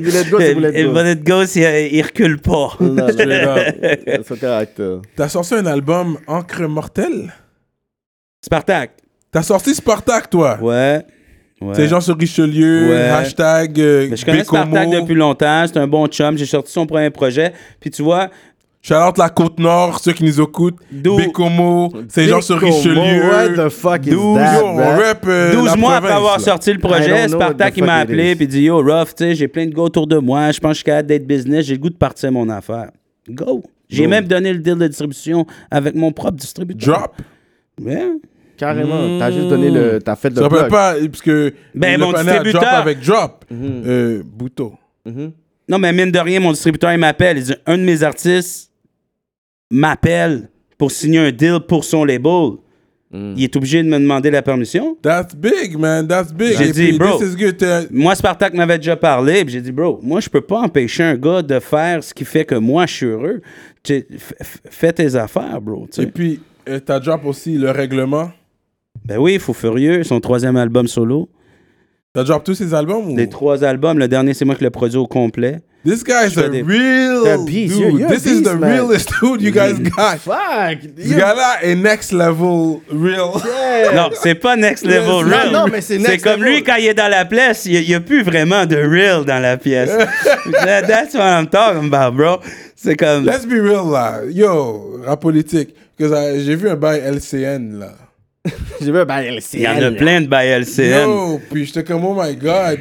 D: BG, Bullet Ghost, c'est Bullet
E: euh,
D: Ghost.
E: Bullet Ghost, il, il recule pas.
D: Non, non,
C: Straight up.
D: non, son caractère.
C: T'as sorti un album Encre Mortelle
E: Spartak.
C: T'as sorti Spartak, toi
E: Ouais. ouais.
C: C'est genre sur Richelieu,
E: Ouais.
C: hashtag. euh,
E: Mais je connais
C: Bécomo.
E: Spartak depuis longtemps, c'est un bon chum, j'ai sorti son premier projet. Puis tu vois,
C: Shout-out la Côte-Nord, ceux qui nous écoutent.
E: D'où-
C: Bécomo, c'est genre sur
D: Bécomo,
C: Richelieu.
D: what the fuck is
C: D'où-
D: that,
C: Yo, on
D: man?
C: rap, euh,
E: 12
C: la
E: mois après
C: province,
E: avoir
C: là.
E: sorti le
D: I don't
E: projet,
D: know
E: Spartak
D: what the
E: il
D: fuck
E: m'a
D: it
E: appelé
D: is.
E: puis dit Yo, Ruff, tu sais, j'ai plein de gars autour de moi, je pense que je suis capable d'être business, j'ai le goût de partir mon affaire. Go! J'ai même donné le deal de distribution avec mon propre distributeur.
C: Drop.
E: Ouais.
D: Carrément. T'as juste donné le.
E: Hmm.
D: T'as fait
C: Tu
D: le
C: te
D: plug.
C: rappelles pas, euh, parce que.
E: Ben,
C: le
E: mon Mhm.
C: panel à
E: distributeur.
C: Drop avec Drop. Euh, Bouteau.
E: Non, mais mine de rien, mon distributeur, il m'appelle. Il dit Un de mes artistes m'appelle pour signer un deal pour son label.
D: Hmm.
E: Il est obligé de me demander la permission.
C: That's big, man. That's big.
E: J'ai
C: Et
E: dit,
C: puis,
E: bro.
C: This is good. T'as-
E: Moi, Spartak m'avait déjà parlé, puis j'ai dit, bro, moi, je peux pas empêcher un gars de faire ce qui fait que moi, je suis heureux. Tu sais, f- f- Fais tes affaires, bro. tu sais.
C: Et puis, euh, t'as drop aussi le règlement.
E: Ben oui, Fou Furieux, son troisième album solo.
C: T'as drop tous ces albums ou?
E: Les trois albums, le dernier, c'est moi qui l'ai produit au complet.
C: This guy is
E: fais
C: a
E: des-
C: real
D: The beast.
C: dude.
D: You're- you're a
C: This is
D: beast,
C: the
D: man.
C: realest dude you guys
E: Mm-hmm.
C: got.
D: Fuck.
C: Ce gars-là est next level real.
D: Yeah.
E: Non, c'est pas Next Level
C: Non,
E: Real.
D: non, mais c'est Next
E: comme
D: Level.
E: lui, quand il est dans la pièce, il n'y a, plus vraiment de real dans la pièce. That- That's what I'm talking about, bro. C'est comme...
C: Let's be real là. Yo, rap politique. Because I- j'ai vu un bail LCN là.
D: J'ai vu ben, un bail
E: Il y en a plein de by LCN.
C: Yo, puis j'étais comme, oh my god.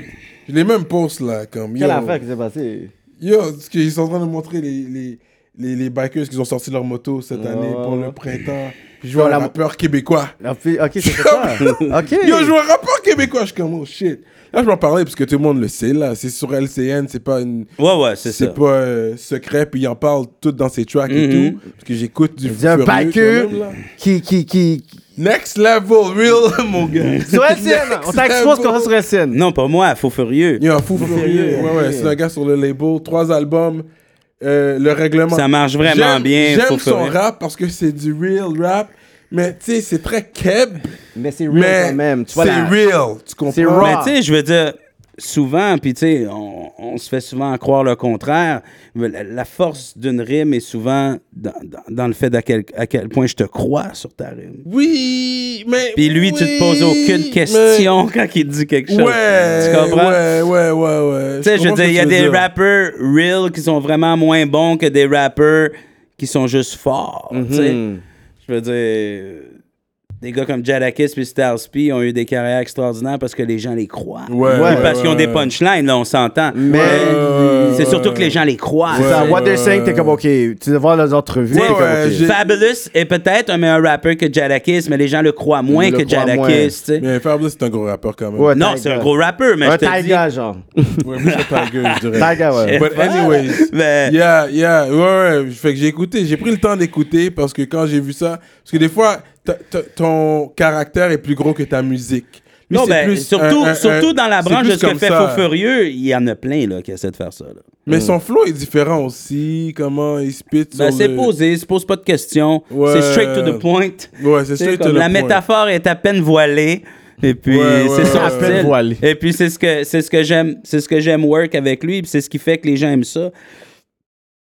C: Je l'ai même post là. Comme, yo,
D: Quelle affaire qui s'est passée?
C: yo, ce qu'ils sont en train de montrer les, les, les, les bikers qui ont sorti leur moto cette année pour le printemps. Puis je vois
D: Oh. Yo,
C: un
D: la-
C: rappeur québécois.
D: Ah, puis- Ok, c'est ça. Ok.
C: Yo, je vois un rappeur québécois, je suis comme, oh shit. Là, je m'en parlais parce que tout le monde le sait, là. C'est sur LCN, c'est pas une.
E: Ouais, ouais, c'est ça.
C: C'est pas euh, secret, puis il en parle tout dans ses tracks et
E: Mhm.
C: tout. Parce que j'écoute du
D: J'ai un
C: Furieux
D: biker
C: quand même, là.
D: qui. qui, qui...
C: Next level, real, mon gars.
D: Sur LCN, on t'expose comme ça sur LCN.
E: Non, pas moi, Faux Furieux.
C: Il y a un fou furieux.
D: Furieux.
C: Ouais, ouais, c'est un gars sur le label. Trois albums, euh, le règlement.
E: Ça marche vraiment
C: J'aime-
E: bien, Faux
C: J'aime son
E: Furieux.
C: rap parce que c'est du real rap. Mais tu sais, c'est très keb.
D: Mais c'est
C: Mais
D: real quand même. Tu vois,
C: c'est
D: la-
C: real. Tu comprends?
D: C'est raw.
E: Mais tu sais, je veux dire, souvent, puis tu sais, on, on se fait souvent croire le contraire. mais La, la force d'une rime est souvent dans, dans- dans le fait d'à quel, à quel point je te crois sur ta rime.
C: Oui, mais.
E: Puis lui, tu te poses
C: oui,
E: aucune
C: mais-
E: question quand il dit quelque chose.
C: Ouais,
E: tu comprends?
C: ouais, ouais, ouais, ouais.
E: Tu sais, je veux
C: comprends ce
E: dire,
C: que
E: il y a
C: tu veux
E: des
C: dire.
E: rappeurs real qui sont vraiment moins bons que des rappeurs qui sont juste forts. tu sais.
C: Mm-hmm.
E: Je veux dire, euh, des gars comme Jadakis puis Styles P ont eu des carrières extraordinaires parce que les gens les croient.
C: Ouais,
E: Puis
D: ouais,
E: parce qu'ils ont
C: ouais.
E: des punchlines, là, on s'entend.
D: Mais-
E: Mais c'est
C: ouais,
E: surtout
C: ouais.
E: que les gens les croient.
D: C'est ça,
C: Ouais,
D: what
C: ouais,
D: they're saying, t'es
C: ouais.
D: comme, OK, tu vas voir les entrevues.
E: Tu sais,
D: t'es comme,
C: ouais,
D: OK.
C: j'ai-
E: Fabulous est peut-être un meilleur rappeur que Jadakis, mais les gens le croient moins
D: Ils le
E: que
D: croient
E: Jadakis.
D: moins.
E: tu sais.
C: Mais Fabulous, c'est un gros rappeur quand même.
D: Ouais,
E: Non,
D: Tiger.
E: c'est un gros rappeur, mais
D: Un
E: je te dis.
D: taiga, genre.
C: Ouais, moi, c'est Tiger, je dirais.
D: Taiga, ouais.
C: But anyways,
E: Mais-
C: yeah, yeah, ouais, ouais. Fait que j'ai écouté, j'ai pris le temps d'écouter parce que quand j'ai vu ça, parce que des fois, t- t- ton caractère est plus gros que ta musique. Lui,
E: Non,
C: c'est
E: ben,
C: plus
E: surtout,
C: un- un-
E: surtout
C: un-
E: dans la
C: c'est
E: branche
C: plus
E: de ce que
C: comme
E: fait
C: ça.
E: Faux Furieux, il y en a plein là, qui essaient de faire ça. là.
C: Mais son flow est différent aussi. Comment il spit
E: Ben,
C: sur
E: c'est
C: le-
E: posé, se pose pas de questions.
C: Ouais.
E: C'est straight to the point.
C: Ouais, c'est
E: C'est
C: straight to
E: comme
C: the
E: la
C: point.
E: métaphore est à peine voilée. Et puis
C: Ouais, ouais,
E: c'est
C: ouais,
E: son
D: ouais. À
E: style.
D: peine voilée.
E: Et puis c'est ce que c'est ce que j'aime, c'est ce que j'aime work avec lui, puis c'est ce qui fait que les gens aiment ça.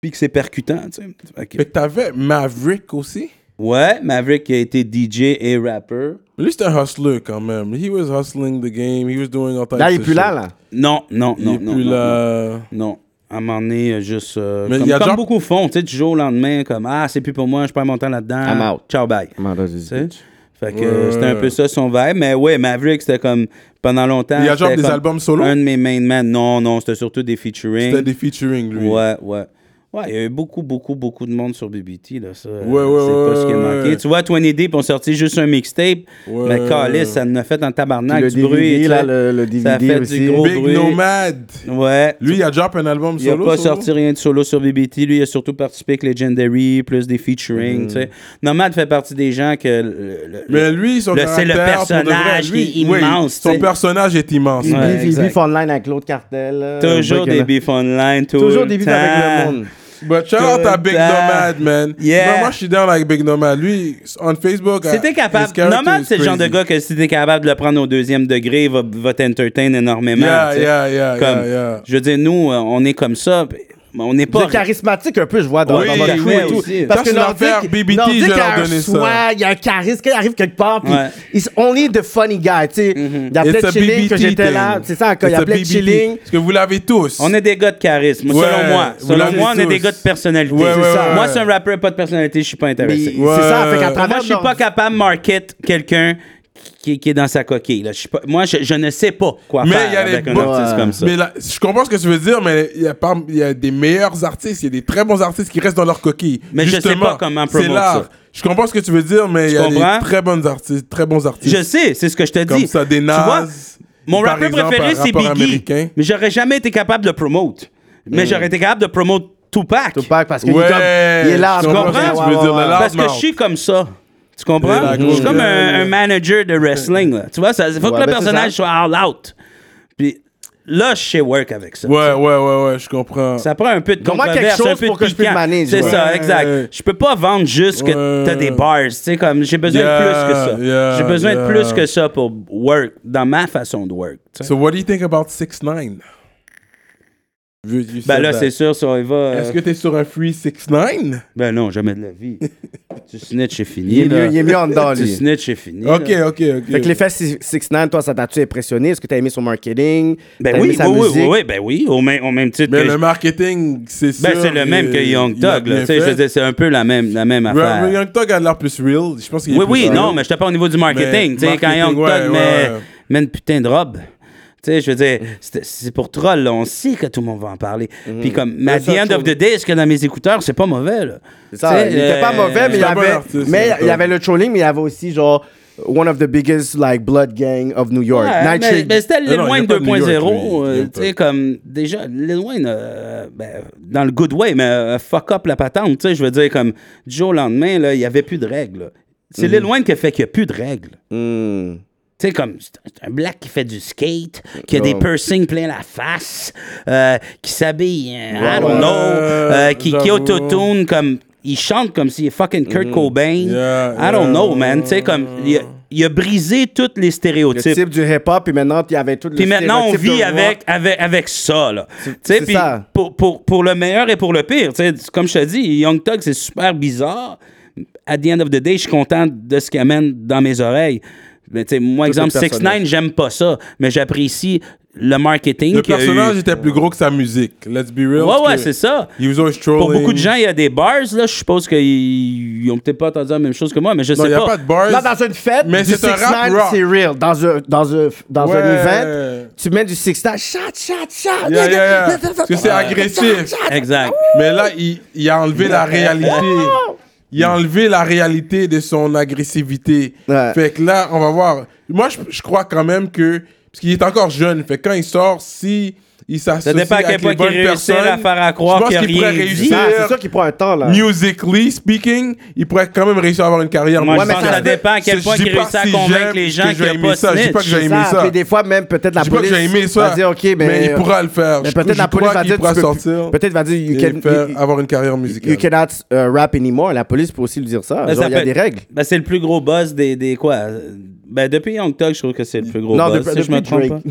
E: Puis que c'est percutant, tu sais. Fait que-
C: Fait que t'avais Maverick aussi.
E: Ouais, Maverick a été DJ et rapper.
C: Lui, c'était un hustler quand même. He was hustling the game. He was doing all types
D: Là, il est
C: of
D: plus là,
C: shit.
D: là.
E: Non, non,
C: Il
E: non,
C: est
E: non.
C: plus
E: non,
C: là.
E: Non. Non. À un moment donné, euh, juste. euh,
C: Mais
E: comme
C: il y a
E: comme
C: genre-
E: beaucoup font, tu sais, du jour au lendemain, comme Ah, c'est plus pour moi, je perds mon temps là-dedans.
D: I'm out.
E: Ciao, bye. Tu sais? Fait que euh,
C: Ouais.
E: c'était un peu ça son vibe. Mais ouais, Maverick, c'était comme pendant longtemps.
C: Il y a genre
E: c'était
C: des
E: comme
C: albums solo?
E: Un de mes main men. Non, non, c'était surtout des featuring.
C: C'était des featuring, lui.
E: Ouais, ouais. Ouais, il y a eu beaucoup, beaucoup, beaucoup de monde sur BBT, là, ça. euh,
C: Ouais, ouais,
E: C'est
C: ouais,
E: pas ce qui est
C: ouais.
E: manqué. Tu vois, 20 Deep ont sorti juste un mixtape,
C: Ouais.
E: mais Calis, ça nous a fait un tabarnak
D: Puis le
E: du bruit.
D: DVD,
E: tu
D: là,
E: sais.
D: le, le DVD
E: Ça a fait du
D: aussi.
E: gros-
C: Big
E: bruit.
C: Nomad.
E: Ouais.
C: Lui, il a drop un album
E: Il n'a
C: solo.
E: pas
C: solo?
E: sorti rien de solo sur BBT. Lui, il a surtout participé avec Legendary, plus des featuring, tu sais. Nomad fait partie des gens que... le- le-
C: Mm. Mais lui, son
E: Le- c'est le
C: caractère, pour de vrai,
E: personnage
C: lui,
E: qui est immense,
C: oui, son
E: tu sais.
C: personnage est immense.
D: Il
E: Ouais,
D: beef, il
E: exact.
D: beef online avec l'autre cartel. euh,
E: Toujours
D: Breaking
E: des
D: Up.
E: beefs online, tout
D: Toujours
E: le
D: des beefs avec
E: temps.
D: le monde.
C: But shout out à Big
E: Tout le temps.
C: Nomad, man.
E: Yeah.
C: Moi, moi, je suis down avec Big Nomad. Lui, on Facebook. uh,
E: Si t'es
C: his
E: capable...
C: character
E: Nomad,
C: is
E: c'est le genre de
C: crazy.
E: gars que si t'es capable de le prendre au deuxième degré, il va, va t'entertain énormément.
C: Yeah,
E: tu sais.
C: yeah, yeah,
E: Comme,
C: yeah, yeah.
E: Je veux dire, nous, euh, on est comme ça, puis on n'est
D: Vous
E: pas...
D: êtes charismatique un peu, je vois, dans,
E: Oui,
D: dans votre crew et
E: jamais
D: tout.
E: aussi.
C: Ça, c'est l'enfer BBT,
D: Nordique
C: je vais
D: a
C: leur
D: un
C: donner ça.
D: swag, il y a un charisme, quand il arrive quelque part, puis
E: Ouais. Mm-hmm.
D: he's only the funny guy, tu sais. Il appelait
C: It's a
D: Chilling, que
C: BBT
D: j'étais
C: thing.
D: là, c'est ça, quand il
C: It's a
D: appelait
C: BBT.
D: Chilling,
C: Parce que vous l'avez tous.
E: On est des gars de charisme,
C: Ouais,
E: selon moi.
C: vous
E: Selon
C: l'avez
E: moi, on est
C: tous.
E: des gars de personnalité.
C: Ouais, ouais,
D: ouais,
E: Moi,
C: ouais.
E: si un rappeur n'a pas de personnalité, je suis pas
D: mais
E: intéressé.
C: Ouais.
D: c'est ça, fait qu'à
C: Moi,
D: travers
E: Moi, je suis
D: leur-
E: pas capable de market quelqu'un qui, qui est dans sa coquille. Là. Je suis pas- moi, je, je ne sais pas quoi
C: Mais il y a
E: faire
C: des
E: avec un
C: bons-
E: artiste
D: Ouais.
E: comme ça.
C: Mais là, je comprends ce que tu veux dire, mais il y, a par- il y a des meilleurs artistes, il y a des très bons artistes qui restent dans leur coquille.
E: Mais je sais
C: Justement,
E: pas comment
C: c'est l'art.
E: promouvoir ça.
C: Je comprends ce que tu veux dire, mais il y a
E: comprends?
C: des très bons artistes, très bons artistes.
E: je sais, c'est ce que je te
C: Comme
E: dis.
C: ça, des
E: Tu vois,
C: nazes,
E: mon
C: par
E: rappeur
C: exemple,
E: préféré,
C: par
E: c'est Biggie.
C: rapport américain. Mm.
E: Mais j'aurais jamais été capable de le promote. Mais j'aurais été capable de promote Tupac.
D: Tupac, parce qu'il
C: Ouais,
D: est comme, il est là,
C: je
D: en
E: comprends
D: mode,
E: ce que tu
D: ouais,
C: veux
D: ouais,
C: dire, mais
D: ouais.
C: là-
E: Parce que je
C: Mouth.
E: suis comme ça. Tu comprends?
C: la
E: Je
C: grosse
E: suis comme un,
C: gueule.
E: un manager de wrestling. Là. Tu vois, il faut
D: Ouais,
E: que
D: ben,
E: le personnage
D: c'est
E: soit all out. Puis là, je sais work avec ça.
C: Ouais, ouais, ouais, ouais, je comprends.
E: Ça prend un peu de
D: Donne-moi
E: controverse,
D: quelque chose
E: un peu
D: pour
E: de
D: que je puisse
E: piquant.
D: manager,
E: C'est
D: ouais.
E: ça,
C: Ouais.
E: exact. Je peux pas vendre juste
C: Ouais.
E: que t'as des bars. Tu sais, comme j'ai besoin de
C: Yeah,
E: plus que ça.
C: yeah,
E: j'ai besoin
C: yeah.
E: de plus que ça pour work, dans ma façon de work. tu sais.
C: So what do you think about 6 9
E: Ben là, c'est sûr, ça il va. euh,
C: Est-ce que t'es sur un free 6 9
E: Ben non, jamais de la vie. tu snitch, c'est fini.
D: Il est
E: là.
D: mieux- il est mieux en dedans,
E: Tu
D: lui.
E: snitch, c'est fini.
C: Ok,
E: là.
C: ok, ok.
D: Fait que l'effet 6ix9ine, toi, ça t'a-tu impressionné? Est-ce que t'as aimé son marketing?
E: Ben
D: T'as
E: oui,
D: aimé
E: oui,
D: sa
E: oui,
D: musique?
E: oui, oui, ben oui, au même, au même titre
C: mais
E: que
C: le marketing, c'est sûr.
E: Ben, c'est le même
C: il-
E: que Young
C: il a
E: Thug, là.
C: bien
E: Tu sais, je
C: fait.
E: veux dire, c'est un peu la même, la même
C: Ra-
E: affaire.
C: Young Thug a l'air plus real. Je pense qu'il est
E: oui,
C: plus
E: oui,
C: real.
E: non, mais je te parle au niveau du
C: Mais
E: marketing. Tu sais, quand Young
C: marketing, ouais,
E: Thug
C: ouais, ouais.
E: met,
C: Mm.
E: met une putain de robe. Tu sais, je veux dire, c'est- c'est pour troll, là. On sait que tout le monde va en parler. Puis comme, mais at the
D: ça,
E: end
D: je
E: of the day, ce que dans mes écouteurs, c'est pas mauvais, là.
D: C'est ça,
E: Tu sais,
D: il était pas
E: euh,
D: mauvais, mais il y
C: c'est un bon
D: avait,
C: artiste,
D: mais
C: c'est
D: il y
C: ça.
D: avait le trolling, mais il y avait aussi genre one of the biggest like blood gang of New York,
E: Ouais,
D: Night
E: mais, ben,
D: Trick.
E: mais
C: Non,
E: c'était
C: non,
E: Lil
C: il y a
E: Wayne
C: pas de New York,
E: 2.0.
C: lui. Il y a
E: euh,
C: pas.
E: Tu sais, comme, déjà, Lil Wayne, euh, ben, dans le good way, mais euh, fuck up la patente. Tu sais, je veux dire, comme, du jour au lendemain, là, il n'y avait plus de règles. là. C'est
C: Mm.
E: Lil Wayne qui a fait qu'il n'y a plus de règles.
D: Hmm.
E: Tu sais, comme, c'est un- c'est un black qui fait du skate, qui a des
D: Ouais.
E: piercings plein la face, euh, qui s'habille, euh, I
D: ouais.
E: don't know, euh, qui, qui
C: J'avoue.
E: autotune comme. Il chante comme s'il est fucking Kurt Cobain.
C: Yeah,
E: I don't
C: yeah.
E: know, man. Tu sais, comme, il a, il a brisé tous les
D: Le
E: stéréotypes.
D: type du hip-hop, puis maintenant, il y avait tout le
E: Puis maintenant, on
D: stéréotype de
E: vit
D: rock.
E: avec, avec, avec ça, là. Tu sais,
D: c'est
E: puis
D: ça.
E: pour, pour, pour le meilleur et pour le pire. Tu sais, comme je te dis, Young Thug, c'est super bizarre. At the end of the day, je suis content de ce qu'il amène dans mes oreilles. Mais tu sais, moi, exemple,
D: personnage.
E: 6 9 j'aime pas ça, mais j'apprécie le marketing.
C: Le
E: qu'il y a
C: personnage
E: eu.
C: était plus gros que sa musique. Let's be real.
E: Ouais, ouais,
C: que
E: c'est ça.
C: He was always trolling.
E: Pour beaucoup de gens, il y a des bars, là. Je suppose qu'ils ils ont peut-être pas entendu la même chose que moi, mais je
C: Non, il
E: sais
C: n'y a
E: pas.
C: pas de bars.
D: Là, dans une fête,
C: Mais
D: du
C: c'est un
D: 6
C: rap
D: 9
C: rock.
D: c'est real. Dans un, dans un, dans
C: Ouais.
D: un event, tu mets du 6 9 Shot, shot, shot.
C: Yeah, yeah, yeah. Parce que c'est agressif.
E: Exact.
C: Mais là, il, il a enlevé la réalité. Il a enlevé la réalité de son agressivité.
D: Ouais.
C: Fait que là, on va voir. Moi, je, je crois quand même que. Parce qu'il est encore jeune. Fait que quand il sort, si il
E: Ça
C: s'associe
E: dépend à
C: avec
E: quel
C: les
E: point
C: bonnes
E: qu'il réussir à
C: personnes.
E: faire à croire
C: Je pense
E: qu'il a
C: qu'il pourrait
E: rien dit.
C: réussir.
D: Ah, c'est ça qui prend un temps, là.
C: Musically speaking, il pourrait quand même réussir à avoir une carrière.
E: Moi, je
D: pense que ça
E: dépend à quel
C: Je
E: point
C: dis
E: qu'il
C: pas
E: réussit à
C: si
E: convaincre
C: j'aime
E: les gens
C: que je vais
E: qu'il a
C: aimer
E: pas
C: ça. Je dis pas que
E: snitch.
C: j'ai aimé ça.
D: Puis des fois, même peut-être la
C: Je dis pas
D: police
C: que j'ai aimé ça.
D: va dire, OK, mais, euh,
C: mais il pourra le faire.
D: mais
C: Je-
D: peut-être
C: je
D: la police
C: crois
D: va
C: qu'il
D: dire, tu
C: pourra
D: peux-
C: sortir.
D: peut-être va dire, you,
C: et
D: can,
C: faire
D: you-
C: avoir une carrière
D: you
C: musicale.
D: cannot euh, rap anymore. La police peut aussi lui dire ça.
E: Ben,
D: Genre,
E: ça
D: Il y a
E: peut-
D: des règles.
E: Ben, c'est le plus gros boss des, des quoi euh, Ben, depuis Young Thug, je trouve que c'est le plus gros
D: Non,
E: boss.
D: depuis-
E: si je me
D: depuis
E: trompe
D: Drake.
E: pas.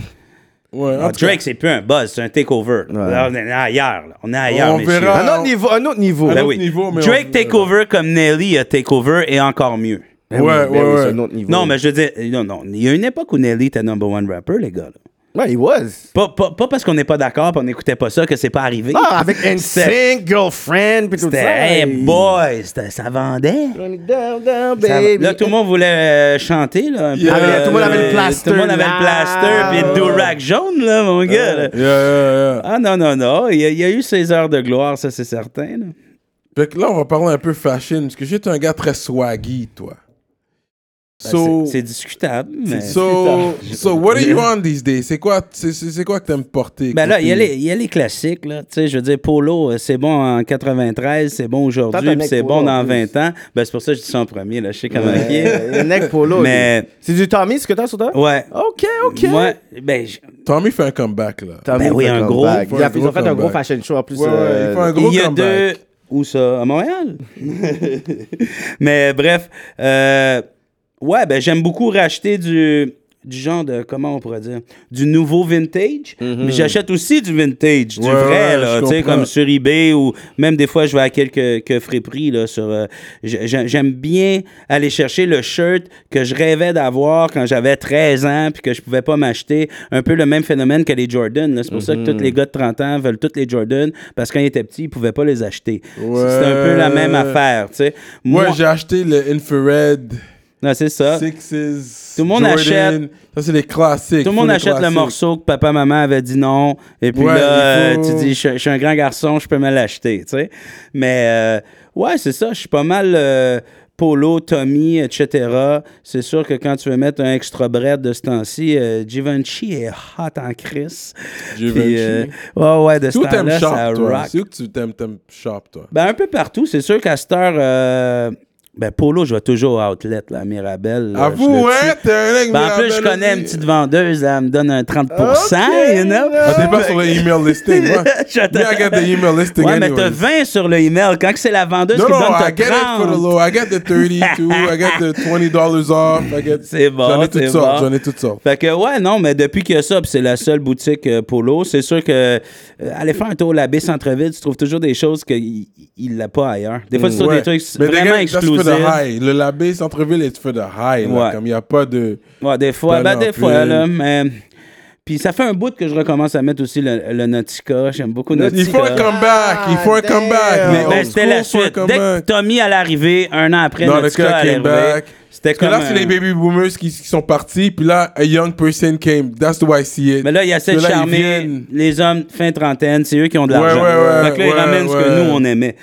C: Ouais, en
E: Ah,
C: tout cas,
E: Drake, c'est plus un boss, c'est un takeover. Là, on est ailleurs. là. On est ailleurs,
C: On
E: messieurs.
C: verra.
E: Ah,
D: Un autre niveau. Un autre niveau.
E: ben
C: autre
E: oui.
C: niveau, mais
E: Drake
C: on-
E: takeover comme Nelly a takeover et encore mieux.
D: Ben oui,
C: Ouais,
D: ben oui,
C: ouais,
D: c'est
C: ouais.
D: un autre niveau.
E: Non, mais je veux dire, euh, non, non. Il y a une époque où Nelly était number one rapper, les gars. là.
D: Ouais, il was.
E: Pas, pas, pas parce qu'on n'est pas d'accord et on n'écoutait pas ça que c'est pas arrivé.
D: Ah, avec NSYNC, Girlfriend, puis tout
E: C'était,
D: ça.
E: hey boy, c'était- ça vendait.
D: Turn it down, down,
E: Ça-
D: baby.
E: Là, tout le monde voulait euh, chanter. Là, un peu,
C: Yeah. Ah,
E: euh,
D: tout le monde avait le plaster, Ah.
E: Tout le monde avait
D: là.
E: le plaster, puis le do-rag jaune, là, mon gars. là.
C: yeah, yeah, yeah.
E: Ah non, non, non. Il y, a, il y a eu ses heures de gloire, ça, c'est certain. là.
C: Fait que là, on va parler un peu fashion, parce que j'étais un gars très swaggy, toi.
D: Oh.
C: So,
E: Ben, c'est, c'est discutable. Mais...
C: so, so, what are you on these days? C'est quoi, c'est, c'est c'est quoi que t'aimes porter?
E: Ben là, il y, a
C: Copie?
E: les, il y a les classiques, là. Tu sais, je veux dire, Polo, euh, c'est bon en 93, c'est bon
D: Tant un
E: aujourd'hui, puis
D: mec
E: c'est
D: polo,
E: bon dans
D: en plus.
E: 20 ans. Ben, c'est pour ça que je dis ça en premier, là. Je sais comment il
D: Ouais,
E: est.
D: Euh, Le neck polo.
E: Mais-
D: lui. C'est du Tommy, ce que t'as sur toi?
E: Ouais.
D: OK, OK.
E: Moi, ben, je-
C: Tommy fait un comeback, là.
D: Tommy
E: Ben oui,
D: fait
E: un
D: comeback.
E: gros-
D: Ils ont- Ils ont fait un
C: comeback.
D: gros fashion show en plus.
C: Ouais, ouais,
D: euh,
C: il fait un gros
E: il y a
C: comeback.
E: deux. Où ça À Montréal. Mais bref, euh, ouais, ben j'aime beaucoup racheter du du genre de comment on pourrait dire du nouveau vintage mais j'achète aussi du vintage du
C: Mhm. Ouais,
E: vrai
C: ouais,
E: là
C: je
E: tu sais
C: comprends.
E: comme sur eBay ou même des fois je vais à quelques que friperies là sur euh, j'ai- j'ai- j'aime bien aller chercher le shirt que je rêvais d'avoir quand j'avais 13 ans puis que je pouvais pas m'acheter un peu le même phénomène que les Jordan là. c'est pour ça que
C: Mhm.
E: tous les gars de 30 ans veulent tous les Jordan parce que quand ils étaient petits ils pouvaient pas les acheter
C: Ouais.
E: c'est un peu la même affaire tu sais
C: Moi,
E: moi
C: j'ai acheté le Infrared
E: non c'est ça
C: Sixes.
E: Tout le monde
C: Jordan.
E: achète-
C: Ça, c'est les classiques.
E: Tout le
C: Faut
E: monde
C: les
E: achète le
C: classiques.
E: morceau que papa, maman avait dit non. Et puis
C: Ouais,
E: là, euh,
C: il faut-
E: tu dis, je, je suis un grand garçon, je peux me l'acheter, tu sais. Mais euh, ouais, c'est ça. Je suis pas mal euh, Polo, Tommy, etc. C'est sûr que quand tu veux mettre un extra bread de ce temps-ci, euh, Givenchy est hot en crise. Puis,
C: Givenchy.
E: euh, ouais, ouais, de ce
C: C'est où t'aimes
E: temps-là, ça
C: shop, toi?
E: rock.
C: C'est où que tu t'aimes, t'aimes shop, toi?
E: Ben, un peu partout. C'est sûr qu'à cette heure, euh, ben, Polo, je vais toujours au outlet, la Mirabelle. là,
C: À
E: je
C: vous,
E: le tue.
C: hein? T'es un mec
E: Ben, en plus, je
C: Mirabelle,
E: connais une
C: aussi.
E: petite vendeuse, elle me donne un 30 you know?
C: Ah, t'es pas sur le email listing, Ah, moi.
E: J'attends.
C: Yeah, I got the email listing
E: Ouais, mais
C: anyway.
E: t'as 20 sur le email. Quand que c'est la vendeuse
C: No,
E: qui
C: no,
E: donne,
C: I
E: t'as
C: get it for the
E: 30.
C: low. I get the 32. I get the $20 off. I get...
E: C'est bon,
C: J'en ai toutes
E: c'est
C: sortes.
E: bon.
C: J'en ai toutes sortes.
E: Fait que, ouais, non, mais depuis qu'il y a ça, puis c'est la seule boutique euh, Polo, c'est sûr que euh, aller faire un tour à la baie Centre-Ville, tu trouves toujours des choses qu'il n'a pas ailleurs. Des fois, tu trouves
C: Ouais.
E: des trucs
C: Mais
E: vraiment
C: again, that's for the
E: exclusifs.
C: high. Le labé centre-ville est for the high. là,
E: Ouais.
C: Comme il n'y a pas de.
E: Ouais, des fois,
C: Ben
E: ben,
C: non,
E: des
C: puis-
E: fois, là, mais... Puis ça fait un bout que je recommence à mettre aussi le, le Nautica. J'aime beaucoup Nautica.
C: Il faut un comeback. Il faut un
D: damn.
C: comeback.
D: Mais-
C: Les
E: Ben,
C: old
E: c'était la
C: school font un
E: suite. Dès que
C: comeback.
E: Tommy allait arriver, un an après,
C: Dans le
E: Nautica
C: cas
E: allait
C: came
E: arriver.
C: back.
E: C'était
C: Parce que
E: comme
C: là, c'est
E: un-
C: les baby boomers qui, qui sont partis, puis là, a young person came. That's the way I see it.
E: Mais là, il essaie de
C: Parce que là, ils
E: charmer
C: viennent-
E: les hommes fin trentaine, c'est eux qui ont de
C: Ouais,
E: l'argent.
C: ouais, ouais,
E: fait que là, ils
C: ouais,
E: ramènent ce que
C: ouais.
E: nous, on aimait.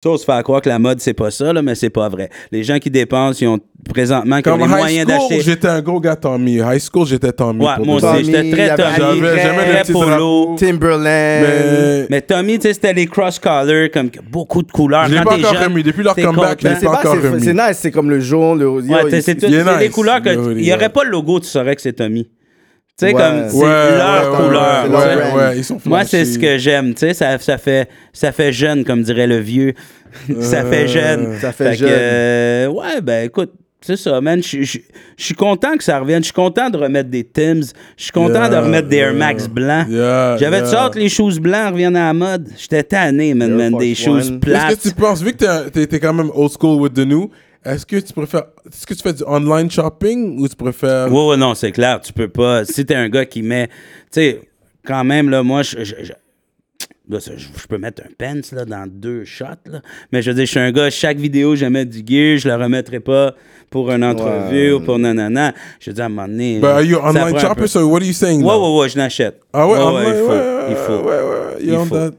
E: Ça, on se fait à croire que la mode, c'est pas ça, là, mais c'est pas vrai. Les gens qui dépensent, ils ont présentement qui ont
C: Comme
E: les
C: high
E: moyens
C: school,
E: d'acheter.
C: j'étais un gros gars Tommy. High school, j'étais Tommy.
E: Ouais,
C: pour
E: moi
C: de vrai.
E: aussi, j'étais
D: Tommy, il
E: très
D: avait-
E: Tommy,
C: J'avais jamais le
E: très
C: petit
E: polo.
C: drapeau.
D: Timberland. Ben,
C: Mais.
E: Mais Tommy, tu sais, c'était les cross-colors, comme beaucoup de couleurs.
C: Je l'ai
E: Quand
C: pas
E: t'es
C: encore
E: jeune,
C: remis. Depuis leur
E: t'es
C: comeback,
E: content.
C: je l'ai
D: C'est
C: pas
D: pas-
C: encore
D: c'est-
C: remis.
D: c'est nice, c'est comme le jaune, le yo,
E: Ouais,
D: il-
E: t'es- c'est
D: il-
E: tout-
C: il est
E: c'est des
C: nice.
E: couleurs que.
C: Yeah,
E: Il n'y
C: yeah.
E: aurait pas le logo, tu saurais que c'est Tommy. Tu sais,
D: Ouais.
E: comme, c'est
C: Ouais,
E: leur
C: ouais, ouais,
E: couleur.
D: c'est
E: tu sais.
D: leur
C: Ouais, ouais, ils sont
E: Moi, c'est ce
C: flashy.
E: que j'aime, tu sais, ça, ça, fait, ça fait jeune, comme dirait le vieux. ça fait jeune.
D: ça fait
E: que,
D: jeune.
E: euh, ouais, ben écoute, c'est ça, man. Je je- je- je suis content que ça revienne. Je suis content de remettre des Tims. Je suis content
C: Yeah,
E: de remettre des Air Max
C: yeah.
E: blancs.
C: Yeah,
E: J'avais de
C: yeah.
E: sorte que les choses blancs reviennent à la mode. J'étais tanné, man,
D: Air
E: man,
D: Force
E: des choses
D: One.
E: plates.
C: Est-ce que tu penses, vu que t'es un- t'es t'es quand même old school with the new, est-ce que tu préfères. Est-ce que tu fais du online shopping ou tu préfères.
E: Ouais, ouais, non, c'est clair. Tu peux pas. Si t'es un gars qui met. Tu sais, quand même, là, moi, je. je- je- là, ça, je- je peux mettre un pence là, dans deux shots. Là. Mais je veux dire, je suis un gars, chaque vidéo, je mets du gear, je le remettrai pas pour une entrevue ou pour nanana. Je veux dire, à un moment donné.
C: Bah, are you
E: ça prend
C: online
E: un
C: shopping,
E: peu.
C: so what are you saying?
E: Ouais,
C: now?
E: ouais, ouais, je l'achète.
C: Ah ouais,
E: ouais,
C: online,
E: il faut.
C: ouais, ouais,
E: il faut.
C: Ouais, ouais, ouais.
E: Il
C: you're on
E: faut.
C: that.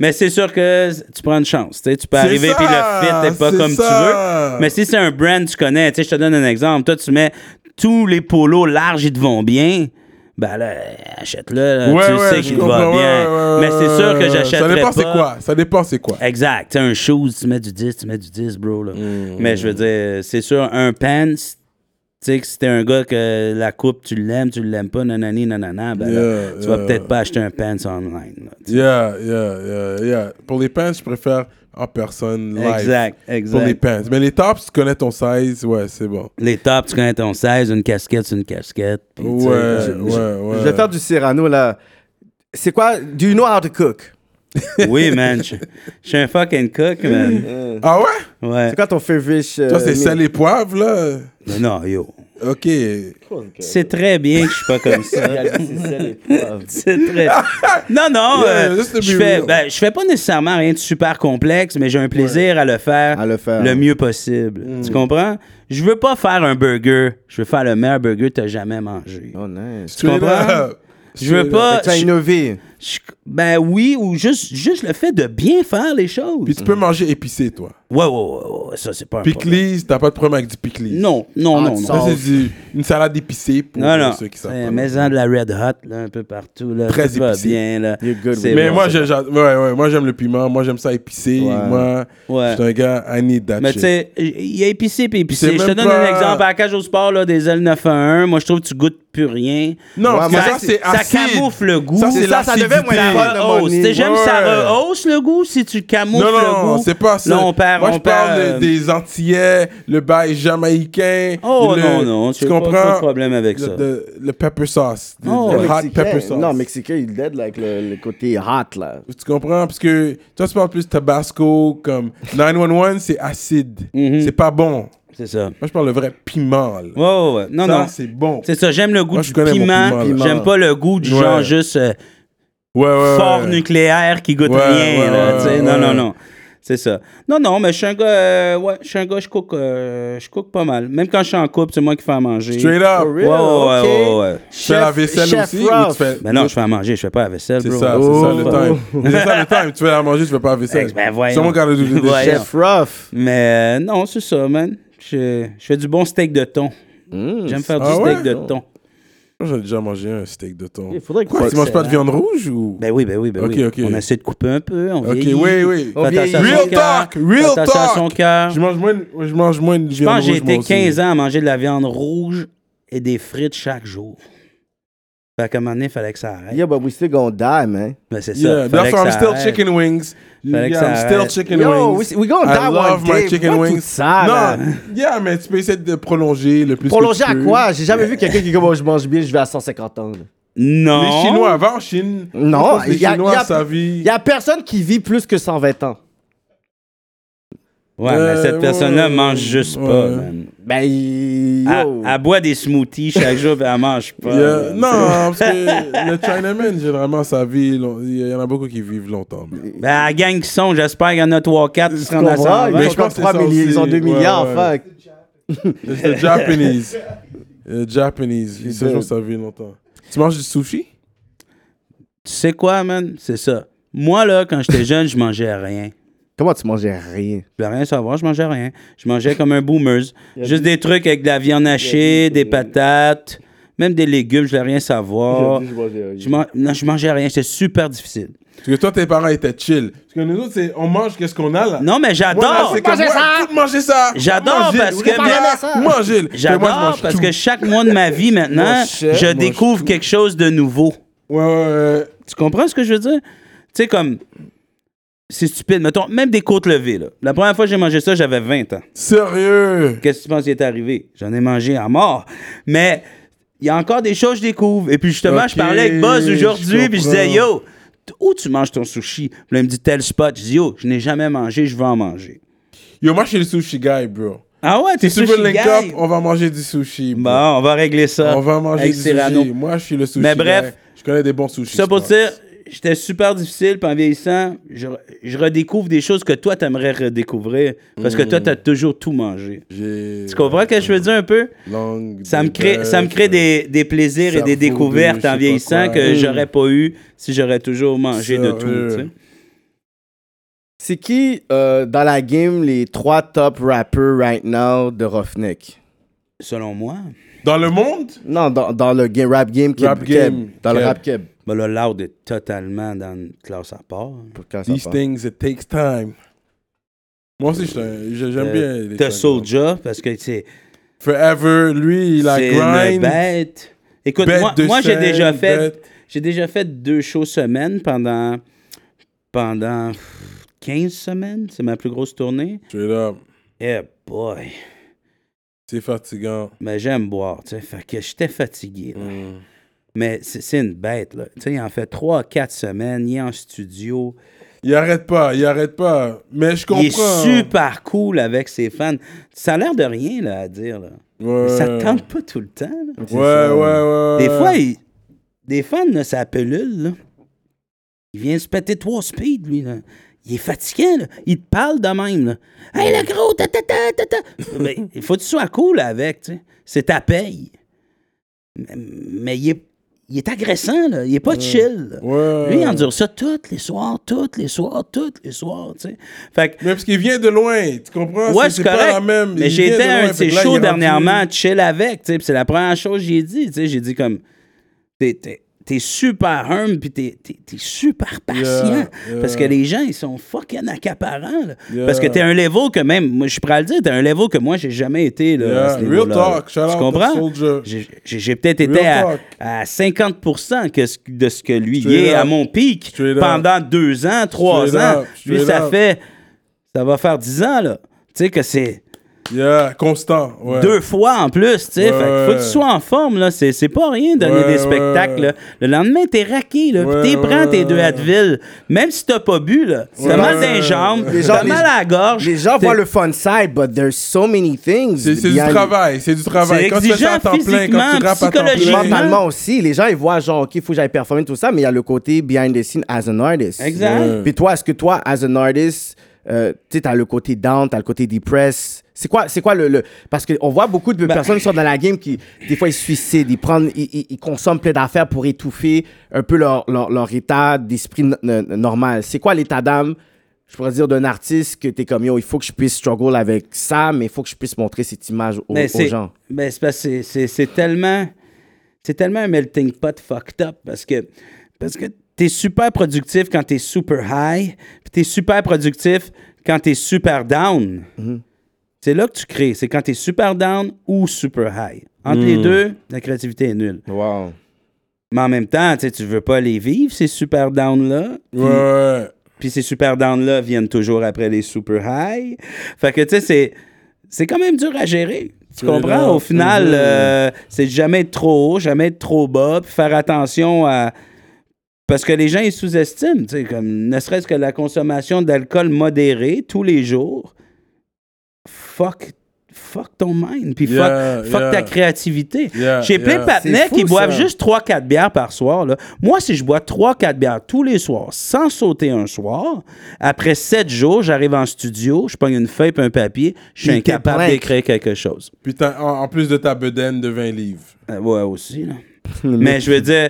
E: Mais c'est sûr que tu prends une chance. tu sais. Tu peux
C: C'est
E: arriver
C: ça,
E: puis le fit n'est pas
C: c'est
E: comme
C: ça.
E: tu veux. Mais si c'est un brand que tu connais, tu sais, je te donne un exemple. Toi, tu mets tous les polos larges, ils te vont bien. ben là, achète-le, là,
C: Ouais,
E: Euh, tu
C: ouais,
E: sais
C: je
E: qu'il te va
C: comprends, ouais,
E: bien.
C: ouais, ouais,
E: Mais c'est sûr
C: ouais,
E: que
C: ouais.
E: j'achèterais
C: Ça dépend
E: pas.
C: c'est quoi. Ça dépend c'est quoi.
E: Exact. Tu sais, un shoes, tu mets du 10, tu mets du 10, bro. Là.
C: Hmm.
E: Mais je veux dire, c'est sûr, un pants, tu sais, que si t'es un gars que la coupe, tu l'aimes, tu l'aimes pas, nanani, nanana, ben là,
C: Yeah,
E: tu vas
C: yeah.
E: peut-être pas acheter un pants online. là.
C: Yeah, yeah, yeah, yeah. Pour les pants, je préfère en personne live.
E: Exact,
C: Pour les
E: exact.
C: pants. Mais les tops, tu connais ton size, ouais, c'est bon.
E: Les tops, tu connais ton 16, une casquette, c'est une casquette. puis tu sais,
C: Ouais,
E: je- je-
C: ouais, ouais.
D: Je vais faire du Cyrano, là. C'est quoi? Do you know how to cook?
E: Oui, man. Je je suis un fucking cook, man.
C: Ah ouais?
E: Ouais.
D: C'est quoi ton favorite? euh,
C: Toi, c'est
D: meal?
C: sel et poivre, là?
E: Mais Non, yo.
C: Ok.
E: C'est très bien que je suis pas comme ça. C'est très. Non, non.
C: Yeah,
E: euh,
C: just to be
E: je fais,
C: real.
E: ben, je fais pas nécessairement rien de super complexe, mais j'ai un plaisir à le faire
D: À le faire.
E: mieux possible.
C: Mm.
E: Tu comprends? Je veux pas faire un burger. Je veux faire le meilleur burger que t'as jamais mangé.
C: Ah,
D: Oh, nice.
E: Tu comprends? Je veux pas.
D: tu as
E: je-
D: innové.
E: je- ben oui, ou juste, juste le fait de bien faire les choses.
C: Puis tu peux manger épicé, toi.
E: Ouais, ouais, ouais, ouais, ça c'est pas un problème.
C: Piclis, t'as pas de problème avec du piclis.
E: Non, non,
D: Ah,
E: non,
D: tu
E: non.
C: Ça,
D: sors.
C: c'est du- une salade épicée pour
E: Non, non.
C: ceux qui savent
E: Eh,
C: pas.
E: Mets-en de la Red Hot, là, un peu partout. Là.
C: Très
E: Tout va
C: épicé.
E: bien, là.
D: You're good
E: C'est
D: with
C: Mais
E: bon,
C: moi,
E: c'est
C: j'ai- j'a- ouais, ouais, moi, j'aime le piment. Moi, j'aime ça épicé.
D: Ouais.
C: Moi,
E: Ouais.
C: je suis un gars, I need that
E: Mais
C: shit.
E: tu sais, il y a épicé puis épicé.
C: C'est
E: Je te
C: même
E: donne
C: pas-
E: un exemple. À la cage au sport, là, des L911, moi, je trouve que tu goûtes plus rien.
C: Non, parce que
E: ça,
C: ça, c'est
E: ça
C: acide.
E: camoufle le goût.
C: Ça, c'est
D: Ça, ça devait
C: l'acidité. Oh,
D: moins
E: Ça rehausse. Tu sais, J'aime
C: Ouais.
E: ça rehausse le goût si tu camoufles
C: Non,
E: le goût.
C: non, c'est pas ça.
E: Là, on perd.
C: Moi,
E: on
C: je parle
E: perd, euh,
C: de- des Antillais, le bail jamaïcain.
E: Oh
C: le-
E: non, non,
C: tu
E: j'ai pas-
C: comprends?
E: pas de problème avec
C: le,
E: ça.
C: de- le pepper sauce. Le,
E: Oh,
C: le
E: ouais.
C: hot pepper sauce.
D: Non, Mexicain, il dead like le, le côté hot, là.
C: Tu comprends? Parce que toi, tu parles plus Tabasco, comme 911, c'est acide.
E: Mhm.
C: C'est pas bon.
E: C'est ça.
C: Moi, je parle le vrai piment. là.
E: Ouais, ouais, ouais. Non,
C: ça,
E: non.
C: c'est bon.
E: C'est ça, j'aime le goût
C: Moi,
E: du
C: je connais mon
E: piment.
C: piment,
D: là.
E: J'aime pas le goût du
C: Ouais.
E: genre juste euh,
C: Ouais, ouais, ouais.
E: fort nucléaire qui goûte
C: Ouais,
E: rien.
C: ouais,
E: là,
C: ouais,
E: tu sais.
C: ouais.
E: Non, non, non. C'est ça. Non, non, mais je suis un gars, euh, ouais, je suis un gars, je cook, euh, je cook pas mal. Même quand je suis en couple, c'est moi qui fais à manger.
C: Straight up.
D: For
E: Ouais,
D: real?
E: ouais, ouais,
D: Ok.
E: ouais, ouais.
C: Tu fais la vaisselle
D: Chef
C: aussi ou
D: Ralph.
C: tu fais.
E: Ben non, je fais à manger, je fais pas la vaisselle,
C: C'est
E: bro.
C: ça,
D: Oh.
C: c'est ça le time. c'est ça le time. Tu fais à manger, tu fais pas la vaisselle.
E: Ben voyons.
C: Someone gotta do the
E: Voyons.
C: dishes.
D: Chef Ruff.
E: Mais euh, non, c'est ça, man. Je, je fais du bon steak de thon. J'aime faire du
C: Ah
E: steak
C: ouais?
E: de thon.
C: Moi, J'ai déjà mangé un steak de thon.
D: Il faudrait que
C: Quoi,
D: tu hein.
C: tu manges pas de
D: fasses
C: viande rouge ou
E: Ben oui, ben oui, ben
C: Ok,
E: oui.
C: ok.
E: On essaie de couper un peu, on
C: Ok,
E: vieillit.
C: oui, oui.
E: On
D: On
E: vieillit.
D: vieillit.
E: Real
C: Real talk,
E: talk,
C: real
E: à
C: talk.
E: son cœur.
C: Je mange moins, de- je mange moins de
E: hein. Je
C: viande
E: pense
C: rouge.
E: que j'ai été
C: moi aussi.
E: 15 ans à manger de la viande rouge et des frites chaque jour. Fait qu'à un moment donné, il fallait que ça arrête.
D: Yeah, but we still gonna die, man.
E: Ben, c'est ça.
C: Yeah,
E: Fallait
C: that's
E: que
C: why I'm
E: ça
C: still
E: arrête.
C: chicken wings.
E: Fallait que
C: Yeah,
E: ça
C: I'm still
E: arrête.
C: chicken
D: Yo,
C: wings.
D: we, we gonna
C: I love
D: die one day.
C: my chicken
D: Pourquoi tout
C: wings.
D: ça, là?
C: non, yeah, mais tu peux essayer de prolonger le plus
D: Prolonger
C: que tu
D: à
C: peux.
D: quoi? J'ai jamais vu quelqu'un qui dit Bon, je mange bien, je vais à 150 ans. là.
E: Non.
C: Les Chinois avant en Chine.
D: Non,
C: je pense que les
D: y a-
C: Chinois
D: y a-
C: sa vie.
D: Il y a personne qui vit plus que 120 ans.
E: Ouais,
C: Euh,
E: mais cette personne-là
C: ouais,
E: mange juste
C: ouais.
E: pas, man.
D: Ben, yo.
E: Elle, elle boit des smoothies chaque jour, puis elle mange pas.
C: Yeah,
E: man.
C: Non, parce que le Chinaman, généralement, sa vie, long- il y en a beaucoup qui vivent longtemps. mais-
E: Ben, à la gang qui sont, j'espère qu'il y en a 3-4 qui se rendent à
D: comprends?
E: 120.
C: mais
D: Ils
C: je
D: ont
C: pense
D: comme
C: que c'est
D: 3
C: ça
D: milliards, ils ont
C: aussi.
D: 2 milliards,
C: Ouais, ouais.
D: fuck.
C: It's the Japanese. The Japanese. Ils se jouent sa vie longtemps. Tu manges du sushi?
E: Tu sais quoi, man? C'est ça. Moi, là, quand j'étais jeune, je mangeais rien.
D: Comment tu mangeais rien?
E: Je voulais rien savoir, je mangeais rien. Je mangeais comme un boomer. Juste des trucs avec de la viande hachée, des patates, même des légumes, je voulais rien savoir. Je man- Non, je mangeais rien, c'était super difficile.
C: Parce que toi, tes parents étaient chill. Parce que nous autres, c'est on mange qu'est-ce qu'on a là.
E: Non, mais
C: Voilà,
E: j'adore.
C: c'est comme,
D: Mangez
C: ouais,
D: ça.
C: tout manger ça.
E: J'adore
C: Mangez,
E: parce
C: vous
E: que-
C: êtes bien là, Mangez.
E: J'adore parce que chaque mois de ma vie maintenant,
D: Mon chef,
E: je
D: mon
E: découvre quelque chose de nouveau.
C: Ouais, ouais, ouais.
E: Tu comprends ce que je veux dire? Tu sais, comme. C'est stupide. Mettons, même des côtes levées, là. La première fois que j'ai mangé ça, j'avais 20 ans.
C: Sérieux.
E: Qu'est-ce que tu penses qui est arrivé? J'en ai mangé à mort. Mais il y a encore des choses que je découvre. Et puis justement,
C: Ok,
E: je parlais avec Buzz aujourd'hui,
C: je
E: puis je disais,
C: comprends.
E: yo, t- où tu manges ton sushi? Puis là, il me dit tel spot. Je dis, yo, je n'ai jamais mangé, je veux en manger.
C: Yo, moi, je suis le sushi guy, bro.
E: Ah ouais, t'es
C: Si tu
E: sushi
C: veux link up,
E: guy? Bah,
C: on va manger du sushi. bro.
E: Bon, on va régler ça.
C: on va manger
E: avec
C: du
E: Cyrano.
C: sushi. Moi, je suis le sushi
E: Mais bref,
C: guy. Je connais des bons sushis.
E: Ça
C: je
E: pour
C: pense.
E: dire, j'étais super difficile, puis en vieillissant, je, je redécouvre des choses que toi, t'aimerais redécouvrir, parce que
C: Mm.
E: toi, t'as toujours tout mangé.
C: J'ai-
E: Tu comprends ce que je veux dire un peu?
C: Longue,
E: Ça me
C: des
E: crée, ça me
C: bœufs,
E: crée des, des plaisirs et
C: cerveau
E: des
C: de
E: découvertes
C: je sais
E: en
C: pas
E: vieillissant
C: quoi.
E: que
C: Mm.
E: j'aurais pas eu si j'aurais toujours mangé de
C: Sérieux.
E: tout. tu sais.
D: C'est qui euh, dans la game les trois top rappers right now de Roughneck?
E: Selon moi,
C: Dans le monde,
D: Non, dans, dans le ga- rap game qui
C: Rap game.
D: Dans le
C: Keb.
D: rap keb.
E: ben là, Loud est totalement dans une classe à part.
D: Pour quand ça
C: these
D: part.
C: things, it takes time. Moi aussi, je suis un- je- j'aime bien
E: Euh,
C: les
E: T'as
C: trucs.
E: Soulja, parce que c'est
C: Forever, lui, il a
E: c'est une
C: grind.
E: bête. Écoute,
C: Bête
E: moi,
C: de
E: moi, j'ai
C: scène,
E: déjà fait
C: bête.
E: j'ai déjà fait deux shows semaine pendant pendant pff, 15 semaines, c'est ma plus grosse tournée.
C: Straight up.
E: Eh boy,
C: C'est fatigant.
E: mais j'aime boire, tu sais, fait que j'étais fatigué. là. Mais c'est c'est une bête là. Tu sais, il en fait 3 4 semaines, il est en studio.
C: Il arrête pas, il arrête pas. Mais je comprends.
E: Il est super cool avec ses fans. Ça a l'air de rien là à dire là.
C: Ouais.
E: Mais ça te tente pas tout le temps. là.
C: Ouais, ouais, ouais.
E: Des fois, il- des fans, là, ça pelule. Là. Il vient se péter trois speed, lui. Là. Il est fatiguant. Là. Il te parle de même. Là. Hey, le gros, ta, ta, ta, ta, ta. Mais il faut que tu sois cool avec. tu sais. C'est ta paye. Mais, mais il, est, il est agressant. Là. Il est pas chill. là.
C: Ouais.
E: Lui, il endure ça tous les soirs, tous les soirs, tous les soirs. tu sais. Fait que
C: Mais parce qu'il vient de loin, tu comprends?
E: Ouais,
C: C'est- c'est
E: c'est
C: pas
E: correct.
C: la même.
E: Mais
C: Il
E: j'ai
C: vient
E: été
C: de
E: à un
C: loin,
E: de ses
C: fait que là, il est
E: shows
C: rendu-
E: dernièrement, chill avec. tu sais, puis C'est la première chose que j'ai dit. tu sais, J'ai dit comme, t'es- t'es t'es super humble, puis t'es t'es- t'es super patient.
C: yeah.
E: Parce que les gens, ils sont fucking accaparants. là.
C: Yeah.
E: Parce que t'es un level que même, moi, je suis prêt à le dire, t'es un level que moi, j'ai jamais été. Là,
C: Yeah.
E: à ce
C: Real
E: niveau-là, là.
C: talk. Shout out
E: tu
C: to
E: comprends?
C: Soulja.
E: J'ai- J'ai j'ai peut-être
C: Real
E: été à,
C: talk.
E: à 50 que ce- de ce que lui
C: Straight
E: est
C: up.
E: à mon pic
C: Straight up.
E: pendant deux ans, trois
C: Straight
E: ans.
C: up.
E: Lui,
C: Straight
E: ça
C: up.
E: fait ça va faire 10 ans, là. Tu sais que c'est
C: Yeah, constant. Ouais.
E: deux fois en plus, tu sais.
C: Ouais,
E: Fait que faut que
C: ouais.
E: tu sois en forme, là. C'est, c'est pas rien de donner
C: Ouais,
E: des
C: ouais.
E: spectacles, là. Le lendemain, t'es raqué, là.
C: Ouais,
E: puis t'es
C: ouais,
E: prends tes
C: ouais.
E: deux Advil. Même si t'as pas bu, là. T'as
C: Ouais,
E: mal
C: ouais,
E: dans les
C: ouais.
E: jambes,
D: Les gens-
E: t'as mal à la gorge.
D: Les gens
E: t'es-
D: voient le fun side, but there's so many things.
C: C'est c'est du
D: behind-
C: travail, c'est du travail.
E: C'est
C: Quand tu fais ça à
E: exigeant
C: temps plein, quand tu
E: physiquement,
C: rappes à temps
E: psychologiquement.
C: plein.
D: Mentalement aussi, les gens ils voient genre OK, faut que j'aille performer tout ça, mais il y a le côté behind the scene as an artist.
E: Exact. Ouais.
D: Puis toi, est-ce que toi as an artist, euh, tu sais, t'as le côté down, t'as le côté depressed. C'est quoi, c'est quoi le, le- parce que on voit beaucoup
E: Bah-
D: de personnes qui sont dans la game qui des fois ils se suicident, ils prennent, ils, ils- ils consomment plein d'affaires pour étouffer un peu leur leur, leur état d'esprit no- no- normal. C'est quoi l'état d'âme? Je pourrais dire d'un artiste que t'es comme yo, il faut que je puisse struggle avec ça, mais il faut que je puisse montrer cette image aux,
E: Mais
D: aux
E: c'est,
D: gens.
E: mais c'est parce que c'est- c'est- c'est tellement. C'est tellement un melting pot fucked up parce que. Parce que t'es super productif quand t'es super high, puis t'es super productif quand t'es super down.
D: Mhm.
E: C'est là que tu crées. C'est quand t'es super down ou super high. Entre
D: Hmm.
E: les deux, la créativité est nulle.
D: Wow.
E: Mais en même temps, tu sais, tu veux pas les vivre, ces super down-là.
C: Ouais, ouais.
E: Puis ces super down-là viennent toujours après les super high. Fait que, tu sais, c'est, c'est quand même dur à gérer. Tu comprends?
C: là,
E: Au final, euh, c'est jamais être trop haut, jamais être trop bas, puis faire attention à... Parce que les gens, ils sous-estiment, tu sais, comme ne serait-ce que la consommation d'alcool modéré tous les jours. Fuck, fuck ton mind, puis fuck-
C: Yeah,
E: fuck,
C: yeah.
E: ta créativité.
C: Yeah,
E: J'ai plein de
C: yeah.
E: patinets
D: C'est fou,
E: qui boivent
D: ça.
E: juste 3-4 bières par soir. là. Moi, si je bois 3-4 bières tous les soirs sans sauter un soir, après 7 jours, j'arrive en studio, je pogne une feuille et un papier, je suis
D: Puis t'es
E: incapable
D: blank.
E: d'écrire quelque chose.
C: Puis t'as- en, en plus de ta bedaine de 20 livres.
E: Euh, ouais, aussi. là. mais je veux dire,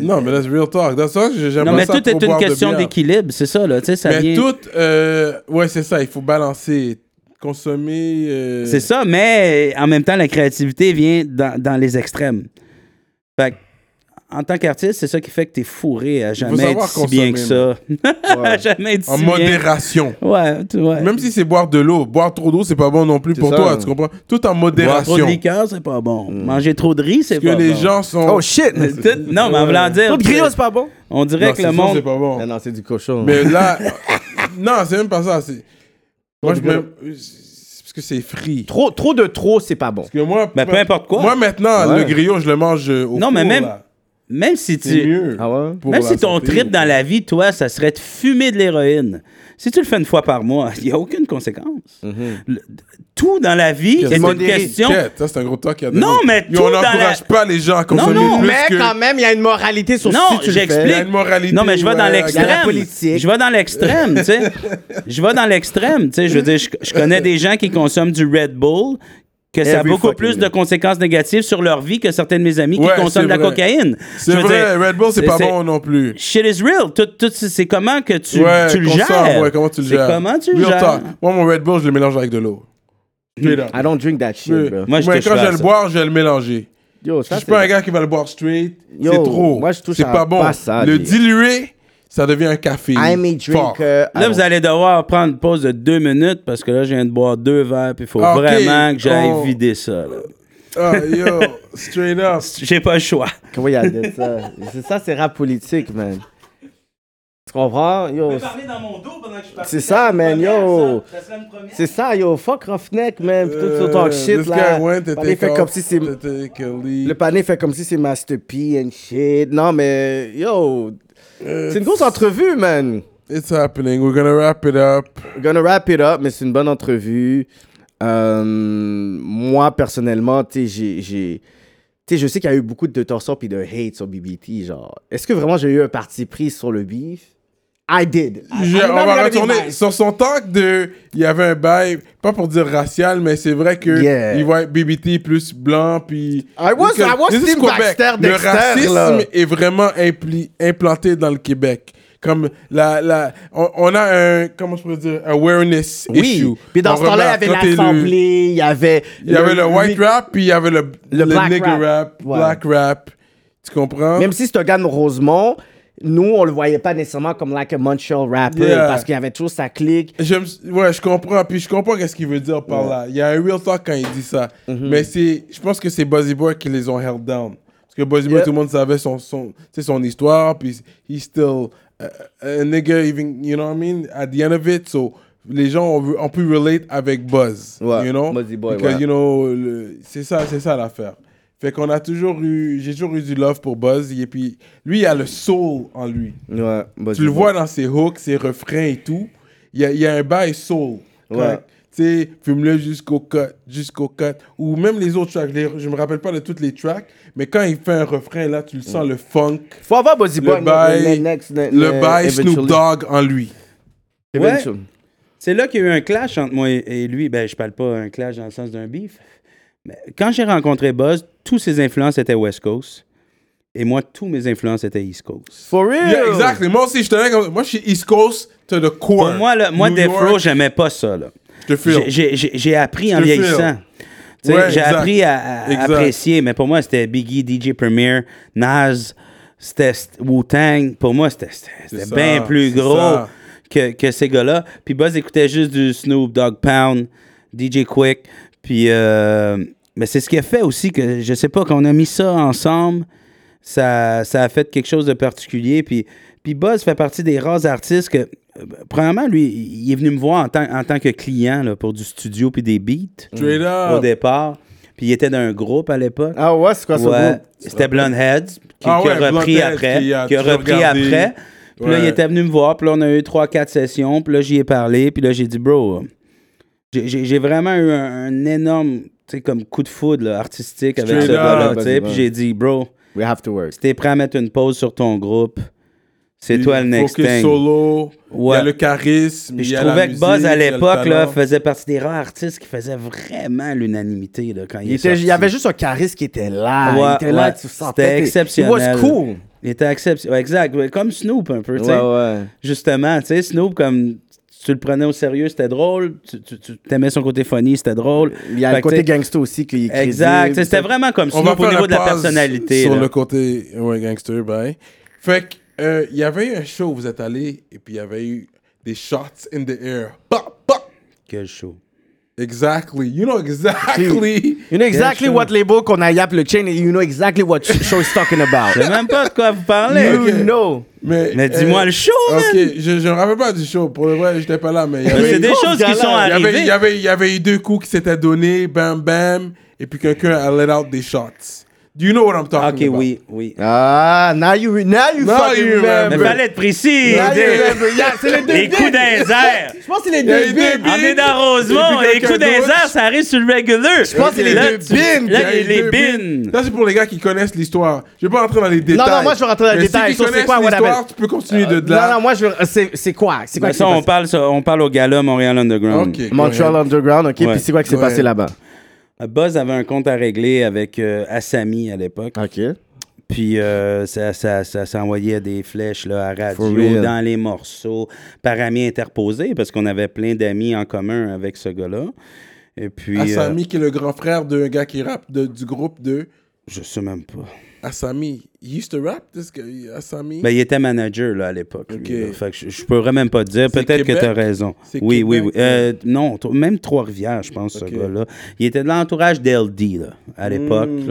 C: Non, mais that's real talk. That's ça que j'aime
E: non,
C: pas
E: mais
C: ça
E: tout
C: trop
E: est une
C: boire de
E: question
C: bière.
E: d'équilibre, c'est ça. Là, tu sais, ça
C: Mais
E: vient-
C: tout, euh, ouais, c'est ça, il faut balancer, consommer. euh,
E: C'est ça, mais en même temps, la créativité vient dans, dans les extrêmes. Fait que, en tant qu'artiste, c'est ça qui fait que t'es fourré à jamais être
C: savoir
E: si bien que ça. à jamais être
C: En
E: si bien.
C: modération.
E: Ouais, tu vois.
C: Même si c'est boire de l'eau, boire trop d'eau, c'est pas bon non plus pour
D: ça.
C: toi, tu comprends? Tout en
E: Boire
C: modération.
E: trop de liqueur, c'est pas bon. Manger trop de riz, c'est
C: Hmm. que
E: pas
C: les
E: bon.
C: gens sont.
D: Oh shit!
E: Tout- Non, mais en voulant dire.
D: Trop de grillons, c'est pas bon.
E: On dirait
C: Non,
E: que
C: c'est
E: le
C: sûr,
E: monde.
C: c'est pas bon.
D: Non, non, c'est du cochon.
C: Mais là, non, c'est même pas ça. c'est- Moi, je
D: Trop de
C: me- c'est parce que c'est free.
D: Trop, trop de trop, c'est pas bon.
C: Parce que moi,
E: Ben, peu importe quoi.
C: Moi maintenant,
D: Ouais.
C: le grillon, je le mange euh, au
E: Non, mais
C: four,
E: même-
C: là.
E: Même si
C: c'est
E: tu.
C: mieux.
D: Ah ouais?
C: pour
E: Même
C: la
E: si ton
C: santé.
E: trip dans la vie, toi, ça serait de fumer de l'héroïne. Si tu le fais une fois par mois, il n'y a aucune conséquence.
C: Mhm.
E: Le- tout dans la vie est une
D: modéré.
E: question.
C: Quête, ça c'est un gros talk qu'il y a
E: Non,
C: donné.
E: mais
C: Yo,
E: tout
C: on
E: dans
C: n'encourage
E: la-
C: pas les gens à consommer
E: non,
C: plus
D: Mais
C: que-
D: quand même, il y a une moralité sur
E: Non,
D: si tu le fais.
E: j'explique.
C: Il y a une moralité,
E: Non, mais je vais dans
C: ouais,
E: l'extrême.
D: il y a la politique.
E: Je vais dans l'extrême, tu sais. Je vais dans l'extrême, tu sais. Je veux dire, je, je connais des gens qui consomment du Red Bull, que ça a
D: Every
E: beaucoup
D: fucking
E: plus de
D: minute.
E: conséquences négatives sur leur vie que certains de mes amis qui
C: Ouais,
E: consomment de
C: c'est
E: la
C: vrai.
E: cocaïne.
C: C'est
E: Je veux
C: vrai,
E: dire,
C: Red Bull, c'est pas bon non plus.
E: Shit is real. Tout, tout, c'est c'est comment que tu,
C: ouais,
E: tu le
C: consomme,
E: gères.
C: ouais, comment tu le
E: C'est
C: gères.
E: comment tu le
C: Real
E: gères.
C: talk. Moi, mon Red Bull, je le mélange avec de l'eau. Straight up.
D: I don't drink that shit, bro.
E: Moi, je
C: Mais
E: touche
C: quand
E: pas
C: je
E: à
C: vais le
E: ça.
C: boire, je vais le mélanger.
D: Yo,
C: Je
D: ça,
C: suis pas un
D: c'est-
C: gars qui va le boire straight. C'est
D: Yo,
C: trop.
D: moi, je touche
C: C'est
D: à
C: pas bon.
D: pas ça,
C: le
D: lui.
C: diluer, ça devient un café.
D: I'm a
C: Fort.
D: drinker. Ah, I
E: Là,
D: don't-
E: vous allez devoir prendre une pause de deux minutes parce que là, je viens de boire deux verres, puis il faut
C: Ah, ok.
E: vraiment que j'aille
C: On-
E: vider ça. là.
C: Ah, yo, straight up.
E: J'ai pas le choix.
D: Comment il a dit ça? C'est ça, c'est rap politique, man. Tu comprends? Yo,
E: dans mon dos pendant que je
D: C'est ça, man, yo. c'est ça, yo. Fuck Roughneck, man. Puis tout ce talk shit,
C: Euh, This guy
D: là.
C: went to
D: Le panier
C: take
D: fait
C: off,
D: comme si c'est...
C: to take a leak.
D: Le panier fait comme si c'est Master P and shit. Non, mais, yo...
C: Euh,
D: C'est une grosse entrevue, man.
C: It's happening. We're gonna wrap it up.
D: We're gonna wrap it up, mais c'est une bonne entrevue. Euh, moi, personnellement, tu sais, j'ai- j'ai. Tu sais, je sais qu'il y a eu beaucoup de torsons puis de hate sur BBT. Genre, est-ce que vraiment j'ai eu un parti pris sur le beef? I did. I-
C: Je-
D: I'm
C: on
D: not
C: va
D: gonna be
C: retourner
D: biased.
C: sur son talk de. Il y avait un bail, pas pour dire racial, mais c'est vrai que
D: Yeah.
C: il va être BBT plus blanc puis.
D: I was- I was
C: This is
D: Team
C: Quebec.
D: Baxter,
C: Le
D: Dexter,
C: racisme
D: là.
C: est vraiment impli- implanté dans le Québec. Comme la, la on, on a un comment je pourrais dire awareness issue.
D: Oui. Puis dans
C: On
D: ce temps-là, il
C: remarque
D: y avait
C: quand t'es le-
D: l'assemblée, il y avait.
C: Il y avait le white rap puis il y avait le le,
D: black
C: nigger
D: rap.
C: rap,
D: Ouais.
C: black rap. Tu comprends?
D: Même si c'est un gars de Rosemont, nous, on le voyait pas nécessairement comme like a Montreal rapper
C: Yeah.
D: parce qu'il y avait toujours sa clique.
C: Je me- ouais, je comprends. Puis je comprends qu'est-ce qu'il veut dire par là. Il y a un real talk quand il dit ça.
D: Mhm.
C: Mais c'est, je pense que c'est Buzzy Boy qui les ont held down. Parce que Buzzy Boy,
D: Yeah.
C: tout le monde savait son, son, tu sais, son histoire. Puis he still a, a nigga, even, you know what I mean? At the end of it, so les gens ont, ont pu relate avec Buzz.
D: Ouais,
C: you know?
D: Buzzy Boy,
C: Because,
D: ouais.
C: you know, le- c'est ça, c'est ça l'affaire. Fait qu'on a toujours eu, j'ai toujours eu du love pour Buzz. Et puis lui, il a le soul en lui.
D: Ouais,
C: Tu le vois dans ses hooks, ses refrains et tout. Il y a, il y a un bail soul.
D: Ouais.
C: Tu sais, fume-le jusqu'au cut, jusqu'au cut. Ou même les autres tracks. les- je me rappelle pas de toutes les tracks, mais quand il fait un refrain, là, tu le sens le funk,
D: Faut avoir Body
C: le
D: Boy.
C: bail,
D: next-
C: le bail Snoop
D: eventually.
C: Dogg en lui.
D: Eventually.
E: C'est là qu'il y a eu un clash entre moi et et lui. Ben, je parle pas un clash dans le sens d'un beef. Mais quand j'ai rencontré Buzz, tous ses influences étaient West Coast. Et moi, tous mes influences étaient East Coast.
D: For real.
C: Yeah, exactly. Moi aussi, je tenais comme. Moi, je suis East Coast to the core.
E: Pour moi, là, moi
C: New
E: Death Row,
C: York,
E: j'aimais pas ça. là.
C: je te feel.
E: J'ai- j'ai- J'ai j'ai appris en
C: Je te
E: vieillissant. Tu sais,
C: Ouais,
E: j'ai
C: exact.
E: appris à, à
C: Exact.
E: apprécier, mais pour moi, c'était Biggie, DJ Premier, Nas, c'était c'était Wu-Tang. Pour moi, c'était- c'était c'était
C: ça,
E: bien plus
C: c'est
E: gros
C: ça.
E: que, que ces gars-là. Puis Buzz écoutait juste du Snoop Dogg Pound, DJ Quick. Puis, euh, mais c'est ce qui a fait aussi que, je sais pas, qu'on a mis ça ensemble ça, ça a fait quelque chose de particulier. Puis, puis Buzz fait partie des rares artistes que, euh, premièrement, lui, il est venu me voir en tant, en tant que client là, pour du studio puis des beats
C: Straight
E: au
C: up.
E: départ. Puis il était dans un groupe à l'époque.
D: Ah ouais, c'est quoi ce
E: Ouais,
D: groupe?
E: c'était Blonde Heads qui,
C: Ah
E: qui
C: ouais,
E: a repris
C: Blonde Heads
E: après.
C: qui
E: Qui
C: a
E: a,
C: toujours
E: repris
C: gardé.
E: après. Puis là,
C: Ouais.
E: il était venu me voir. Puis là, on a eu 3-4 sessions. Puis là, j'y ai parlé. Puis là, j'ai dit, bro, euh, j'ai- j'ai j'ai vraiment eu un, un énorme tu sais, comme coup de foudre là, artistique avec
C: Straight
E: ce gars-là.
C: up.
E: tu sais. Puis j'ai dit, bro,
D: We have to work.
E: si t'es prêt à mettre une pause sur ton groupe, c'est toi le next
C: Focus
E: thing.
C: solo. Il y a
E: Ouais.
C: le charisme.
E: Puis
C: il y
E: je
C: a la
E: trouvais que Buzz,
C: musique,
E: à
C: il y a le
E: l'époque, là,
C: talent.
E: faisait partie des rares artistes qui faisaient vraiment l'unanimité là, quand il,
D: Il,
E: est
D: était,
E: sorti.
D: il y avait juste un charisme qui était là.
E: Ouais,
D: Ah, il était là,
E: ouais.
D: tu sentais.
E: C'était
D: que-
E: exceptionnel.
D: It was cool.
E: Il était exceptionnel. exact. ouais, Comme Snoop, un peu, tu sais.
D: ouais.
E: Justement, tu sais, Snoop, comme tu le prenais au sérieux, c'était drôle. Tu, tu, tu- t'aimais son côté funny, c'était drôle.
D: Il y a
E: Fait
D: le
E: que,
D: côté
E: tu sais,
D: gangster aussi qui est crédible.
E: Exact. tu sais, C'était vraiment comme
C: On va
E: Snoop
C: faire
E: au niveau
C: la
E: de la
C: pause
E: personnalité.
C: Sur
E: là.
C: le côté ouais, gangster, bye. Fait que, euh, il y avait eu un show où vous êtes allé et puis il y avait eu des shots in the air. Pop, pop.
E: Quel show.
C: Exactly. You know exactly.
D: You know exactly
E: Quel
D: what label qu'on a yap le chain and you know exactly what show is talking about.
E: Je sais même pas de quoi vous parlez.
D: you know.
C: Mais, euh,
E: Mais dis-moi le show, man.
C: Ok, je, je me rappelle pas du show. Pour le vrai, j'étais pas là, mais il y
E: Mais
C: avait,
E: c'est des
D: gros
E: choses qui
D: gars-là.
E: sont
C: il y avait, il
E: arrivées.
C: y avait, il y avait eu deux coups qui s'étaient donnés, bam, bam, et puis quelqu'un a let out des shots. Do you know what I'm
E: Ok,
C: talking about?
E: oui, oui.
D: Ah, now you, re- now you
C: Now
D: fucking
C: you
D: remember.
E: Mais
C: remember.
E: fallait être précis.
D: Now you
E: des-
D: remember. Yeah, c'est les deux
E: les coups
D: bigs.
E: d'un air.
D: Je pense que c'est les
C: Il y a eu
D: deux
C: des
D: bigs.
E: On est dans
C: Et
E: Rosemont,
C: puis
E: les
C: quelqu'un
E: coups d'un
C: d'autre.
E: air, ça arrive sur le regular. Je
D: pense que c'est les deux bins.
E: Là, les, les
C: bins.
E: bins.
C: Ça, c'est pour les gars qui connaissent l'histoire. Je vais pas rentrer dans les détails.
D: non, moi, je vais rentrer dans les
C: Mais
D: détails.
C: Si tu
D: Ça, c'est
C: connais
D: quoi, what
C: l'histoire,
D: happened?
C: tu peux continuer de là.
D: Non, non, moi, je veux- c'est c'est quoi? C'est quoi
E: Ben
D: qui
E: ça,
D: s'est
E: on parle, ça, on parle au gala Montréal Underground.
C: Ok.
D: passé? Montreal Underground, OK?
E: Ouais.
D: Puis c'est quoi qui s'est
C: Ouais.
D: passé là-bas?
E: Buzz avait un compte à régler avec euh, Asami à l'époque.
D: OK.
E: Puis euh, ça, ça, ça s'envoyait des flèches là, à
D: For
E: radio,
D: real.
E: dans les morceaux, par amis interposés, parce qu'on avait plein d'amis en commun avec ce gars-là. Et puis. euh,
C: Asami, qui est le grand frère d'un gars qui rappe de- du groupe de
E: euh, je sais même pas.
C: Asami. He used to rap, this guy, Asami.
E: Ben, il était manager là, à l'époque. lui,
C: Ok.
E: là. Fait que je, je pourrais même pas te dire.
C: C'est
E: Peut-être que
C: Québec?
E: tu as raison.
C: C'est
E: Oui, oui,
C: Québec,
E: oui. Euh, non, t- même Trois-Rivières, je pense,
C: Ok.
E: ce gars-là. Il était de l'entourage d'LD là, à l'époque.
C: Hmm.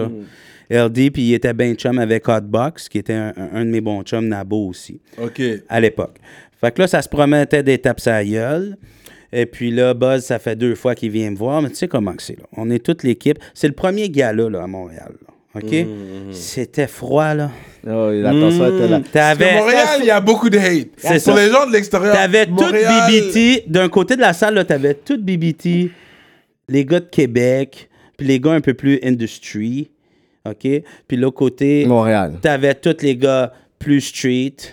E: là. LD, puis il était ben chum avec Hotbox, qui était un, un- un de mes bons chums, Nabo aussi,
C: OK.
E: à l'époque. Fait que là, ça se promettait des tapes à la gueule. Et puis là, Buzz, ça fait deux fois qu'il vient me voir. Mais tu sais comment que c'est, là. On est toute l'équipe. C'est le premier gala, là, à Montréal. là.
C: Hmm,
E: OK? C'était froid, là.
D: Oh, l'attention était là.
E: Hmm.
C: Parce que Montréal, il y a beaucoup de hate.
E: C'est
C: Pour
E: ça.
C: les gens de l'extérieur.
E: T'avais tout
C: Montréal-
E: BBT. D'un côté de la salle, là, t'avais tout BBT, les gars de Québec, puis les gars un peu plus industry. OK? Puis l'autre côté,
D: Montréal.
E: t'avais tous les gars plus street. Tu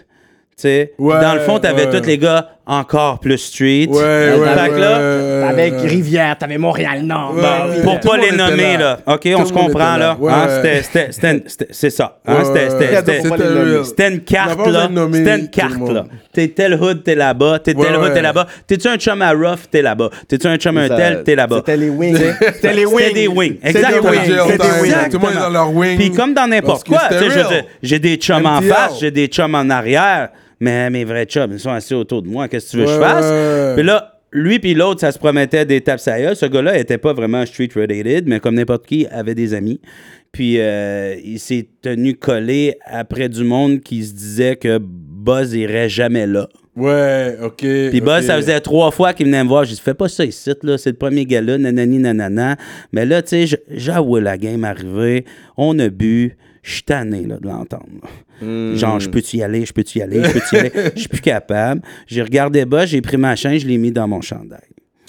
E: sais?
C: Ouais,
E: Dans le fond, t'avais
C: ouais.
E: tous les gars encore plus street.
C: Ouais, ouais, ouais.
E: Fait que là,
D: T'avais Rivière, t'avais Montréal Nord.
C: Ouais,
D: bah,
C: ouais.
D: oui.
E: pour
C: Tout
E: pas
C: le monde
E: les
C: était
E: nommer,
C: là.
E: là. OK,
C: le
E: on se
C: monde
E: comprend,
C: était là.
E: là.
C: Ouais,
E: Hein,
C: ouais.
E: c'était- c'était- c'était- c'était- C'est ça. Hein, c'était- c'était- c'était-
D: c'était-
C: real.
E: C'était une carte,
C: D'abord,
E: là.
C: j'ai nommé
E: C'était une
C: tout le
E: carte,
C: monde.
E: là. T'es tel hood, t'es là-bas. T'es
C: Ouais,
E: tel hood,
C: ouais.
E: t'es là-bas. T'es-tu un chum à rough, t'es là-bas. T'es-tu un chum à un
D: Ça-
E: tel, t'es là-bas.
D: C'était les wings. hein. C'était les wings.
E: C'était des wings.
C: des
E: Exactement.
C: wings,
E: C'était
C: c'était des wings.
E: Exactement.
C: Tout le monde est dans leur wing.
E: Puis comme dans n'importe
C: Parce que
E: quoi, tu
C: c'était
E: sais, je veux
C: real.
E: dire, j'ai des chums en
C: MTL.
E: face, j'ai des chums en arrière, mais mes vrais chums, ils sont assis autour de moi. Qu'est-ce que tu veux que je
C: Ouais,
E: fasse?
C: ouais.
E: Puis là, lui puis l'autre, ça se promettait des tapes à gueule. Ce gars-là était pas vraiment street related, mais comme n'importe qui, avait des amis. Puis euh, il s'est tenu collé après du monde qui se disait que Buzz irait jamais là.
C: Ouais, OK.
E: Puis
C: bah
E: Buzz, ça faisait trois fois qu'il venait me voir. J'ai dit, fais pas ça ici, là. C'est le premier gala, nanani, nanana. Mais là, tu sais, je- j'avoue, la game arrivée. On a bu. Je suis tanné, là, de l'entendre. là. Genre, je peux-tu y aller, je peux-tu y aller, je peux-tu y aller. Je suis plus capable. J'ai regardé Buzz, j'ai pris ma chaîne, je l'ai mis dans mon chandail.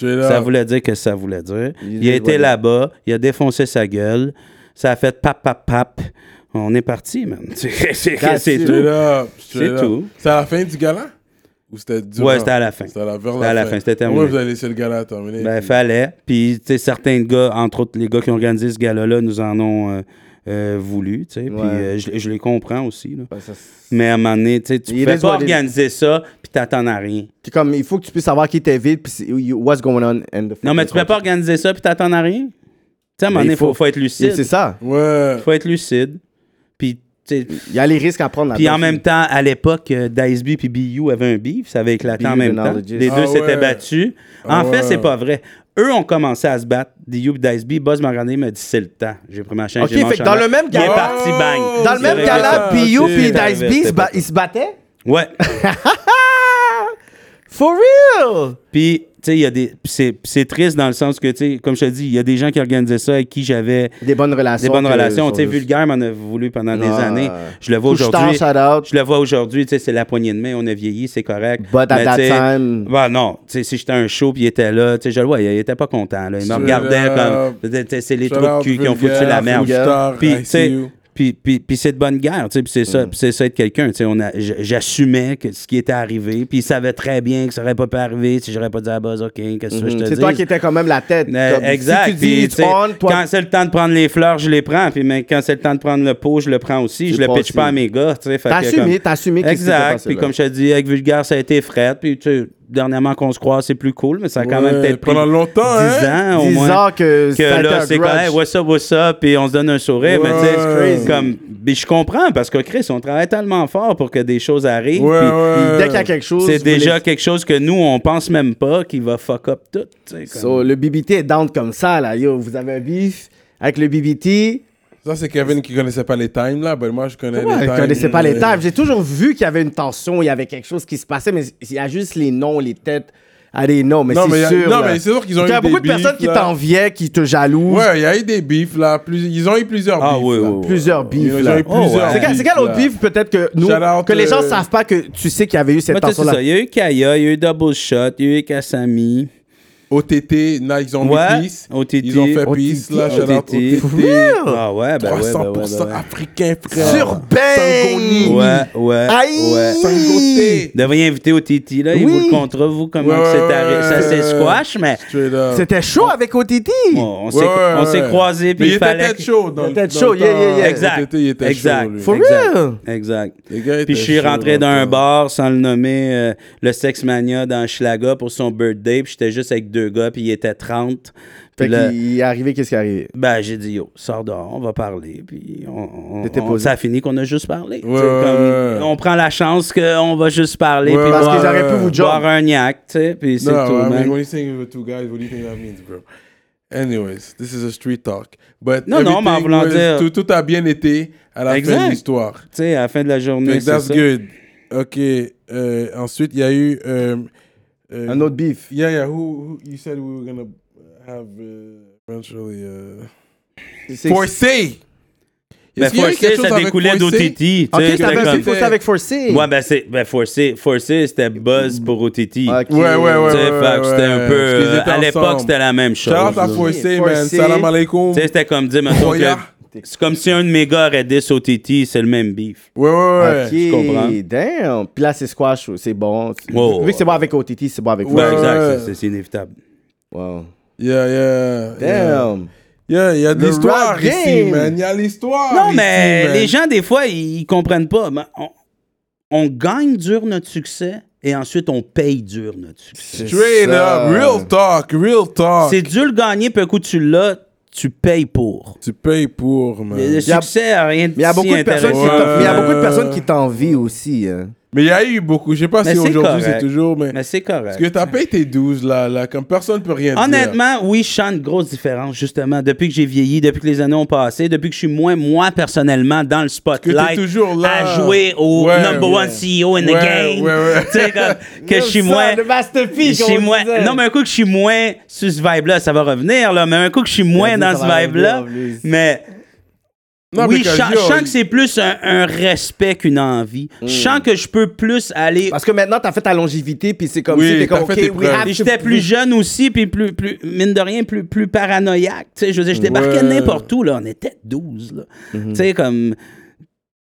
C: Ah.
E: Ça voulait dire que ça voulait dire.
D: Il
E: Il, a
D: est
E: été
D: voilé.
E: là-bas, il a défoncé sa gueule. Ça a fait pap, pap, pap. On est parti, man. C'est- C'est
D: That's
E: c'est
D: it.
E: tout.
C: C'est
E: tout.
C: C'est à la fin du gala? Ou c'était durant?
E: Ouais, c'était à la fin.
C: C'était à la, vers
E: C'était à la fin, c'était terminé.
C: Moi, vous avez laissé le gala terminer.
E: Ben, fallait. Puis, tu sais, certains gars, entre autres les gars qui ont organisé ce gala-là, nous en ont euh, euh, voulu, tu sais. Puis,
D: Ouais.
E: euh, je, je les comprends aussi, là.
D: Ouais, ça, c'est-
E: Mais à un moment donné, tu sais, tu
D: Il
E: peux
D: reste
E: pas
D: dans les-
E: organiser ça, puis t'attends à rien.
D: C'est comme, il faut que tu puisses savoir qui était vide, puis c'est- you- what's going on in the
E: Non, mais tu peux pas organiser ça, puis t'attends à rien. Tu sais, à un moment
D: Mais
E: donné,
D: il
E: faut,
D: faut-
E: faut être lucide.
D: C'est ça.
C: Ouais.
E: Faut être lucide. Puis, tu sais,
D: Il y a les risques à prendre.
E: Puis
D: là-dedans.
E: en même temps, à l'époque, euh, Diceby puis BU avaient un beef, ça avait éclaté en
D: B.U.
E: même
D: de
E: temps.
D: Knowledge.
E: Les deux
C: Ah
E: s'étaient
C: ouais.
E: battus. En
C: Ah
E: fait,
C: ouais.
E: c'est pas vrai. Eux ont commencé à se battre, BU et Diceby. Buzz m'a regardé, il m'a dit c'est le temps. J'ai pris ma chaîne.
D: Ok,
E: j'ai mon
D: fait que dans
E: chandail.
D: le même
E: Il est
D: gala-
E: parti, bang.
D: Dans le même
E: C'est
D: gala,
C: Ah,
D: P.U.
C: ok.
D: puis
E: C'est
D: Dice
E: arrivé,
D: B,
E: c'est
D: ils se ba-
E: pas-
D: ils se battaient?
E: Ouais.
D: For real!
E: Puis, tu sais, il y a des. puis c'est- puis c'est triste dans le sens que, tu sais, comme je te dis, il y a des gens qui organisaient ça avec qui j'avais
D: Des bonnes relations.
E: des bonnes
D: que-
E: relations. Tu sais,
D: sont juste-
E: Vulgaire m'en a voulu pendant des
D: Ah.
E: années. Je le vois
D: Couche-tard,
E: aujourd'hui.
D: shout-out.
E: Je le vois aujourd'hui, tu sais, c'est la poignée de main, on a vieilli, c'est correct.
D: But at
E: Mais
D: that
E: tu sais,
D: time-
E: Ben non, tu sais, si j'étais à un show puis il était là, tu sais, je le vois, il était pas content. là. Il me
C: Straight
E: regardait
C: up.
E: comme. tu sais, C'est les
C: Shout
E: trous de
C: out
E: cul qui ont foutu
C: Vulgaire,
E: la merde.
C: Vulgaire,
E: Puis,
C: I
E: tu sais,
C: see you. Mm.
E: puis, puis, puis c'est de bonne guerre, tu sais, puis c'est ça, puis c'est ça être quelqu'un, tu sais, on a- j- j'assumais que ce qui était arrivé, puis il savait très bien que ça aurait pas pu arriver si j'aurais pas dit à Buzz, OK, qu'est-ce que tu veux que je te
D: Hmm, Mm-hmm. C'est toi
E: dise?
D: qui étais quand même la tête.
E: Euh,
D: Comme,
E: exact.
D: Si tu
E: Puis,
D: dis
E: tu
D: it's
E: sais,
D: on, toi,
E: Quand c'est le temps de prendre les fleurs, je les prends. Puis mais quand c'est le temps de prendre le pot, je le prends aussi.
D: Tu
E: Je le
D: prends
E: pitch
D: aussi.
E: pas à mes gars. tu sais. Fait
D: T'as
E: que
D: assumé, t'as assumé qu'est-ce qui s'est
E: Exact.
D: passé,
E: Puis
D: là.
E: comme je te dis, avec Vulgaire, ça a été fret. Puis tu sais, dernièrement qu'on se croise, c'est plus cool, mais ça a quand
C: Ouais,
E: même peut-être pris
C: pendant longtemps,
E: 10
C: hein?
E: ans au
D: 10
E: moins.
D: ans que ça a été un
E: là, c'est comme,
D: grudge.
E: hey, what's up, what's up, puis on se donne un sourire. Mais tu sais,
C: Ouais.
E: c'est comme, puis je comprends parce que Chris, on travaille tellement fort pour que des choses arrivent.
C: Ouais,
E: puis
C: ouais.
D: dès qu'il y a quelque chose. vous
E: C'est
D: voulez-
E: déjà quelque chose que nous, on pense même pas qui va fuck up tout. tu sais, comme-
D: So, le BBT est down comme ça, là. Yo, vous avez un beef avec le BBT.
C: Ça, c'est Kevin qui connaissait pas les times, là. Ben, moi, je connais
D: Comment
C: les
D: elle
C: times. euh,
D: connaissait pas les tables? J'ai toujours vu qu'il y avait une tension, il y avait quelque chose qui se passait, mais il y a juste les noms, les têtes. Allez, non, mais
C: Non, mais il y
D: c'est
C: a-
D: sûr.
C: non,
D: là.
C: mais c'est sûr qu'ils ont
D: Il y a
C: eu
D: beaucoup
C: des
D: de personnes
C: beefs,
D: qui
C: là.
D: t'enviaient, qui te jalousent.
C: Ouais, il y a eu des beefs, là. Plus... Ils ont eu plusieurs
E: Ah,
C: beefs.
E: oui,
C: là.
E: oui, oui.
D: Plusieurs
C: Ils ont
D: beefs.
C: eu
D: là.
E: Oh, ouais.
C: plusieurs.
D: C'est quel, c'est quel
C: beefs,
D: autre
C: là.
D: beef peut-être que nous
C: Shout out,
D: que les gens
C: euh,
D: savent pas que tu sais qu'il y avait eu cette
E: Mais tu sais,
D: tension
E: c'est ça.
D: là.
E: Il y a eu Kaya, il y a eu Double Shot, il y a eu Kasami.
C: OTT, là, ils ont
E: Ouais,
C: mis peace.
E: OTT.
C: Ils ont fait peace, là. Shout out
E: OTT.
C: OTT.
E: Ah ouais, ben ouais, ben
C: 300%
E: ouais, ben ouais.
C: africain, frère.
D: Sur Bang!
E: Ouais, ouais,
D: Aïe!
E: ouais.
C: Sangoté.
E: Devriez inviter au Titi, là. Il
D: Oui.
E: vous le contre vous, comment
C: Ouais,
E: que c'est
C: ouais,
E: arrêté. Ça,
C: ouais,
E: c'est
C: ouais.
E: squash, mais
C: Straight up.
D: C'était chaud avec OTT.
E: on- on s'est
C: Ouais, ouais,
E: on s'est
C: ouais.
E: croisés, puis
C: Mais
E: il fallait...
C: était peut-être chaud. dans
D: Il
C: le-
D: était
C: dans le
D: chaud, yeah,
C: temps.
D: yeah, yeah.
E: Exact.
C: OTT, il était
E: exact.
C: chaud, lui.
D: For
E: exact.
D: real?
E: Exact.
C: Les gars
E: Puis
C: étaient
E: je suis
C: chauds
E: rentré
C: dans
E: dans
C: le
E: un
C: temps.
E: bar sans le nommer euh, le Sex Mania dans Schlaga pour son birthday. Puis j'étais juste avec deux gars, puis il était 30. Puis
D: Fait
E: Puis là-
D: qu'il est arrivé, qu'est-ce qui est arrivé?
E: Ben, j'ai dit, yo, sors dehors, on va parler. Puis on, on-
D: T'étais
E: on-
D: posé.
E: ça a fini qu'on a juste parlé.
C: Ouais,
E: Tu sais,
C: ouais,
E: comme,
C: ouais.
E: on prend la chance qu'on va juste parler.
C: Ouais,
E: puis
C: parce
D: Parce
E: boire,
D: qu'ils auraient pu vous
E: boire
D: job.
E: un yak, tu sais, puis c'est
C: No,
E: tout,
C: I
E: man.
C: mean, when you saying with two guys, what do you think that means, bro? Anyways, this is a street talk. But
E: Non, non, mais en
C: everything
E: voulant
C: was-
E: dire-
C: Tout, tout a bien été à la fin
E: Exact.
C: de l'histoire.
E: Tu sais, à la fin de la
C: Fait
E: journée,
C: que
E: c'est
C: that's
E: ça.
C: good. OK. euh, ensuite, il y a eu... euh, euh,
D: Un autre beef.
C: Yeah, yeah. Who, who you said we were gonna have uh, eventually... Uh...
D: C'est-
C: Forcé!
E: Ben,
C: Est-ce qu'il y a eu
E: forcé,
C: quelque chose
E: ça
C: avec
E: découlait
C: Forcé?
E: d'OTT. tu
D: Ok,
E: sais,
D: t'avais
E: c'était
D: un
E: comme-
D: beef aussi avec Forcé.
E: Ouais, ben, c'est, ben, forcé, forcé, c'était buzz pour
D: Ok.
E: OTT.
C: Mm. Ouais, ouais, ouais.
E: Tu sais,
C: ouais,
E: fait que c'était un
C: ouais.
E: peu.
C: Parce qu'ils
E: euh,
C: étaient
E: à l'époque,
C: ensemble.
E: c'était la même chose.
C: Shout out à
E: là.
C: Forcé, man.
D: Forcé.
C: Salam alaikum.
E: Tu sais, c'était comme dire, mettons,
C: Roya.
E: que- c'est comme si un de mes gars aurait dit au Titi, c'est le même beef.
C: Ouais, ouais, ouais.
D: Ok,
E: je comprends.
D: damn. Puis là, c'est squash, c'est bon.
E: Wow.
D: Vu que c'est bon avec OTT, c'est bon avec
E: Ouais,
C: Ouais,
D: Forcé.
E: exact,
C: ouais.
E: ça, c'est, c'est inévitable.
D: Wow.
C: Yeah, yeah. yeah.
D: Damn.
C: Yeah, il y a de
D: Le
C: l'histoire
D: rap
C: ici,
D: game.
C: man. Il y a l'histoire.
E: Non,
C: ici,
E: mais
C: man.
E: les gens, des fois, ils, ils comprennent pas. Mais on, on gagne dur notre succès et ensuite on paye dur notre succès.
C: Straight
D: Ça.
C: up, real talk, real talk.
E: C'est dur le gagner, puis un coup tu l'as, tu payes pour.
C: Tu payes pour, man.
E: Le, le
D: y a-
E: succès a rien de
D: Mais il y a beaucoup
E: si
D: de personnes qui
E: intéressant.
C: t'en-
D: t'en- mais il y a beaucoup de
C: Euh.
D: personnes qui t'envient aussi. hein.
C: Mais il y a eu beaucoup. Je sais pas
E: Mais
C: si
E: c'est
C: aujourd'hui c'est
E: correct.
C: toujours, mais.
E: Mais c'est correct.
C: Parce que t'as payé tes 12 là, là, comme personne peut rien dire.
E: Honnêtement, oui, je sens une grosse différence, justement, depuis que j'ai vieilli, depuis que les années ont passé, depuis que je suis moins, moi, personnellement, dans le
C: Que t'es
E: spotlight,
C: toujours là.
E: à jouer au
C: Ouais,
E: number
C: ouais.
E: one CEO in the
C: Ouais,
E: game.
C: ouais, ouais.
E: Tu sais, comme, que je suis
D: Ça,
E: moins.
D: le masterpiece,
E: je suis
D: comme on
E: moins-
D: disait.
E: Non, mais un coup que je suis moins sur ce vibe-là, ça va revenir, là, mais un coup que je suis moins
D: Vas-y,
E: dans
D: ça
E: ce
D: va
E: vibe-là,
D: revenir, en plus.
E: mais
C: Non,
E: oui,
C: mais
E: je
C: que
E: sens
C: yo,
E: je sens que c'est plus un, un respect qu'une envie. Je sens que je peux plus aller
D: Parce que maintenant, t'as fait ta longévité, puis c'est comme
C: Oui,
D: si t'es comme,
C: t'as
D: OK,
C: fait tes
D: we
C: preuves.
D: have
E: Puis
D: to-
E: j'étais plus jeune aussi, puis plus, plus, mine de rien, plus, plus paranoïaque. Tu sais, je veux dire, je
C: Ouais.
E: débarquais n'importe où, là. On était 12, là. Tu sais, comme.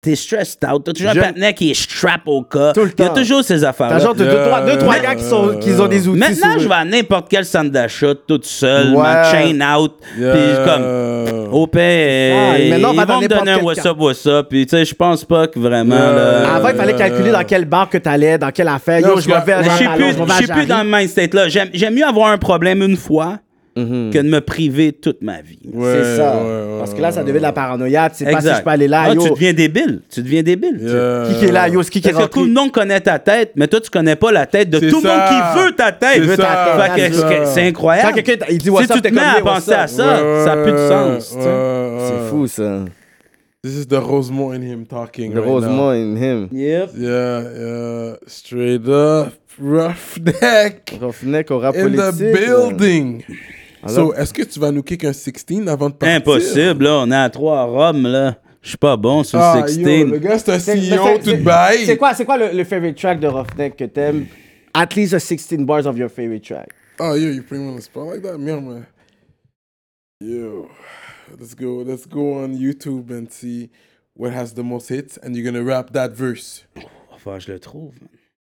E: T'es stressed out. T'as toujours
D: Je-
E: un partenaire qui est strap au cas.
D: Tout le
E: Il y a
D: temps.
E: toujours ces
D: T'as
E: affaires-là.
D: genre deux,
C: Euh,
D: trois, deux, trois
C: mais-
D: gars qui, sont, qui ont des outils.
E: Maintenant,
D: sur
E: je
D: eux.
E: vais à n'importe quel centre d'achat toute seule,
D: Ouais.
E: ma chain out, puis comme.
C: euh,
E: Au paix,
D: Ah,
E: ils
D: maintenant, on
E: vont
D: va dans
E: me donner un
D: n'importe quel Euh,
E: what's up, what's up. Puis, tu sais, je pense pas que vraiment.
C: Ouais.
E: là,
D: Avant, il fallait calculer dans quelle bar que t'allais, dans quelle affaire.
C: Non,
D: Yo,
C: parce
D: je m'en
C: que-
D: vais à
C: Je
E: Je suis
D: Jean-Talon,
E: plus,
D: je m'en vais
E: je
D: à
E: suis plus
D: Jarry.
E: dans le mindset là. J'aime, j'aime mieux avoir un problème une fois
D: Mm-hmm.
E: que de me priver toute ma vie.
C: ouais,
D: C'est ça.
C: ouais, ouais,
D: Parce que là, ça devait de la paranoïa. Tu sais pas
E: Exact.
D: si je peux aller là,
E: Ah,
D: yo.
E: tu deviens débile. Tu deviens débile.
C: ouais. Euh,
D: Qui qui est là, yo, c'est qui qui est
E: Parce que
D: rentré.
E: tout le monde connaît ta tête, mais toi, tu connais pas la tête de
C: C'est
E: tout le monde
C: ça.
E: qui veut ta tête.
C: C'est
E: Veut ta
C: ça,
E: tête. Fait que-
D: c'est ça.
E: que- C'est
D: Quand
E: incroyable.
D: quelqu'un t'a- il dit
E: Si
D: WhatsApp,
E: tu te
D: t'es
E: mets
D: comme,
E: à
D: yeah, what's
E: penser
D: up.
E: à ça,
C: ouais,
E: ça a plus de
C: ouais,
E: sens. tu sais.
C: ouais, ouais.
D: C'est fou, ça.
C: This is the Rosemont in him talking.
D: Le
C: right now.
D: Rosemont in him.
E: Yep.
C: Yeah, yeah. Straight up. Roughneck.
D: Roughneck au rap
C: In the
D: politique.
C: building. so,
D: Alors-
C: est-ce que tu vas nous kick un 16 avant de partir?
E: Impossible, là. On est à trois à Rome, là. Je suis pas bon sur
C: Ah,
E: le
C: yo,
E: 16.
C: le gars, c'est un E
D: C'est-
C: CEO
D: c'est-
C: tout
D: c'est-
C: bail.
D: C'est quoi, c'est quoi le, le favorite track de Roughneck que t'aimes? At least a 16 bars of your favorite track.
C: Oh, yo, you putting me on the spot like that? Me, I'm a... Yo, let's go, let's go on YouTube and see what has the most hits, and you're gonna rap that verse.
E: Faut que je le trouve.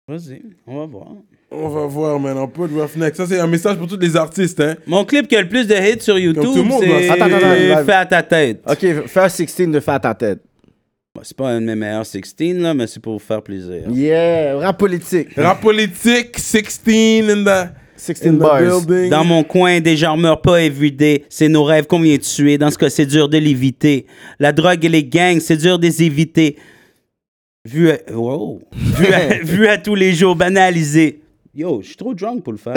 E: Vas-y, on va voir.
C: On va voir, man, un peu de roughneck. Ça, c'est un message pour tous les artistes, hein.
E: Mon clip qui a le plus de hits sur YouTube,
C: tout le monde,
E: c'est
C: là.
D: Attends, attends, attends.
E: Fait à ta tête.
D: Ok, fais un 16 de fat à ta tête.
E: Bon, C'est pas un de mes meilleurs 16, là, mais c'est pour vous faire plaisir.
D: Yeah, rap politique.
C: Rap politique, 16 in the,
D: 16
C: in the
D: bars.
C: building.
E: Dans mon coin, des gens meurent pas everyday. C'est nos rêves qu'on vient de tuer. Dans ce cas, c'est dur de l'éviter. La drogue et les gangs, c'est dur de les éviter. Vu à, wow. vu, à, vu à tous les jours, banalisé. Yo, je suis trop drunk pour le faire.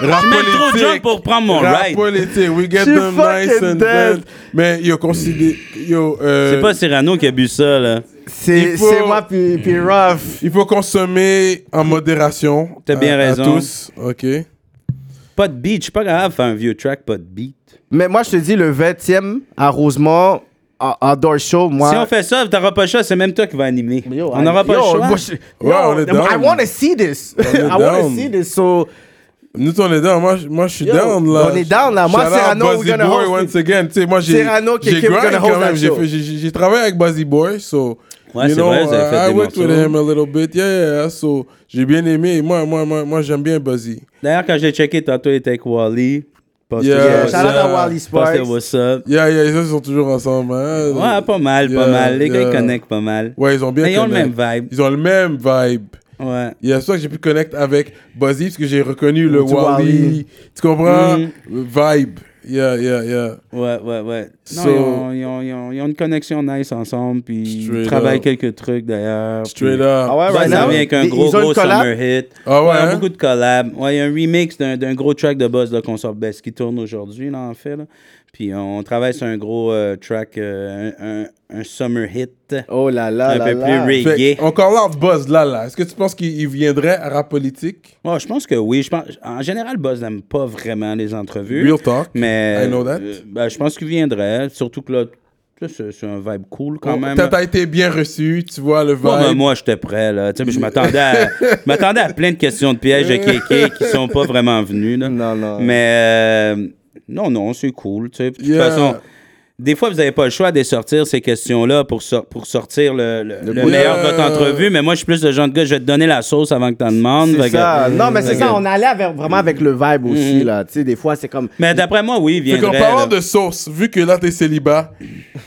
E: Je
C: Rap
E: suis même trop drunk pour prendre mon
C: Rap
E: ride.
C: politique, we get
D: She
C: them nice
D: fucking
C: and
D: dead.
C: dead. Mais yo, considé- yo, euh,
E: C'est pas Cyrano qui a bu ça, là.
D: C'est
C: Il faut-
D: c'est moi puis, puis rough.
C: il faut consommer en modération.
E: T'as
C: à-
E: bien
C: À
E: raison.
C: tous, ok.
E: Pas de beat. Je suis pas capable de faire un vieux track, pas de beat.
D: Mais moi, je te dis, le 20e à Rosemont, en outdoor show, moi.
E: Si on fait ça, t'auras pas le choix, c'est même toi qui vas animer.
D: Yo,
E: on n'aura pas
D: yo,
E: le choix.
D: moi, je-
C: Ouais, on est
D: yo, I
C: down.
D: wanna see this.
C: est
D: I wanna
C: down.
D: see this. So,
C: Nous, on est down. Moi, je- moi je suis
D: Yo,
C: down là.
D: on est down, là. Moi,
C: Shout out
D: Cyrano, we're
C: Buzzy
D: gonna
C: Boy
D: host
C: once again. Tu sais, moi, j'ai
D: Cyrano,
C: j'ai
D: KK, we're
C: grind
D: gonna
C: quand
D: host
C: même.
D: that
C: J'ai
D: show.
C: fait- j'ai- j'ai- j'ai travaillé avec Buzzy Boy, so.
E: Ouais,
C: you
E: c'est
C: know,
E: vrai, vous avez fait
C: I, I
E: des
C: worked with
E: morceaux.
C: him a little bit, yeah, yeah. So, j'ai bien aimé. Moi, moi, moi, moi j'aime bien Buzzy.
E: D'ailleurs, quand j'ai checké, tantôt, il était avec Wally. Posté
C: Yeah.
E: what's
D: yeah, shout out
E: up.
D: à Wally
E: Posté
D: Sparks.
E: what's up.
C: Yeah, yeah, ils sont toujours ensemble. hein.
E: Ouais, pas mal,
C: Yeah,
E: pas mal. Les gars,
C: yeah.
E: ils connectent pas mal.
C: Ouais, ils ont bien
E: Mais ils ont le
C: connect.
E: même vibe.
C: Ils ont le même vibe.
E: Ouais.
C: Il y a ça que j'ai pu connecter avec Buzzy parce que j'ai reconnu le
D: Du
C: Wally.
D: Wally.
C: Tu comprends?
E: Mhm.
C: Vibe. Yeah, yeah, yeah.
E: Ouais, ouais, ouais. Non,
C: So-
E: ils, ont, ils ont- ils ont- ils ont une connexion nice ensemble, puis
C: Straight
E: ils travaillent
C: up.
E: quelques trucs d'ailleurs.
C: Straight
E: puis-
C: up.
D: Ah ouais,
E: Ça,
D: right
E: ça
D: now,
E: vient avec un
D: ils-
E: gros,
D: ils ont une
E: gros
D: collab?
E: summer hit.
C: Ah ouais,
E: il y a
C: hein?
E: beaucoup de collabs. Ouais, il y a un remix d'un d'un gros track de Buzz là, qu'on sort, ben, ce qui tourne aujourd'hui, là, en fait. là. Puis on travaille sur un gros euh, track, euh, un, un- un summer hit.
D: Oh là là.
E: Un
D: là
E: peu
D: là.
E: plus riche.
C: Fait que,
E: Yeah.
C: Encore là, Buzz, là, là. Est-ce que tu penses qu'il il viendrait à rap politique?
E: Ouais, je pense que oui. Je pense, en général, Buzz n'aime pas vraiment les entrevues.
C: Real talk.
E: Mais
C: I know that.
E: euh, ben, je pense qu'il viendrait. Surtout que là, ça, c'est c'est un vibe cool quand
C: Oh,
E: même.
C: T'as t'as été bien reçu, tu vois le vibe.
E: Ouais, ben, moi, j'étais prêt. Là. Tu sais, mais Je m'attendais à, je m'attendais à plein de questions de pièges de Kéké qui sont pas vraiment venues. Là.
D: Non, non.
E: Mais euh, non, non, c'est cool. tu sais. Puis, De toute
C: Yeah.
E: façon, des fois, vous n'avez pas le choix de les sortir ces questions-là pour, sor- pour sortir le, le- le
C: bout.
E: meilleur de votre
C: Yeah.
E: entrevue. Mais moi, je suis plus le genre de gars, je vais te donner la sauce avant que tu en demandes. Fait
D: C'est
E: que-
D: ça. Non, mais c'est
E: Fait
D: ça.
E: que-
D: On allait avec- vraiment avec le vibe
E: Mm-hmm.
D: aussi, là. Tu sais, des fois, c'est comme.
E: Mais d'après moi, oui, il
C: Fait qu'en
E: viendrait.
C: parlant
E: là.
C: de sauce, vu que là t'es célibat,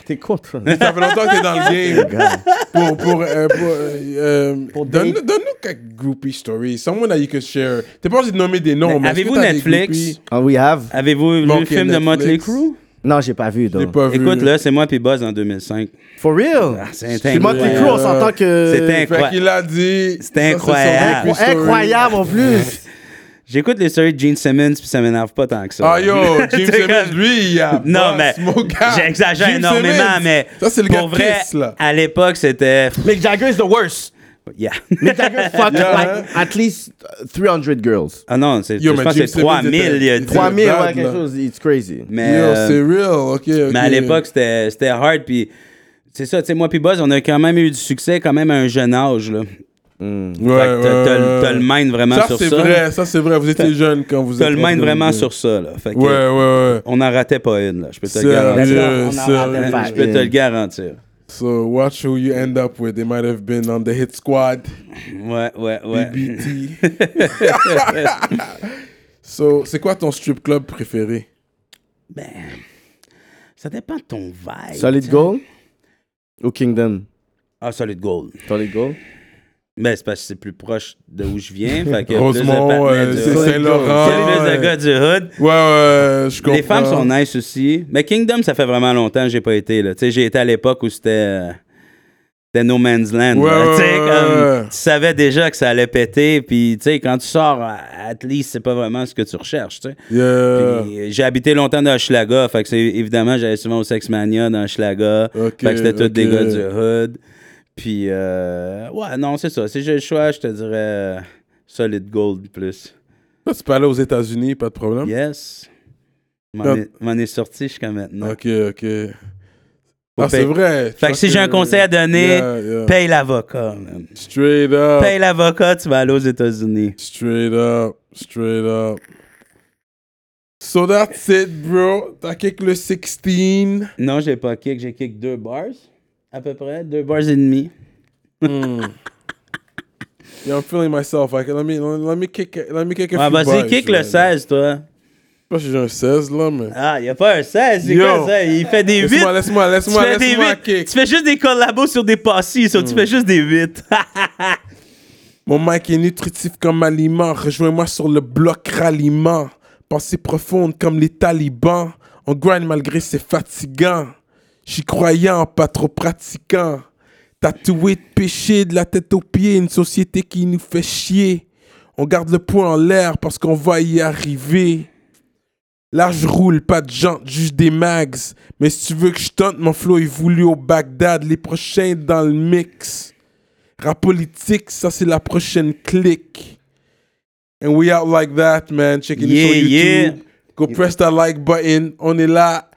D: T'es contre.
C: ça fait longtemps que t'es dans le game. pour pour, euh, pour, euh, euh,
D: Pour
C: donne,
D: date.
C: donne-nous quelques groupie stories. Someone that you could share. T'es pas obligé de nommer des noms, mais. est-ce que
E: Avez-vous
C: t'as des
E: Netflix?
C: groupies?
D: Ah, we have.
E: Avez-vous vu
C: Bon,
E: le
C: ok,
E: film de
C: Netflix.
E: Motley Crue?
D: Non, j'ai pas vu,
C: J'ai
D: donc.
C: pas vu.
E: Écoute, là, c'est moi puis Buzz en 2005.
D: For real.
E: Ah, c'est
D: C'est Motley Crue, on
E: incroyable.
D: s'entend que.
E: C'était inc-
C: Fait qu'il a dit.
E: C'était
C: ça, son
E: incroyable.
C: groupie story.
D: Incroyable en plus.
E: J'écoute les séries de Gene Simmons puis ça m'énerve pas tant que ça.
C: Ah yo, James
E: C'est
C: Simmons,
E: comme-
C: lui, il a. boss,
E: Non, mais
C: mon gars.
E: j'exagère
C: Jim
E: énormément,
C: Simmons.
E: mais
C: Ça, c'est le
E: pour
C: gars de
E: vrai,
C: Kiss, là.
E: à l'époque, c'était...
D: Mick Jagger is the worst.
E: Yeah.
D: Mick Jagger fucked
C: Yeah.
D: like at least uh, 300 girls.
E: ah non, c'est,
C: Yo,
E: je
C: mais
E: pense
C: Gene
E: que c'est 3000.
C: Simmons était-
E: il y a-
C: était-
D: 3000,
C: bad,
D: ouais, quelque
C: là.
D: chose. It's crazy.
E: mais,
C: Yo,
E: euh,
C: c'est real, ok.
E: mais à l'époque, c'était, c'était hard. Puis c'est ça, tu sais, moi puis Buzz, on a quand même eu du succès quand même à un jeune âge. Là.
C: ouais,
E: Fait que t'as, t'as le- t'as le mind vraiment
C: ça,
E: sur
C: c'est
E: ça.
C: vrai, ça, c'est vrai. Vous étiez jeune quand vous
E: T'as
C: êtes
E: le mind
C: rentré
E: vraiment
C: dans
E: sur ça. Là. Fait que
C: Ouais, ouais, ouais.
E: On n'en ratait pas une, là. je peux te le garantir.
C: Sérieux,
D: On en ratait pas.
E: Je peux te le garantir.
C: So, watch who you end up with. They might have been on the hit squad,
E: Ouais, ouais, ouais.
C: BT. so, c'est quoi ton strip club préféré?
E: Ben, Ça dépend de ton vibe.
D: Solid Gold ou Kingdom?
E: Ah, Solid Gold.
D: Solid Gold.
E: Ben, c'est parce que c'est plus proche de où je viens. fait que plus de
C: Rosemont,
E: partenaires
C: euh,
E: du
C: c'est
E: hood.
C: Saint-Laurent.
E: C'est plus de
C: euh,
E: gars du hood.
C: Ouais, ouais, je comprends.
E: Les femmes sont nice aussi. Mais Kingdom, ça fait vraiment longtemps que j'ai pas été. là. Tu sais, j'ai été à l'époque où c'était. euh, C'était No Man's Land.
C: Ouais,
E: là.
C: ouais,
E: Tu sais,
C: ouais,
E: comme,
C: ouais.
E: tu savais déjà que ça allait péter. Puis, tu sais, quand tu sors, à- at least, c'est pas vraiment ce que tu recherches. tu sais.
C: Yeah.
E: Puis, euh, J'ai habité longtemps dans Hochelaga, fait que c'est évidemment j'allais souvent au Sexmania dans Hochelaga,
C: Ok,
E: fait que c'était tous des
C: ok.
E: gars du hood. Puis euh, ouais, non, c'est ça, si j'ai le choix, je te dirais euh, Solid Gold plus.
C: Toi, Tu peux aller aux États-Unis, pas de problème?
E: Yes. M'en
C: Top.
E: est- m'en est sorti jusqu'à maintenant.
C: Ok, ok. Ah, c'est
E: paye-
C: vrai.
E: Fait que si j'ai un conseil à donner,
C: Yeah, yeah.
E: paye l'avocat. man.
C: Straight up.
E: Paye l'avocat, tu vas aller aux États-Unis.
C: Straight up, straight up. So that's it, bro. T'as kick le 16.
E: Non, j'ai pas kick, j'ai kick deux bars à peu près, deux bars et demi.
C: Yeah, I'm feeling myself. I can, let me let me- let me kick let me kick a
E: Ouais,
C: few
E: vas-y,
C: bars,
E: kick le
C: man.
E: 16 toi.
C: Je pense que j'ai un 16 là, mais.
E: Ah, y a pas un 16, c'est
C: Yo.
E: quoi ça? Il fait des 8.
C: Laisse-moi, laisse-moi,
E: tu
C: laisse-moi,
E: fais des
C: laisse-moi
E: huit.
C: kick. Mm.
E: Tu fais juste des collabos sur des passis, ça, tu fais juste des 8.
C: Mon mic est nutritif comme aliment. Rejoins-moi sur le bloc ralliement. Pensée profonde comme les talibans. On grind malgré ses fatigants. J'y croyant, pas trop pratiquant. Tatoué de péché, de la tête aux pieds, une société qui nous fait chier. On garde le poing en l'air parce qu'on va y arriver. Là, je roule, pas de jante, juste des mags. Mais si tu veux que je tente, mon flow est voulu au Bagdad. Les prochains dans le mix. Rap politique, ça c'est la prochaine clique. And we out like that, man. Checking
E: Yeah,
C: it sur
E: yeah.
C: YouTube. Go press that like button. On est là.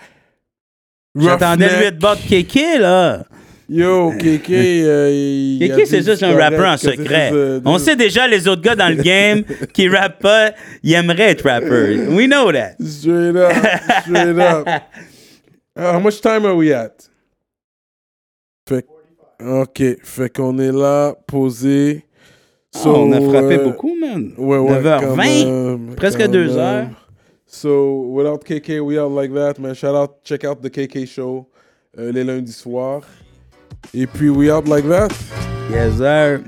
E: J'attendais
C: Roughneck.
E: lui être bord de Kéké, là.
C: Yo, Kéké. euh, il a
E: Kéké,
C: dit
E: c'est juste un
C: correct
E: rappeur en
C: que c'est
E: secret.
C: juste, euh,
E: On
C: des-
E: sait déjà, les autres gars dans le game qui rappent pas, ils aimeraient être rappeurs. We know that.
C: Straight up, straight up. Uh, how much time are we at? Fait, ok, fait qu'on est là, posé. So,
E: Ah, on a frappé
C: euh,
E: beaucoup, man.
C: Ouais, euh, ouais,
E: 9h20,
C: quand même,
E: presque
C: quand
E: deux
C: même.
E: heures.
C: So, without KK, we out like that, man. Shout out, check out the KK show euh, les lundis soirs. Et puis, we out like that.
E: Yes, sir.